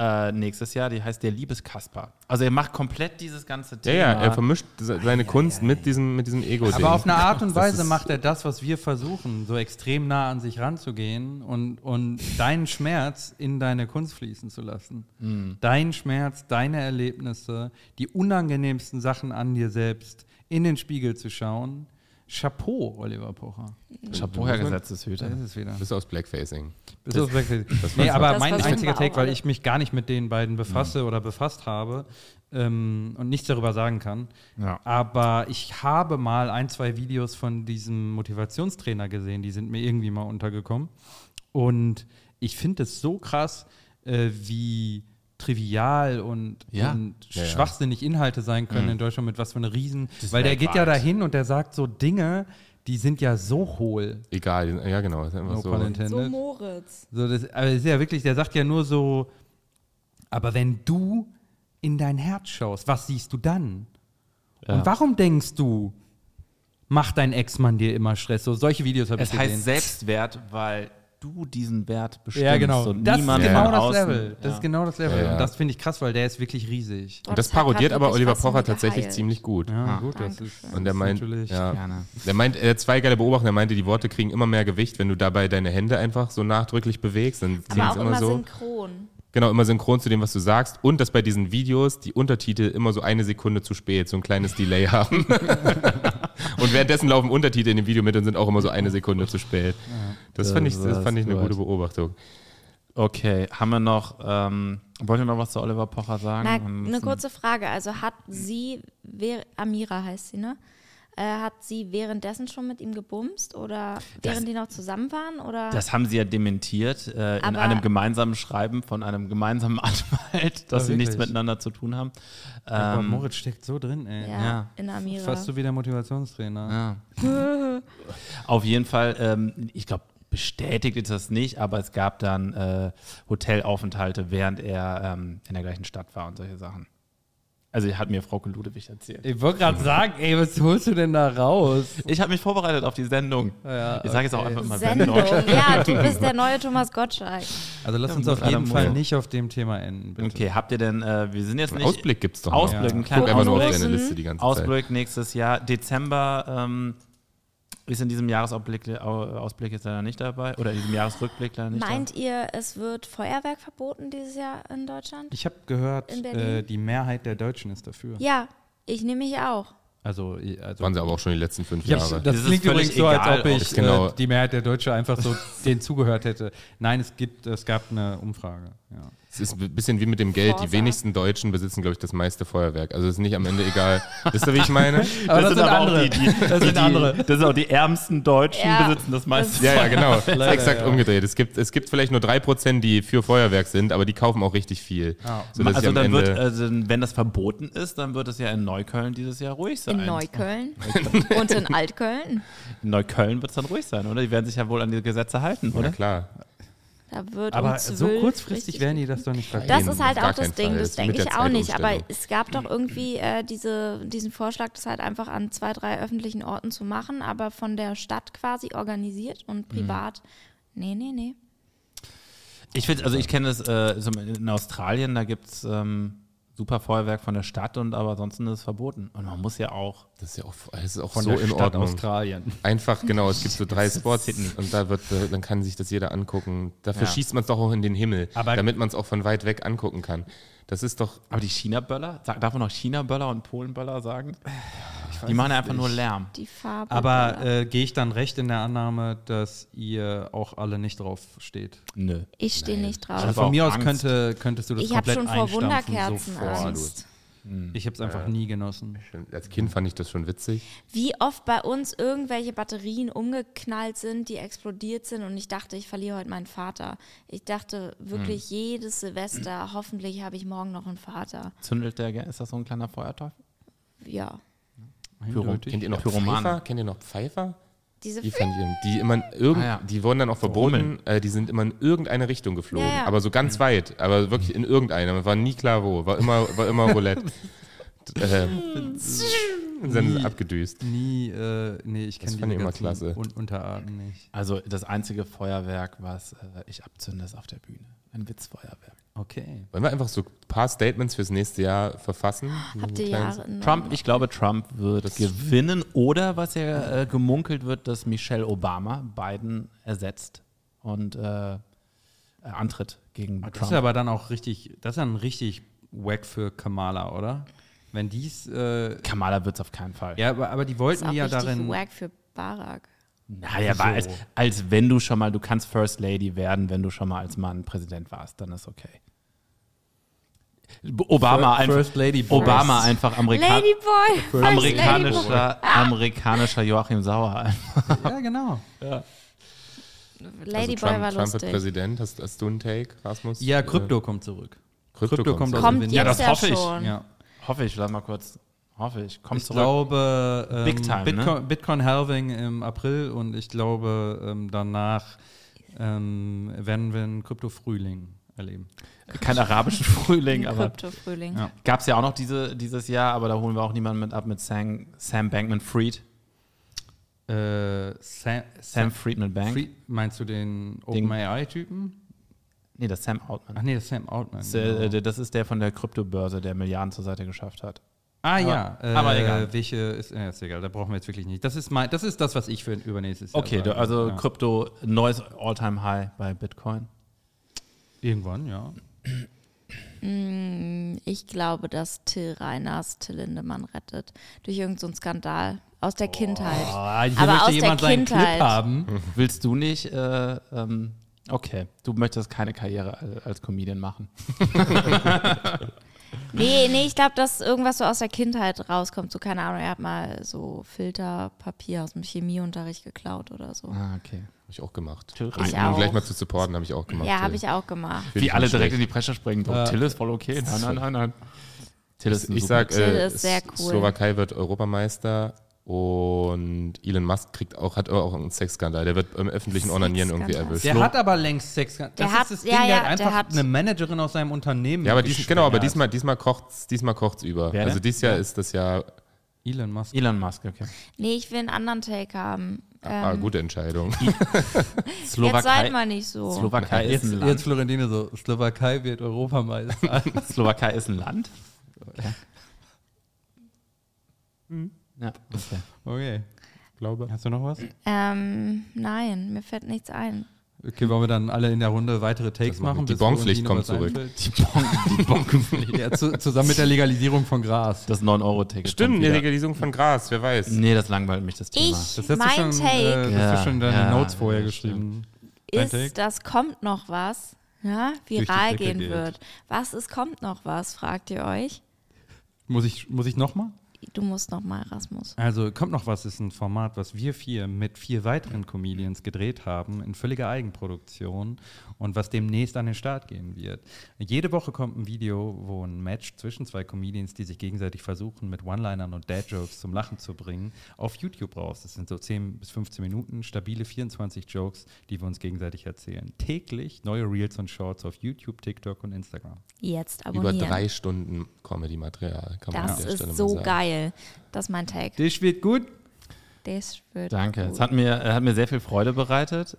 äh, nächstes Jahr, die heißt Der Liebeskasper. Also er macht komplett dieses ganze
Ja,
Thema.
ja, er vermischt se- seine Kunst mit diesem, mit diesem Ego.
Aber auf eine Art und Weise macht er das, was wir versuchen, so extrem nah an sich ranzugehen und, und deinen Schmerz in deine Kunst fließen zu lassen. Dein Schmerz, deine Erlebnisse, die unangenehmsten Sachen an dir selbst in den Spiegel zu schauen. Chapeau, Oliver Pocher.
Chapeau, Herr Gesetzeshüter.
Da ist es wieder.
Bis aufs Blackfacing.
Bis aufs Blackface. Nee,
war's
aber
auch.
mein
Das versuchen wir
einziger Take,
auch
weil
alle.
ich mich gar nicht mit den beiden befasse oder befasst habe ähm, und nichts darüber sagen kann.
Ja.
Aber ich habe mal ein, zwei Videos von diesem Motivationstrainer gesehen, die sind mir irgendwie mal untergekommen. Und ich finde es so krass, äh, wie trivial und,
Ja.
und
Ja, ja.
schwachsinnig Inhalte sein können in Deutschland mit was für eine Riesen.
ist
Weil der geht ja
weltweit.
dahin und der sagt so Dinge, die sind ja so hohl.
Egal, ja, genau. Ist einfach
No
so.
pun
So
intended.
Moritz.
So, das, aber das ist ja wirklich, der sagt ja nur so, aber wenn du in dein Herz schaust, was siehst du dann? Und warum denkst du, macht dein Ex-Mann dir immer Stress? So, solche Videos habe ich
Es
gesehen.
heißt Selbstwert, weil du diesen Wert bestimmst
ja, genau.
und
Das ist
niemand
genau
von
das
außen.
Level. Das
ja.
ist genau das Level.
Ja, ja.
Und das finde ich krass, weil der ist wirklich riesig.
Boah,
Und das
hat grad
parodiert aber
wirklich
Oliver
was in
Pocher
mir
tatsächlich
geheilt.
ziemlich gut.
Ah,
Ja, gut, das
Dankeschön.
ist.
Und er meint,
natürlich-
ja,
Gerne.
der meint, er hat zwei geile Beobachter. Er meinte, die Worte kriegen immer mehr Gewicht, wenn du dabei deine Hände einfach so nachdrücklich bewegst. Dann
Aber
klingt's
auch immer,
so.
synchron.
Genau, immer synchron zu dem, was du sagst. Und dass bei diesen Videos die Untertitel immer so eine Sekunde zu spät, so ein kleines Delay haben. und währenddessen laufen Untertitel in dem Video mit und sind auch immer so eine Sekunde zu spät. Das, fand, ich,
das
das
ist
fand ich eine
gut.
gute Beobachtung.
Okay, haben wir noch, ähm, wollt ihr noch was zu Oliver Pocher sagen?
Na, eine
Ansonsten-
kurze Frage. Also hat sie, wer- Amira heißt sie, ne? Äh, hat sie währenddessen schon mit ihm gebumst oder während die noch zusammen waren? Oder?
Das haben sie ja dementiert äh, in
Aber-
einem gemeinsamen Schreiben von einem gemeinsamen Anwalt, dass
Ja,
sie nichts
wirklich.
miteinander zu tun haben.
Boah,
Ähm,
Moritz steckt so drin, ey.
ja,
ja.
in Amira.
Fast so wie der Motivationstrainer.
ja. Auf jeden Fall, ähm, ich glaube, bestätigt ist das nicht, aber es gab dann äh, Hotelaufenthalte, während er ähm, in der gleichen Stadt war und solche Sachen. Also hat mir Frau Ludewig erzählt.
Ich wollte gerade sagen, ey, was holst du denn da raus?
Ich habe mich vorbereitet auf die Sendung. ich sage jetzt auch einfach mal
Sendung.
Sendung.
Ja, du bist der neue Thomas Gottschalk.
Also lass uns
muss
auf jeden
einer
Fall
muss.
nicht auf dem Thema enden, bitte.
Okay, habt ihr denn, äh, wir sind jetzt
Einen
nicht...
Ausblick gibt's doch. noch.
Ausblick,
Ja.
ein
Ich guck
kleiner
einfach nur auf
Ausblick.
Ausblick.
deine Liste die ganze Zeit.
Ausblick nächstes Jahr. Dezember ähm, ist in diesem Jahresausblick Au- Ausblick jetzt leider nicht dabei. Oder in diesem Jahresrückblick leider nicht
Meint ihr, es wird Feuerwerk verboten dieses Jahr in Deutschland?
Ich habe gehört,
In Berlin?
äh, die Mehrheit der Deutschen ist dafür.
Ja, ich nehme mich auch.
Also, i- also
Waren sie aber auch schon die letzten fünf
ich
Jahre.
hab,
Das
das
ist
klingt
völlig
übrigens so, als
egal,
ob
ob
ich
es genau-
äh, die Mehrheit der Deutschen einfach so denen zugehört hätte. Nein, es gibt, es gab eine Umfrage. Ja.
Es ist ein bisschen wie mit dem Geld.
Vorsatz.
Die wenigsten Deutschen besitzen, glaube ich, das meiste Feuerwerk. Also es ist nicht am Ende egal. Wisst ihr, wie ich meine?
dabei.
das sind andere.
auch die, die,
Das
die,
sind andere.
Die, das sind auch die ärmsten Deutschen,
Ja.
besitzen das meiste.
Ja, ja, genau. Es ist
Leider,
exakt
ja.
umgedreht. Es gibt, es gibt vielleicht nur 3%, die für Feuerwerk sind, aber die kaufen auch richtig viel. Sodass ich
also
am
dann wird,
Ende-
also wenn das verboten ist, dann wird es ja in Neukölln dieses Jahr ruhig sein.
In Neukölln und in Altköln.
In Neukölln wird es dann ruhig sein, oder? Die werden sich ja wohl an die Gesetze halten,
Ja,
oder?
klar.
Da wird um
Aber so
12
kurzfristig
richtig
werden die das doch nicht verkaufen.
Das
Nein,
ist halt
auf gar
auch das
keinen
Ding,
Fall.
das
Das ist mit
denke ich
der Mhm.
auch nicht. Aber
Zeitumstellung.
es gab doch irgendwie äh, diese, diesen Vorschlag, das halt einfach an zwei, drei öffentlichen Orten zu machen, aber von der Stadt quasi organisiert
Mhm.
und privat. Nee, nee, nee.
Ich finde, also ich kenne das äh, so in Australien, da gibt es ähm, super Feuerwerk von der Stadt und aber ansonsten ist es verboten. Und man muss ja auch.
Das ist ja auch, das ist auch
Von
so
der
in
Stadt
Ordnung.
Australien.
Einfach, genau, es gibt so drei Spots
Sydney.
und da wird, äh, dann kann sich das jeder angucken. Dafür
Ja.
schießt man es doch auch in den Himmel,
Aber-
damit man es auch von weit weg angucken kann. Das ist doch,
Aber die China-Böller, sag- darf man noch China-Böller und Polen-Böller sagen? Die machen einfach nur Lärm.
Die Farbe.
Aber äh, gehe ich dann recht in der Annahme, dass ihr auch alle nicht drauf steht?
Nö.
ich stehe nicht drauf.
Also
Also
von mir
auch
aus
Angst.
könnte, könntest du das
ich habe
komplett
schon vor
einstampfen,
Wunderkerzen
sofort.
Angst.
Ich habe es einfach nie genossen.
als Kind fand ich das schon witzig.
Wie oft bei uns irgendwelche Batterien umgeknallt sind, die explodiert sind und ich dachte, ich verliere heute meinen Vater. Ich dachte wirklich
Mhm.
jedes Silvester, hoffentlich habe ich morgen noch einen Vater.
Zündelt der, gell? ist das so ein kleiner Feuerteufel?
Ja.
Eindeutig.
Kennt ihr noch
Pyromanen.
Pfeifer? Kennt ihr noch Pfeifer?
Diese
Die, fand ich, die, immer irgend,
Ah, ja.
die wurden dann auch verboten, äh, die sind immer in irgendeine Richtung geflogen,
Ja, ja.
aber so ganz weit, aber wirklich in irgendeine, man war nie klar wo, war immer, war immer Roulette. ähm, und dann ist es abgedüst.
Nie, äh, nee, ich
Das
kenne
fand
die
ich immer
ganzen
klasse.
Un Unterarten nicht.
Also das einzige Feuerwerk, was äh, ich abzünde, ist auf der Bühne. Ein Witzfeuerwerk.
Okay.
Wollen wir einfach so ein paar Statements fürs nächste Jahr verfassen?
Ah, Habt ihr
Kleines-
Jahre in
Trump, ich glaube, Trump wird gewinnen oder was ja äh, gemunkelt wird, dass Michelle Obama Biden ersetzt und äh, äh, antritt gegen
Ah, Das
Trump.
ist aber dann auch richtig, das ist dann richtig wack für Kamala, oder? Wenn dies, äh,
Kamala wird es auf keinen Fall.
ja, aber, aber die
Das ist
wollten
auch
ja
richtig
darin,
wack für Barack.
Naja, war als,
So.
als wenn du schon mal, du kannst First Lady werden, wenn du schon mal als Mann Präsident warst, dann ist okay. B- Obama,
Fir-
einfach,
First Lady Boy.
Obama einfach Amerika
Ladyboy! First Ladyboy.
amerikanischer, amerikanischer Joachim Sauer.
ja genau.
Also
Ladyboy
Trump,
war
Trump wird
lustig.
Präsident. Hast, hast du einen Take, Rasmus?
Ja,
Äh,
Krypto kommt zurück.
Krypto, kommt.
aus
zurück.
dem
Kommt
Wind.
jetzt
Ja,
ja,
das hoffe ich.
schon.
Ja.
Hoffe ich, lass mal kurz. Hoffe ich, komm
Ich
zurück.
glaube, ähm,
Big time,
Bitcoin, Bitcoin Halving im April und ich glaube, ähm, danach ähm, werden wir einen Krypto-Frühling erleben.
Kein arabischen Frühling,
Ein
aber
Krypto-Frühling.
Ja.
gab es ja auch noch diese, dieses Jahr, aber da holen wir auch niemanden mit ab mit Sam, Sam Bankman Fried.
Äh, Sam,
Sam Friedman Bank.
Fried, meinst du den OpenAI-Typen?
Nee, das ist Sam Altman.
Ach nee, das ist Sam Altman.
Das,
genau.
äh, das ist der von der Kryptobörse, der Milliarden zur Seite geschafft hat.
Ah ja, äh,
aber egal.
Welche ist, äh, ist egal, da brauchen wir jetzt wirklich nicht. Das ist mein, das ist das, was ich für ein übernächstes Jahr
Okay,
sage.
du, also
ja.
Krypto, neues All-Time-High bei Bitcoin.
irgendwann, ja.
Ich glaube, dass Till Reiners Till Lindemann rettet. Durch irgendeinen so einen Skandal. Aus der Kindheit.
Ah, hier
Aber
möchte
aus der
jemand seinen
Kindheit.
Clip haben.
Willst du nicht, äh, ähm, okay, du möchtest keine Karriere al- als Comedian machen.
Nee, nee, ich glaube, dass irgendwas so aus der Kindheit rauskommt. So, keine Ahnung, er hat mal so Filterpapier aus dem Chemieunterricht geklaut oder so.
Ah, okay.
Habe Äh, ich auch gemacht.
Till
Um,
Reiners.
auch.
um gleich mal zu supporten, habe ich auch gemacht. Äh,
Ja,
Till.
habe ich auch gemacht.
Fühl
Wie
dich
alle
nicht
direkt in
schlecht.
die Presse springen.
Ja.
Ja. Till ist voll okay. Nein, nein, nein, nein. Till ist ein
Ich
super-
sag,
Till
äh,
ist sehr cool.
Slowakei wird Europameister und Elon Musk kriegt auch, hat auch einen Sexskandal. Der wird im öffentlichen Onanieren irgendwie
Sexskandal.
erwischt.
Der
Schlo-
hat aber längst Sex gehabt. Das
Der
ist
hat-
das Ding,
ja,
der
ja,
hat
der
einfach
hat-
eine Managerin aus seinem Unternehmen.
Ja, aber dies, genau, aber
geschwängert.
diesmal, diesmal kocht's, diesmal kocht's über.
Wer
also
denn?
dieses Jahr ist das Jahr
Elon Musk.
Elon Musk, okay.
Nee, ich will einen anderen Take haben.
ah,
Ähm.
gute Entscheidung.
Jetzt
Slowakei,
seid mal nicht so.
Slowakei ist ein Land.
Florentine so, Slowakei wird Europameister.
Slowakei ist ein Land. Ja, okay.
okay.
glaube.
Hast du noch was?
Ähm, nein, mir fällt nichts ein.
Okay, wollen wir dann alle in der Runde weitere Takes
Das machen wir.
machen?
Die
bis Florentine
Bonpflicht kommt
was
zurück.
einfällt?
Die Bonk, die Bonkenpflicht.
Ja, zu, zusammen mit der Legalisierung von Gras.
Das 9-Euro-Ticket.
Stimmt,
kommt
eine
wieder.
Legalisierung von Gras, wer weiß.
Nee, das langweilt mich, das Thema.
Ich,
Das hast
mein
du schon,
Take
Äh,
Ja,
hast du schon deine
ja,
Notes vorher
ja,
geschrieben. Dein Take?
ist, dass kommt noch was ja,
die
viral
Decke
gehen
geht.
wird. Was ist kommt noch was, fragt ihr euch?
Muss ich, muss ich nochmal?
Du musst nochmal, Rasmus.
Also kommt noch was, ist ein Format, was wir vier mit vier weiteren Comedians gedreht haben, in völliger Eigenproduktion und was demnächst an den Start gehen wird. Jede Woche kommt ein Video, wo ein Match zwischen zwei Comedians, die sich gegenseitig versuchen, mit One-Linern und Dad-Jokes zum Lachen zu bringen, auf YouTube raus. Das sind so 10 bis 15 Minuten, stabile 24 Jokes, die wir uns gegenseitig erzählen. Täglich neue Reels und Shorts auf YouTube, TikTok und Instagram.
Jetzt
Über
abonnieren.
drei Stunden Comedy-Material kann man an
das
der Stelle
ist
mal
so
sagen.
geil. Das ist mein Take.
Dich wird gut.
Das wird
Danke. Es
gut.
hat mir, äh, hat mir sehr viel Freude bereitet.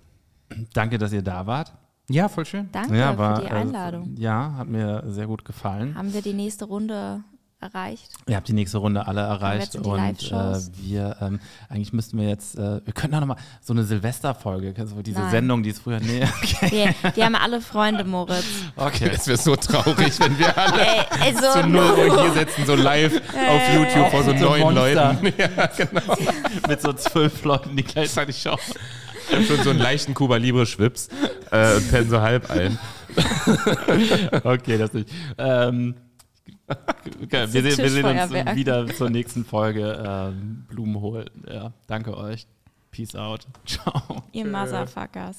Danke, dass ihr da wart.
Ja, voll schön.
Danke
ja,
für die
äh,
Einladung.
ja, hat mir sehr gut gefallen.
Haben wir die nächste Runde erreicht?
Ihr habt die nächste Runde alle erreicht
sind die
und äh,
Live-Shows.
wir ähm, eigentlich müssten wir jetzt, äh, wir könnten auch nochmal so eine Silvesterfolge, also diese
Nein.
Sendung, die es früher, nee, okay,
Wir, wir haben alle Freunde, Moritz.
okay.
Es wäre so traurig, wenn wir alle
Ey, also,
zu null Uhr hier sitzen, so live auf YouTube vor so
Mit so
neun
Monster.
Leuten. Ja, genau.
mit so zwölf Leuten, die gleichzeitig schauen.
Schon so einen leichten Kuba Libre Schwips äh, und pennen so halb ein.
Okay, das nicht. Ähm, okay, wir,
ist
sehen, wir sehen uns
Tischfeuerwerk.
wieder zur nächsten Folge ähm, Blumen holen. Ja, danke euch. Peace out. Ciao.
ihr Motherfuckers.